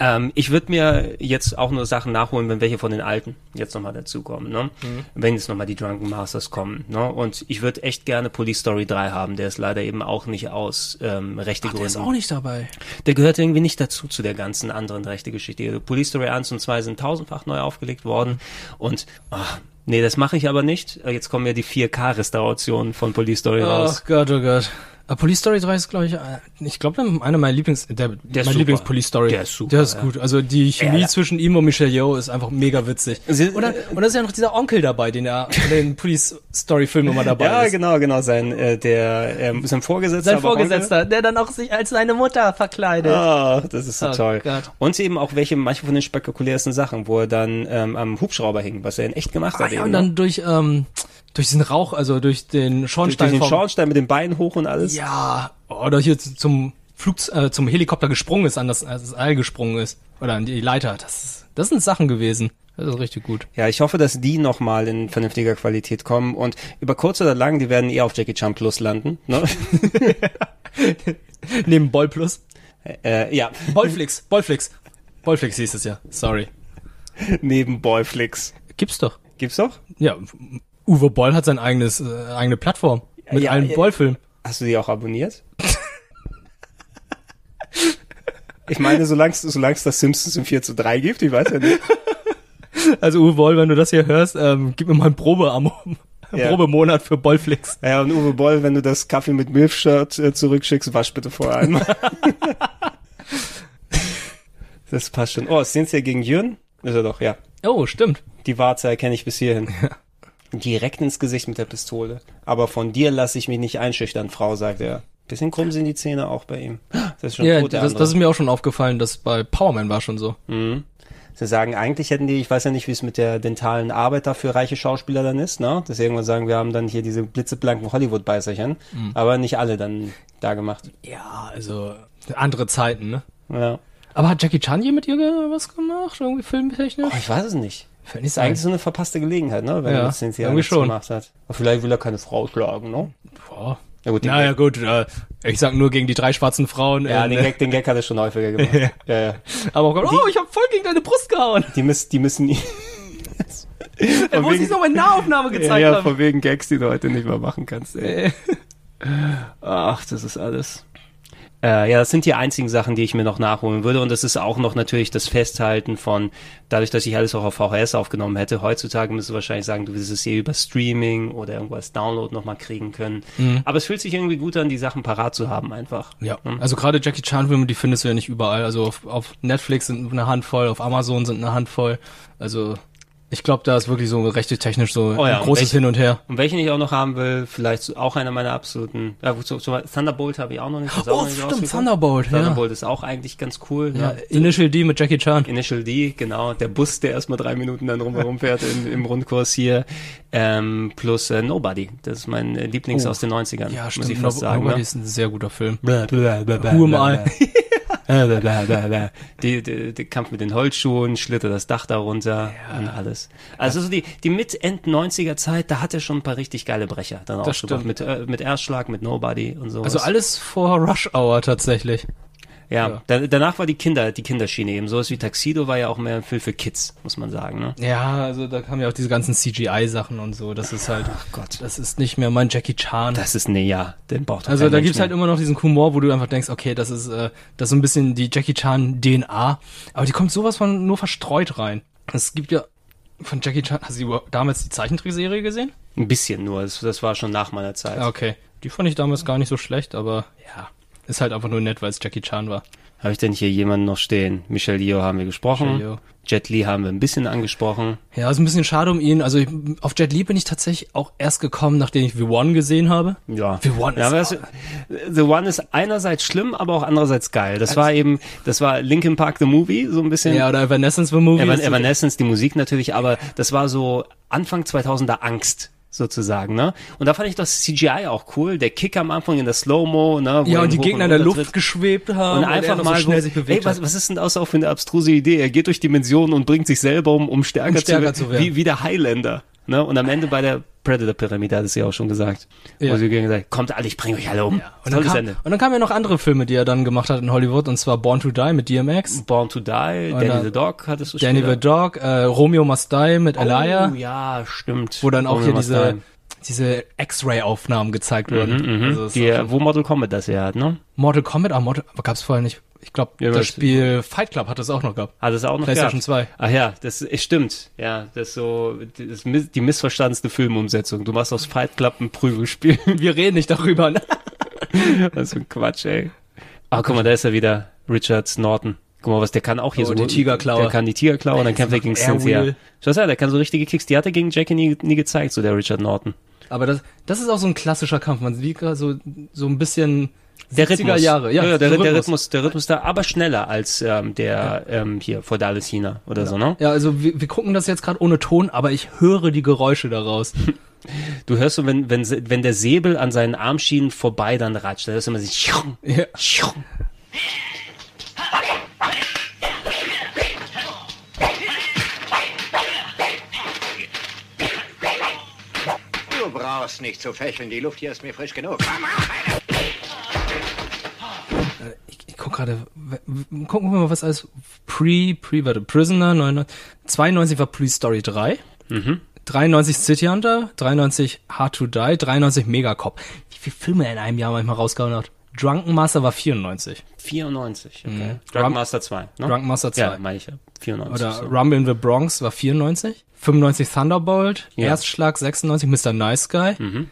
Ähm, ich würde mir jetzt auch nur Sachen nachholen, wenn welche von den Alten jetzt nochmal dazukommen, ne? Mhm. Wenn jetzt nochmal die Drunken Masters kommen, ne? Und ich würde echt gerne Police Story 3 haben, der ist leider eben auch nicht aus ähm, rechte Ach, Gründen. Der
ist auch nicht dabei.
Der gehört irgendwie nicht dazu zu der ganzen anderen rechte Geschichte. Police Story 1 und 2 sind tausendfach neu aufgelegt worden und oh, nee, das mache ich aber nicht. Äh, Jetzt kommen ja die 4K-Restaurationen von Police Story
oh
raus.
Oh Gott, oh Gott. Aber Police Story 3 ist, glaube ich, äh, ich glaube, einer meiner Lieblings, der, der mein Lieblings Police Story.
Der ist super.
Der ist ja. gut. Also die Chemie ja. zwischen ihm und Michelle Yeoh ist einfach mega witzig. Sie, und, dann, und da ist ja noch dieser Onkel dabei, den er in den Police Story Film immer dabei
ja,
ist.
Ja, genau, genau. Sein, äh, der, ähm, sein Vorgesetzter.
Sein Vorgesetzter, der dann auch sich als seine Mutter verkleidet.
Ah, oh, das ist so oh, toll. Gott. Und eben auch welche, manche von den spektakulärsten Sachen, wo er dann ähm, am Hubschrauber hing, was er in echt gemacht hat. ne?
Ah, ja, und dann durch, ähm, durch diesen Rauch, also durch den Schornstein.
Durch den Schornstein mit den Beinen hoch und alles.
Ja, oder hier zum Flug, äh, zum Helikopter gesprungen ist, an das, als das All gesprungen ist. Oder an die Leiter. Das, ist, das sind Sachen gewesen. Das ist richtig gut.
Ja, ich hoffe, dass die nochmal in vernünftiger Qualität kommen und über kurz oder lang, die werden eh auf Jackie Chan Plus landen. Ne?
Neben Boll Plus.
Äh, ja.
Bollflix, Bollflix. Bollflix hieß es ja. Sorry.
Neben Bollflix.
Gibt's doch.
Gibt's doch?
Ja, Uwe Boll hat sein eigenes äh, eigene Plattform mit ja, allen ja, Boll-Filmen.
Hast du die auch abonniert? ich meine, solange es das Simpsons im 4 zu 3 gibt, ich weiß ja nicht.
Also Uwe Boll, wenn du das hier hörst, ähm, gib mir mal ein Probeamo. Ja. Probemonat für Bollflix.
Ja, und Uwe Boll, wenn du das Kaffee mit Milf-Shirt äh, zurückschickst, wasch bitte vorher einmal. das passt schon. Oh, sind ja gegen Jürgen? Ist er doch, ja.
Oh, stimmt.
Die Warze erkenne ich bis hierhin. Ja direkt ins Gesicht mit der Pistole. Aber von dir lasse ich mich nicht einschüchtern, Frau, sagt er. Bisschen krumm sind die Zähne auch bei ihm. Das ist schon
ja,
tot,
das, das, ist mir auch schon aufgefallen, dass bei Powerman war schon so.
Mhm. Sie sagen, eigentlich hätten die, ich weiß ja nicht, wie es mit der dentalen Arbeit dafür reiche Schauspieler dann ist, ne? Dass sie irgendwann sagen, wir haben dann hier diese blitzeblanken Hollywood-Beißerchen, mhm. aber nicht alle dann da gemacht.
Ja, also andere Zeiten, ne?
Ja.
Aber hat Jackie Chan je mit ihr was gemacht? Irgendwie filmtechnisch?
Oh, ich weiß es nicht. Ist eigentlich so eine verpasste Gelegenheit, ne? Wenn
ja,
er das den
irgendwie schon.
gemacht hat. Aber vielleicht will er keine Frau schlagen, ne?
Boah. Ja gut, naja Gag. gut, äh, ich sag nur gegen die drei schwarzen Frauen. äh,
Ja, den Gag, den Gag hat er schon häufiger gemacht. ja. ja, ja.
Aber oh, Gott, die, oh, ich hab voll gegen deine Brust gehauen.
Die müssen, die müssen ihn.
er muss sich nochmal in Nahaufnahme gezeigt
ja,
haben.
Ja, von wegen Gags, die du heute nicht mehr machen kannst, ey. Ach, das ist alles. Äh, ja, das sind die einzigen Sachen, die ich mir noch nachholen würde. Und das ist auch noch natürlich das Festhalten von, dadurch, dass ich alles auch auf VHS aufgenommen hätte. Heutzutage müsstest du wahrscheinlich sagen, du willst es hier über Streaming oder irgendwo als Download nochmal kriegen können. Mhm. Aber es fühlt sich irgendwie gut an, die Sachen parat zu haben einfach.
Ja, mhm. also gerade Jackie Chan-Filme, die findest du ja nicht überall. Also auf, auf Netflix sind eine Handvoll, auf Amazon sind eine Handvoll. Also ich glaube, da ist wirklich so rechte technisch so oh ja, ein großes und welche, Hin und Her.
Und welchen ich auch noch haben will, vielleicht auch einer meiner absoluten. Ja, wozu, zum Thunderbolt habe ich auch noch nicht.
Oh,
nicht
stimmt, Thunderbolt. Ja.
Thunderbolt ist auch eigentlich ganz cool.
Ja, ne? Initial D mit Jackie Chan.
Initial D, genau. Der Bus, der erstmal drei Minuten dann rumherum fährt im, im Rundkurs hier. Ähm, plus äh, Nobody. Das ist mein äh, Lieblings oh. aus den 90ern.
Ja, stimmt.
Muss ich fast sagen,
Nobody
ne?
ist ein sehr guter Film.
Blah, blah, blah, blah, Who am I? Der Kampf mit den Holzschuhen, schlitter das Dach darunter ja. und alles. Also so die, die mit End 90er Zeit, da hat er schon ein paar richtig geile Brecher dann
das auch
mit, äh, mit Erstschlag, mit Nobody und so.
Also alles vor Rush Hour tatsächlich.
Ja, ja. Da, danach war die Kinder, die Kinderschiene eben. Sowas wie Taxido war ja auch mehr ein Film für Kids, muss man sagen. Ne?
Ja, also da kamen ja auch diese ganzen CGI-Sachen und so. Das ist halt,
Ach Gott.
das ist nicht mehr mein Jackie Chan.
Das ist ne, ja, den braucht
Also
kein
da
Mensch
gibt's
mehr.
halt immer noch diesen Humor, wo du einfach denkst, okay, das ist, äh, das ist so ein bisschen die Jackie Chan-DNA. Aber die kommt sowas von nur verstreut rein. Es gibt ja von Jackie Chan, hast du damals die Zeichentrickserie gesehen? Ah,
Ein bisschen nur, das, das war schon nach meiner Zeit.
Okay, die fand ich damals gar nicht so schlecht, aber ja, ist halt einfach nur nett, weil es Jackie Chan war.
Habe ich denn hier jemanden noch stehen? Michel Yeoh haben wir gesprochen. Yeoh. Jet Li haben wir ein bisschen angesprochen.
Ja, ist ein bisschen schade um ihn. Also ich, auf Jet Li bin ich tatsächlich auch erst gekommen, nachdem ich The One gesehen habe.
Ja.
The One
ja,
ist
weißt du, The One ist einerseits schlimm, aber auch andererseits geil. Das also war eben, das war Linkin Park the Movie, so ein bisschen.
Ja, oder Evanescence the Movie.
Evan, Evanescence, die Musik natürlich, aber das war so Anfang 2000er Angst sozusagen, ne? Und da fand ich das CGI auch cool, der Kick am Anfang in der Slow-Mo, ne?
Ja, und die Gegner in der Luft geschwebt haben
und einfach mal so schnell sich bewegt Ey, was, was ist denn das auch für eine abstruse Idee? Er geht durch Dimensionen und bringt sich selber um, um stärker,
Um stärker zu werden.
Wie, wie der Highlander, ne? Und am Ende bei der Predator-Pyramide hat es ja auch schon gesagt.
Ja.
Wo sie gesagt hat, kommt alle, ich bringe euch alle um.
Und dann,
Tolles
kam,
Ende.
und dann kamen ja noch andere Filme, die er dann gemacht hat in Hollywood, und zwar Born to Die mit DMX.
Born to Die, Danny the Dog hattest du
Danny
später.
the Dog, äh, Romeo Must Die mit Elia.
Oh, ja, stimmt.
Wo dann auch
Romeo
hier
Must
diese,
Die.
diese X-Ray-Aufnahmen gezeigt wurden.
Mhm, mhm.
Also es-
die, wo Mortal Kombat das ja hat, ne?
Mortal Kombat, aber Mortal, gab's vorher nicht. Ich glaube,
Ja,
das
weiß-
Spiel Fight Club hat es auch noch gehabt.
Hat es auch noch
PlayStation
gehabt. 2. Ach ja, das ist, stimmt. Ja, das ist so das ist mi- die missverstandenste Filmumsetzung. Du machst aus Fight Club ein Prügelspiel.
Wir reden nicht darüber. Ne?
Das ist ein Quatsch, ey. Ah, guck mal, da ist er wieder. Richard Norton. Guck mal, was der kann auch hier
Oh,
so.
die Tigerklaue.
Der kann die Tigerklaue und dann
Das
kämpft er
macht
gegen
Airwheel.
Cynthia. Schau mal, der kann so richtige Kicks. Die hat er gegen Jackie nie, nie gezeigt, so der Richard Norton.
Aber das, das ist auch so ein klassischer Kampf. Man sieht gerade so, so ein bisschen
Der
70er
Rhythmus.
Jahre.
Ja, der,
so
der Rhythmus, der Rhythmus da, aber schneller als ähm, der ähm, hier Feudales China oder so, ne?
Ja, also wir, wir gucken das jetzt gerade ohne Ton, aber ich höre die Geräusche daraus.
Du hörst so, wenn, wenn, se- wenn der Säbel an seinen Armschienen vorbei dann ratscht, da hörst du immer so, schung,
Ja.
schung.
Du brauchst nicht zu fächeln, die Luft hier ist mir frisch genug.
Ich guck gerade, w- w- gucken wir mal, was alles Pre, Pre, warte, Prisoner, 99, 92 war Pre-Story 3, 93 City Hunter, 93 Hard to Die, 93 Megacop. Wie viele Filme er in einem Jahr manchmal rausgehauen hat? Drunken Master war 94.
94, okay.
Mhm.
Drug
Rum-
Master 2, ne?
Drug Master 2.
Ja, meine ich ja. 94.
Oder
so.
Rumble in the Bronx war 94. 95 Thunderbolt,
Ja. Mhm.
Erstschlag 96, Mr. Nice Guy,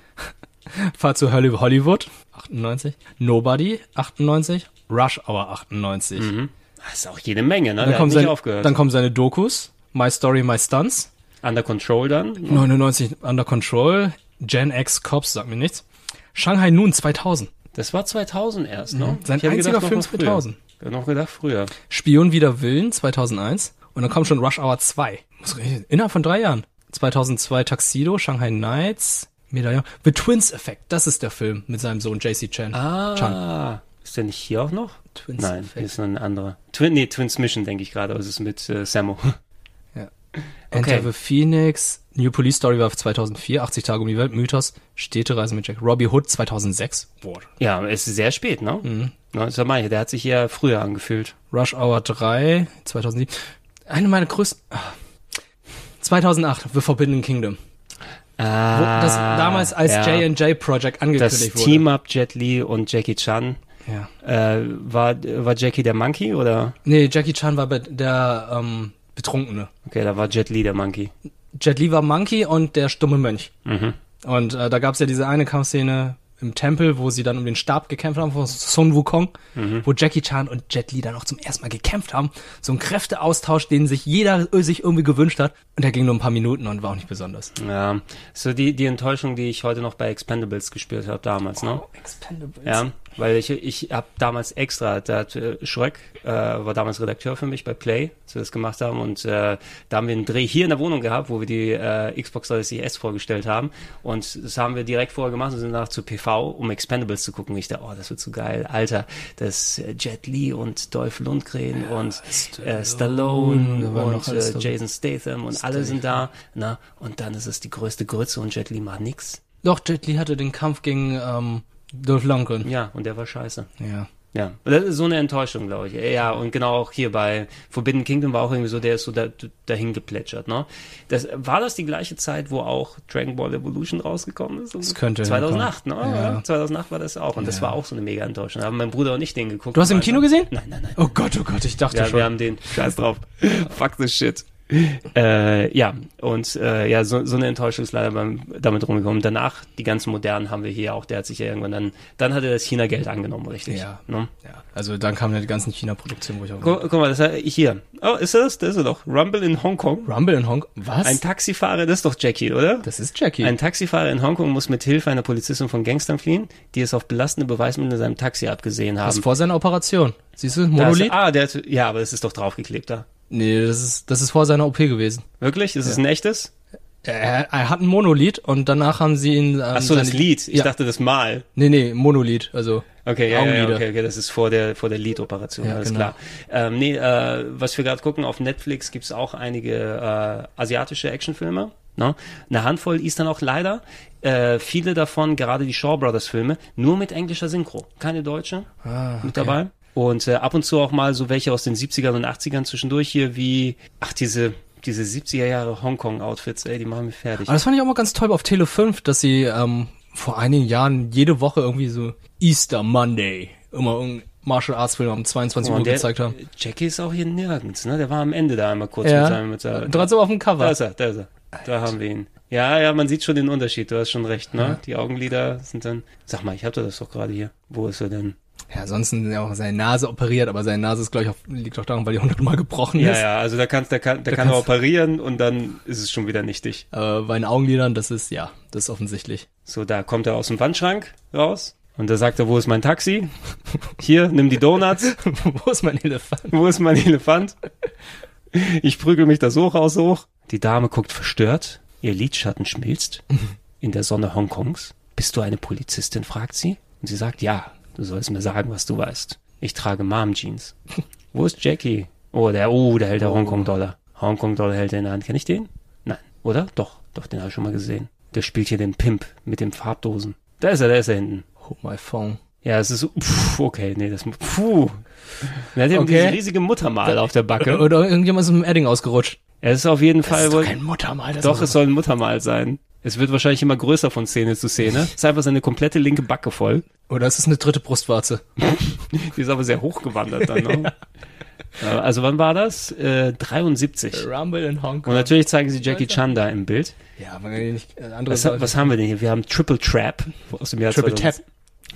Fahr zu Holly- Hollywood 98, Nobody 98, Rush Hour 98.
Das ist auch jede Menge, ne?
Dann, kommen
der Mhm. hat nicht
seine,
aufgehört.
dann kommen seine Dokus, My Story, My Stunts,
Under Control dann.
99 Under Control, Gen X Cops, sagt mir nichts, Shanghai Noon 2000,
Das war 2000 erst,
Mhm.
ne?
Sein
Ich hätte
einziger
noch
Film
mal früher.
2000.
Ich hätte noch gedacht früher.
Spion wider Willen 2001 und dann kommt schon Rush Hour 2. Muss ich- Innerhalb von drei Jahren. 2002 Tuxedo, Shanghai Nights, Medaillon. The Twins Effect, das ist der Film mit seinem Sohn JC Chan. Chan.
Ah, ist der nicht hier auch noch?
Twins
Nein,
Effect.
hier ist noch ein anderer. Twin, nee, Twins Mission denke ich gerade, aber es ist mit äh, Sammo.
Ja. Enter the Phoenix, New Police Story war 2004, 80 Tage um die Welt, Mythos, Städtereise mit Jack, Robbie Hood 2006, Boah.
Ja, aber es ist sehr spät, ne?
Mhm.
Ne, sag mal, der hat sich ja früher angefühlt.
Rush Hour 3 2007. Eine meiner größten... ah. 2008, The Forbidden Kingdom. Wo-
Ah,
das damals als J&J Project angekündigt
das
wurde.
Team-Up Jet Li und Jackie Chan.
Ja.
Äh, war, war Jackie der Monkey oder?
Nee, Jackie Chan war be- der ähm, Betrunkene.
Okay, da war Jet Li der Monkey.
Jet Li war Monkey und der stumme Mönch.
Mhm.
Und äh, da gab's ja diese eine Kampfszene im Tempel, wo sie dann um den Stab gekämpft haben von Sun Wukong,
Mhm.
wo Jackie Chan und Jet Li dann auch zum ersten Mal gekämpft haben. So ein Kräfteaustausch, den sich jeder äh, sich irgendwie gewünscht hat. Und der ging nur ein paar Minuten und war auch nicht besonders.
Ja, so die, die Enttäuschung, die ich heute noch bei Expendables gespürt habe damals, ne?
Expendables.
Ja, weil ich, ich habe damals extra, da hat äh, Schröck, äh, war damals Redakteur für mich bei Play, als wir das gemacht haben und äh, da haben wir einen Dreh hier in der Wohnung gehabt, wo wir die äh, Xbox 360 S vorgestellt haben und das haben wir direkt vorher gemacht und sind danach zu PV, um Expendables zu gucken. Ich dachte, oh, das wird so geil, Alter, das äh, Jet Li und Dolph Lundgren und äh, Stallone
da waren
und
noch alles
äh,
dabei.
Jason Statham und alle sind da, na, und dann ist es die größte Grütze und Jet Li macht nix.
Doch, Jet Li hatte den Kampf gegen ähm, Dolph Lundgren.
Ja, und der war scheiße.
Ja.
Ja, und das ist so eine Enttäuschung, glaube ich. Ja, und genau auch hier bei Forbidden Kingdom war auch irgendwie so, der ist so da, dahin geplätschert, ne? Das, war das die gleiche Zeit, wo auch Dragon Ball Evolution rausgekommen ist? Das
könnte
2008, ne?
hinkommen. Ja.
2008 war das auch. Und das
Ja.
war auch so eine mega Enttäuschung. Da haben mein Bruder und ich den geguckt.
Du hast ihn im
gemeinsam.
Kino gesehen?
Nein, nein, nein.
Oh Gott, oh Gott, ich dachte
Ja,
schon.
wir haben den. Scheiß drauf. Fuck this shit. Äh, ja, und äh, ja, so, so eine Enttäuschung ist leider beim, damit rumgekommen. Danach, die ganzen modernen haben wir hier auch, der hat sich ja irgendwann dann, dann hat er das China-Geld angenommen, richtig?
Ja.
Ne?
ja. Also dann kamen ja die ganzen China-Produktionen, wo ich auch...
Guck, guck mal, das ist hier. Oh, ist das? Das ist er doch. Rumble in Hongkong.
Rumble in Hongkong? Was?
Ein Taxifahrer, das ist doch Jackie, oder?
Das ist Jackie.
Ein Taxifahrer in Hongkong muss mit Hilfe einer Polizistin von Gangstern fliehen, die es auf belastende Beweismittel in seinem Taxi abgesehen haben.
Das vor seiner Operation. Siehst du,
Da ist-
Monolith?
Ah, der, hat- ja, aber es ist doch draufgeklebt da.
Nee, das ist, das ist vor seiner OP gewesen.
Wirklich? Ist es
Ja.
ein echtes?
Er, er hat ein Monolied und danach haben sie ihn. Ähm,
Ach so, das Lied. Ich
ja.
dachte das Mal.
Nee, nee, Monolied, also.
Okay, ja, ja,
Augenlider.
okay, okay, das ist vor der vor der Lead-Operation,
Ja,
alles
genau.
klar. Ähm, nee, äh, was wir gerade gucken, auf Netflix gibt's auch einige äh, asiatische Actionfilme. Ne? Eine Handvoll ist dann auch leider, äh, viele davon, gerade die Shaw Brothers Filme, nur mit englischer Synchro, keine deutsche
Ah,
mit
okay.
dabei. Und äh, ab und zu auch mal so welche aus den 70ern und 80ern zwischendurch hier, wie, ach, diese, diese 70er Jahre Hongkong-Outfits, ey, die machen mich fertig.
Aber das fand ich auch mal ganz toll auf Tele 5, dass sie ähm, vor einigen Jahren jede Woche irgendwie so Easter Monday immer irgendein Martial Arts Film um 22
Oh,
Uhr
und der-
gezeigt haben.
Jackie ist auch hier nirgends, ne? Der war am Ende da einmal kurz
Ja.
mit seinem. Mit seinem
Trotzdem auf dem Cover.
Da ist er, da ist er. Da haben wir ihn. Ja, ja, man sieht schon den Unterschied, du hast schon recht, ne?
Ja.
Die Augenlider sind dann. Sag mal, ich hatte das doch gerade hier. Wo ist er denn?
Ja, ansonsten ja auch seine Nase operiert, aber seine Nase ist, glaube ich, auch, liegt auch daran, weil die hundertmal gebrochen
Ja,
ist.
ja, also da kannst, da kann, da
Da
kann er
kannst-
operieren und dann ist es schon wieder nichtig.
Äh, bei den Augenlidern, das ist, ja, das ist offensichtlich.
So, da kommt er aus dem Wandschrank raus und da sagt er, wo ist mein Taxi? Hier, nimm die Donuts.
wo ist mein Elefant?
Wo ist mein Elefant? Ich prügel mich das hoch aus hoch. Die Dame guckt verstört, ihr Lidschatten schmilzt in der Sonne Hongkongs. Bist du eine Polizistin? fragt sie. Und sie sagt, ja, du sollst mir sagen, was du weißt. Ich trage Mom-Jeans. Wo ist Jackie? Oh, der, oh, der hält der Hongkong-Dollar. Hongkong-Dollar hält er in der Hand. Kenn ich den? Nein. Oder? Doch, doch, den habe ich schon mal gesehen. Der spielt hier den Pimp mit den Farbdosen. Da ist er, da ist er hinten.
Hold Oh, my phone.
Ja, es ist so, pff, okay, nee, das, mu- puh. Er hat ja
Okay.
diese riesige Muttermal auf der Backe.
Oder irgendjemand ist mit dem Edding ausgerutscht.
Es ist auf jeden Fall
ist
wohl.
doch kein Muttermal, das
Doch,
ist-
es soll ein Muttermal sein. Es wird wahrscheinlich immer größer von Szene zu Szene. Es ist einfach seine komplette linke Backe voll.
Oder es ist eine dritte Brustwarze.
Die ist aber sehr hochgewandert dann noch. Äh, Also wann war das? Äh, 73.
Rumble in Hong Kong.
Und natürlich zeigen sie Jackie Chan da im Bild.
Ja, aber nicht äh, andere
Was, ha-
Seite.
was haben wir denn hier? Wir haben Triple Trap aus dem Jahr
Triple Tap.
2000.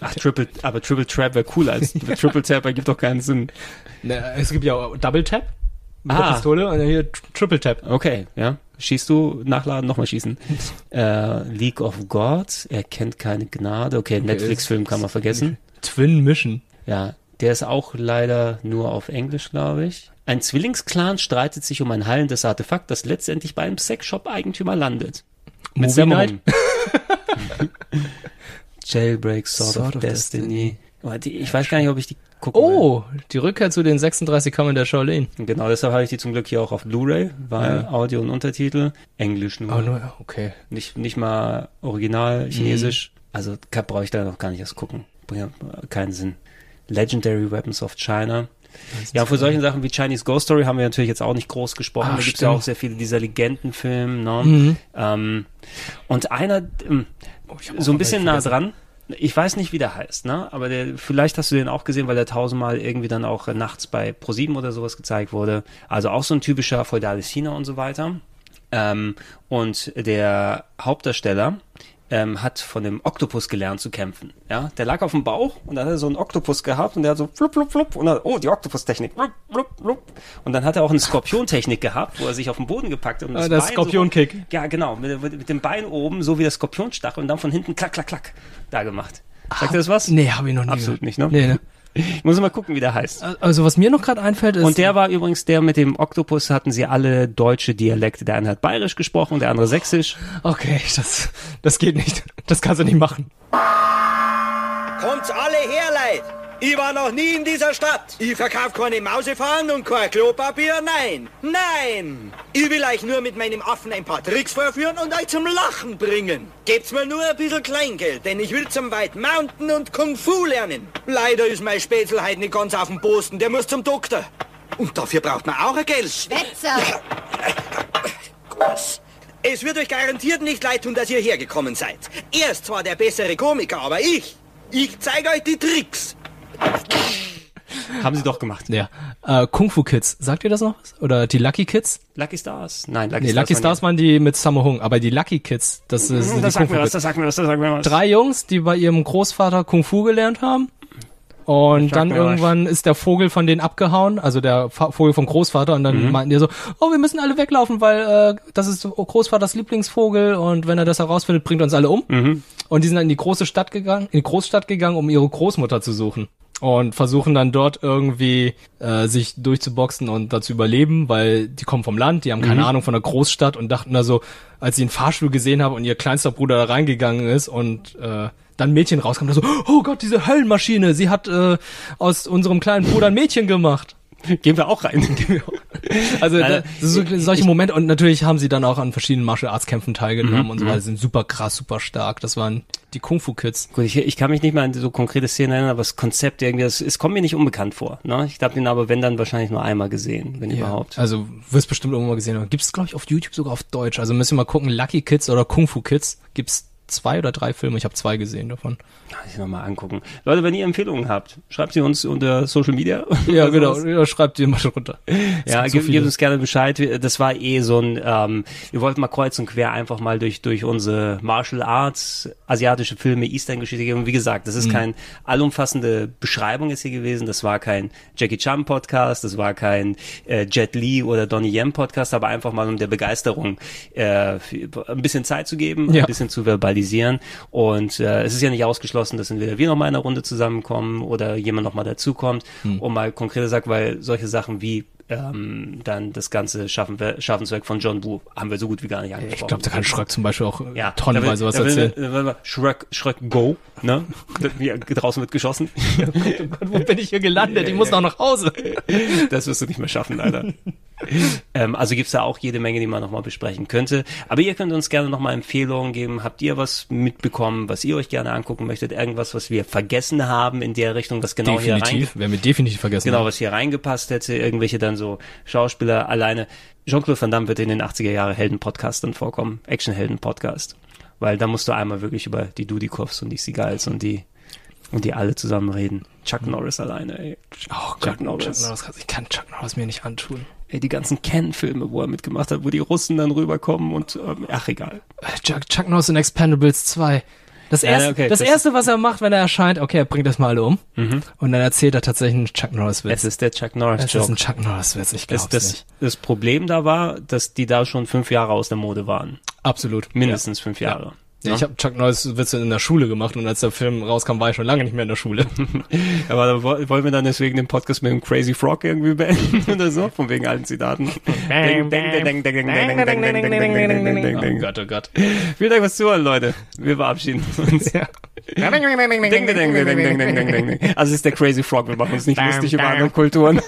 Ach, Triple, aber Triple Trap wäre cooler als Triple Tap, ergibt doch keinen Sinn.
Ne, es gibt ja auch Double Tap mit
Ah.
der Pistole und hier Tr- Triple Tap.
Okay, ja. Schießt du, nachladen, nochmal schießen. äh, League of God, er kennt keine Gnade. Okay, Netflix-Film kann man vergessen.
Twin Mission.
Ja, der ist auch leider nur auf Englisch, glaube ich. Ein Zwillingsclan streitet sich um ein hallendes Artefakt, das letztendlich bei einem Sexshop-Eigentümer landet.
Movie
Sämmerung.
Night?
Jailbreak, Sword,
Sword
of
of
Destiny. Oh, die- Ich weiß gar nicht, ob ich die gucke.
Oh, die Rückkehr zu den 36 Kammern der Shaolin.
Genau, deshalb habe ich die zum Glück hier auch auf Blu-ray, weil
Ja.
Audio und Untertitel, Englisch nur.
Oh, nur, okay.
Nicht, nicht mal original chinesisch. Also ka- brauche ich da noch gar nicht erst gucken. Bringt ja keinen Sinn. Legendary Weapons of China. Ja, von solchen Sachen wie Chinese Ghost Story haben wir natürlich jetzt auch nicht groß gesprochen.
Ah,
da gibt es ja
stimmt.
auch sehr viele dieser Legendenfilme. Ne?
Mhm. Oh,
Ähm, und einer, ähm,
auch
so ein
noch welche
bisschen nah dran, ich weiß nicht, wie der heißt, ne? aber der, vielleicht hast du den auch gesehen, weil der tausendmal irgendwie dann auch äh, nachts bei ProSieben oder sowas gezeigt wurde. Also auch so ein typischer feudales China und so weiter. Ähm, und der Hauptdarsteller ähm, hat von dem Oktopus gelernt zu kämpfen. Ja, der lag auf dem Bauch und dann hat er so einen Oktopus gehabt und der hat so flup, flup, flup und dann, oh, die Oktopustechnik. Flup, flup, flup. Und dann hat er auch eine Skorpiontechnik gehabt, wo er sich auf den Boden gepackt hat. und
Ah,
das
der
Bein
Skorpionkick.
So, ja, genau, mit, mit mit dem Bein oben, so wie der Skorpionstachel und dann von hinten klack, klack, klack da gemacht. Sagt ihr das was?
Ah, Nee, habe ich noch nie
Absolut
gehört.
nicht, ne?
Nee, ne.
Ich muss mal gucken, wie der heißt.
Also was mir noch gerade einfällt ist...
Und der war übrigens der mit dem Oktopus, hatten sie alle deutsche Dialekte. Der eine hat bayerisch gesprochen, der andere sächsisch.
Okay, das, das geht nicht. Das kannst du nicht machen.
Kommt alle her, Leid! Ich war noch nie in dieser Stadt. Ich verkauf keine Mausefahnen und kein Klopapier, nein. Nein! Ich will euch nur mit meinem Affen ein paar Tricks vorführen und euch zum Lachen bringen. Gebt's mir nur ein bisschen Kleingeld, denn ich will zum White Mountain und Kung Fu lernen. Leider ist mein Spätzl heute nicht ganz auf dem Posten, der muss zum Doktor. Und dafür braucht man auch ein Geld.
Schwätzer!
Was? Es wird euch garantiert nicht leid tun, dass ihr hergekommen seid. Er ist zwar der bessere Komiker, aber ich, ich zeige euch die Tricks.
Haben sie doch gemacht.
Ja. Äh, Kung Fu Kids, sagt ihr das noch was? Oder die Lucky Kids?
Lucky Stars. Nein, Lucky
nee,
Stars.
Lucky
Hm,
Stars waren die mit Sammo Hung, aber die Lucky Kids, das ist
Mhm, Das
die Kung
sagt
Fu
mir was,
Kids.
das sagt mir was, das sagt mir was.
Drei Jungs, die bei ihrem Großvater Kung Fu gelernt haben. Und
Sag
dann
mir
irgendwann ist der Vogel von denen abgehauen, also der Fa Vogel vom Großvater, und dann
Mhm.
meinten die so, oh, wir müssen alle weglaufen, weil äh, das ist Großvaters Lieblingsvogel und wenn er das herausfindet,
Mhm.
bringt er uns alle um. Und die sind dann in die große Stadt gegangen, in die Großstadt gegangen, um ihre Großmutter zu suchen. und versuchen dann dort irgendwie äh, sich durchzuboxen und dazu überleben, weil die kommen vom Land, die haben keine
Mhm.
Ahnung von der Großstadt und dachten da so, als sie den Fahrstuhl gesehen haben und ihr kleinster Bruder da reingegangen ist und äh, dann ein Mädchen rauskam, da so, oh Gott, diese Höllenmaschine, sie hat äh, aus unserem kleinen Bruder ein Mädchen gemacht.
Gehen wir auch rein.
Also da,
Alter,
so, solche Momente und natürlich haben sie dann auch an verschiedenen Martial Arts Kämpfen teilgenommen
Mhm,
und so
mhm.
weiter, sind super krass, super stark. Das waren die Kung Fu Kids.
Gut, ich, ich kann mich nicht mal an so konkrete Szenen erinnern, aber das Konzept irgendwie, das, es kommt mir nicht unbekannt vor. Ne? Ich habe ihn aber, wenn dann, wahrscheinlich nur einmal gesehen, wenn
Ja,
überhaupt.
Also wirst bestimmt irgendwann mal gesehen haben. Gibt's glaube ich auf YouTube sogar auf Deutsch. Also müssen wir mal gucken, Lucky Kids oder Kung Fu Kids. Gibt's zwei oder drei Filme? Ich habe zwei gesehen davon.
Kann ich nochmal angucken. Leute, wenn ihr Empfehlungen habt, schreibt sie uns unter Social Media.
Ja,
Oder
genau.
sowas.
Ja, schreibt ihr mal runter. Es
Ja,
gibt so
ge
viele.
gebt uns gerne Bescheid. Wir- Das war eh so ein, ähm, wir wollten mal kreuz und quer einfach mal durch, durch unsere Martial Arts, asiatische Filme, Eastern-Geschichte gehen. Und wie gesagt, das ist
Mhm.
keine allumfassende Beschreibung jetzt hier gewesen. Das war kein Jackie Chan Podcast, das war kein äh, Jet Li oder Donnie Yen Podcast, aber einfach mal um der Begeisterung äh, für- ein bisschen Zeit zu geben,
Ja.
ein bisschen zu verbalisieren. Und äh, es ist ja nicht ausgeschlossen, dass entweder wir nochmal in einer Runde zusammenkommen oder jemand nochmal dazukommt
Hm.
Mhm.
und mal konkreter sagt, weil solche Sachen wie ähm, dann das ganze Schaffen, Schaffenswerk von John Woo haben wir so gut wie gar nicht angesprochen.
Ich glaube, da kann Schröck zum Beispiel auch
ja,
ja, tonnenweise was erzählen.
Schröck, Schröck Go, ne? Hier draußen wird geschossen.
Wo bin ich hier gelandet? Ich muss noch nach Hause.
Das wirst du nicht mehr schaffen, leider. ähm, also gibt's da auch jede Menge, die man nochmal besprechen könnte. Aber ihr könnt uns gerne nochmal Empfehlungen geben. Habt ihr was mitbekommen, was ihr euch gerne angucken möchtet? Irgendwas, was wir vergessen haben in der Richtung, was genau hier rein
definitiv. Werden wir definitiv vergessen.
Genau,
haben.
was hier reingepasst hätte, irgendwelche dann so Schauspieler alleine. Jean-Claude Van Damme wird in den 80er Jahre Helden-Podcast dann vorkommen, Action-Helden-Podcast. Weil da musst du einmal wirklich über die Dudikoffs und die Seagulls und die und die alle zusammen reden. Chuck Norris alleine, ey.
Oh Gott, Chuck Norris. Ich kann Chuck Norris mir nicht antun.
Ey, die ganzen Ken-Filme, wo er mitgemacht hat, wo die Russen dann rüberkommen und ähm, ach egal.
Äh, Chuck, Chuck Norris in Expendables 2. Das
Ja,
erste,
okay,
das
das-
erste, was er macht, wenn er erscheint, okay, er bringt das mal alle um. Und dann erzählt er tatsächlich einen Chuck Norris-Witz.
Es ist der Chuck Norris
Es ist ein Chuck Norris-Witz, ich glaub's
das, das,
nicht.
das Problem da war, dass die da schon fünf Jahre aus der Mode waren.
Absolut.
Mindestens ne? fünf Jahre.
Ja, ich habe Chuck Norris-Witze in der Schule gemacht und als der Film rauskam, war ich schon lange nicht mehr in der Schule.
Aber da wo- wollen wir dann deswegen den Podcast mit dem Crazy Frog irgendwie beenden oder so, von wegen allen Zitaten. Ding, ding, ding, ding, ding, ding, ding, ding, ding, ding, ding, ding, ding, ding, ding, ding.
Oh Gott, oh Gott.
Vielen Dank fürs Zuhören, Leute. Wir verabschieden uns. Ding, ding, ding, ding, ding, ding, ding, ding, ding, ding. Also es ist der Crazy Frog, wir machen uns nicht lustig über andere Kulturen.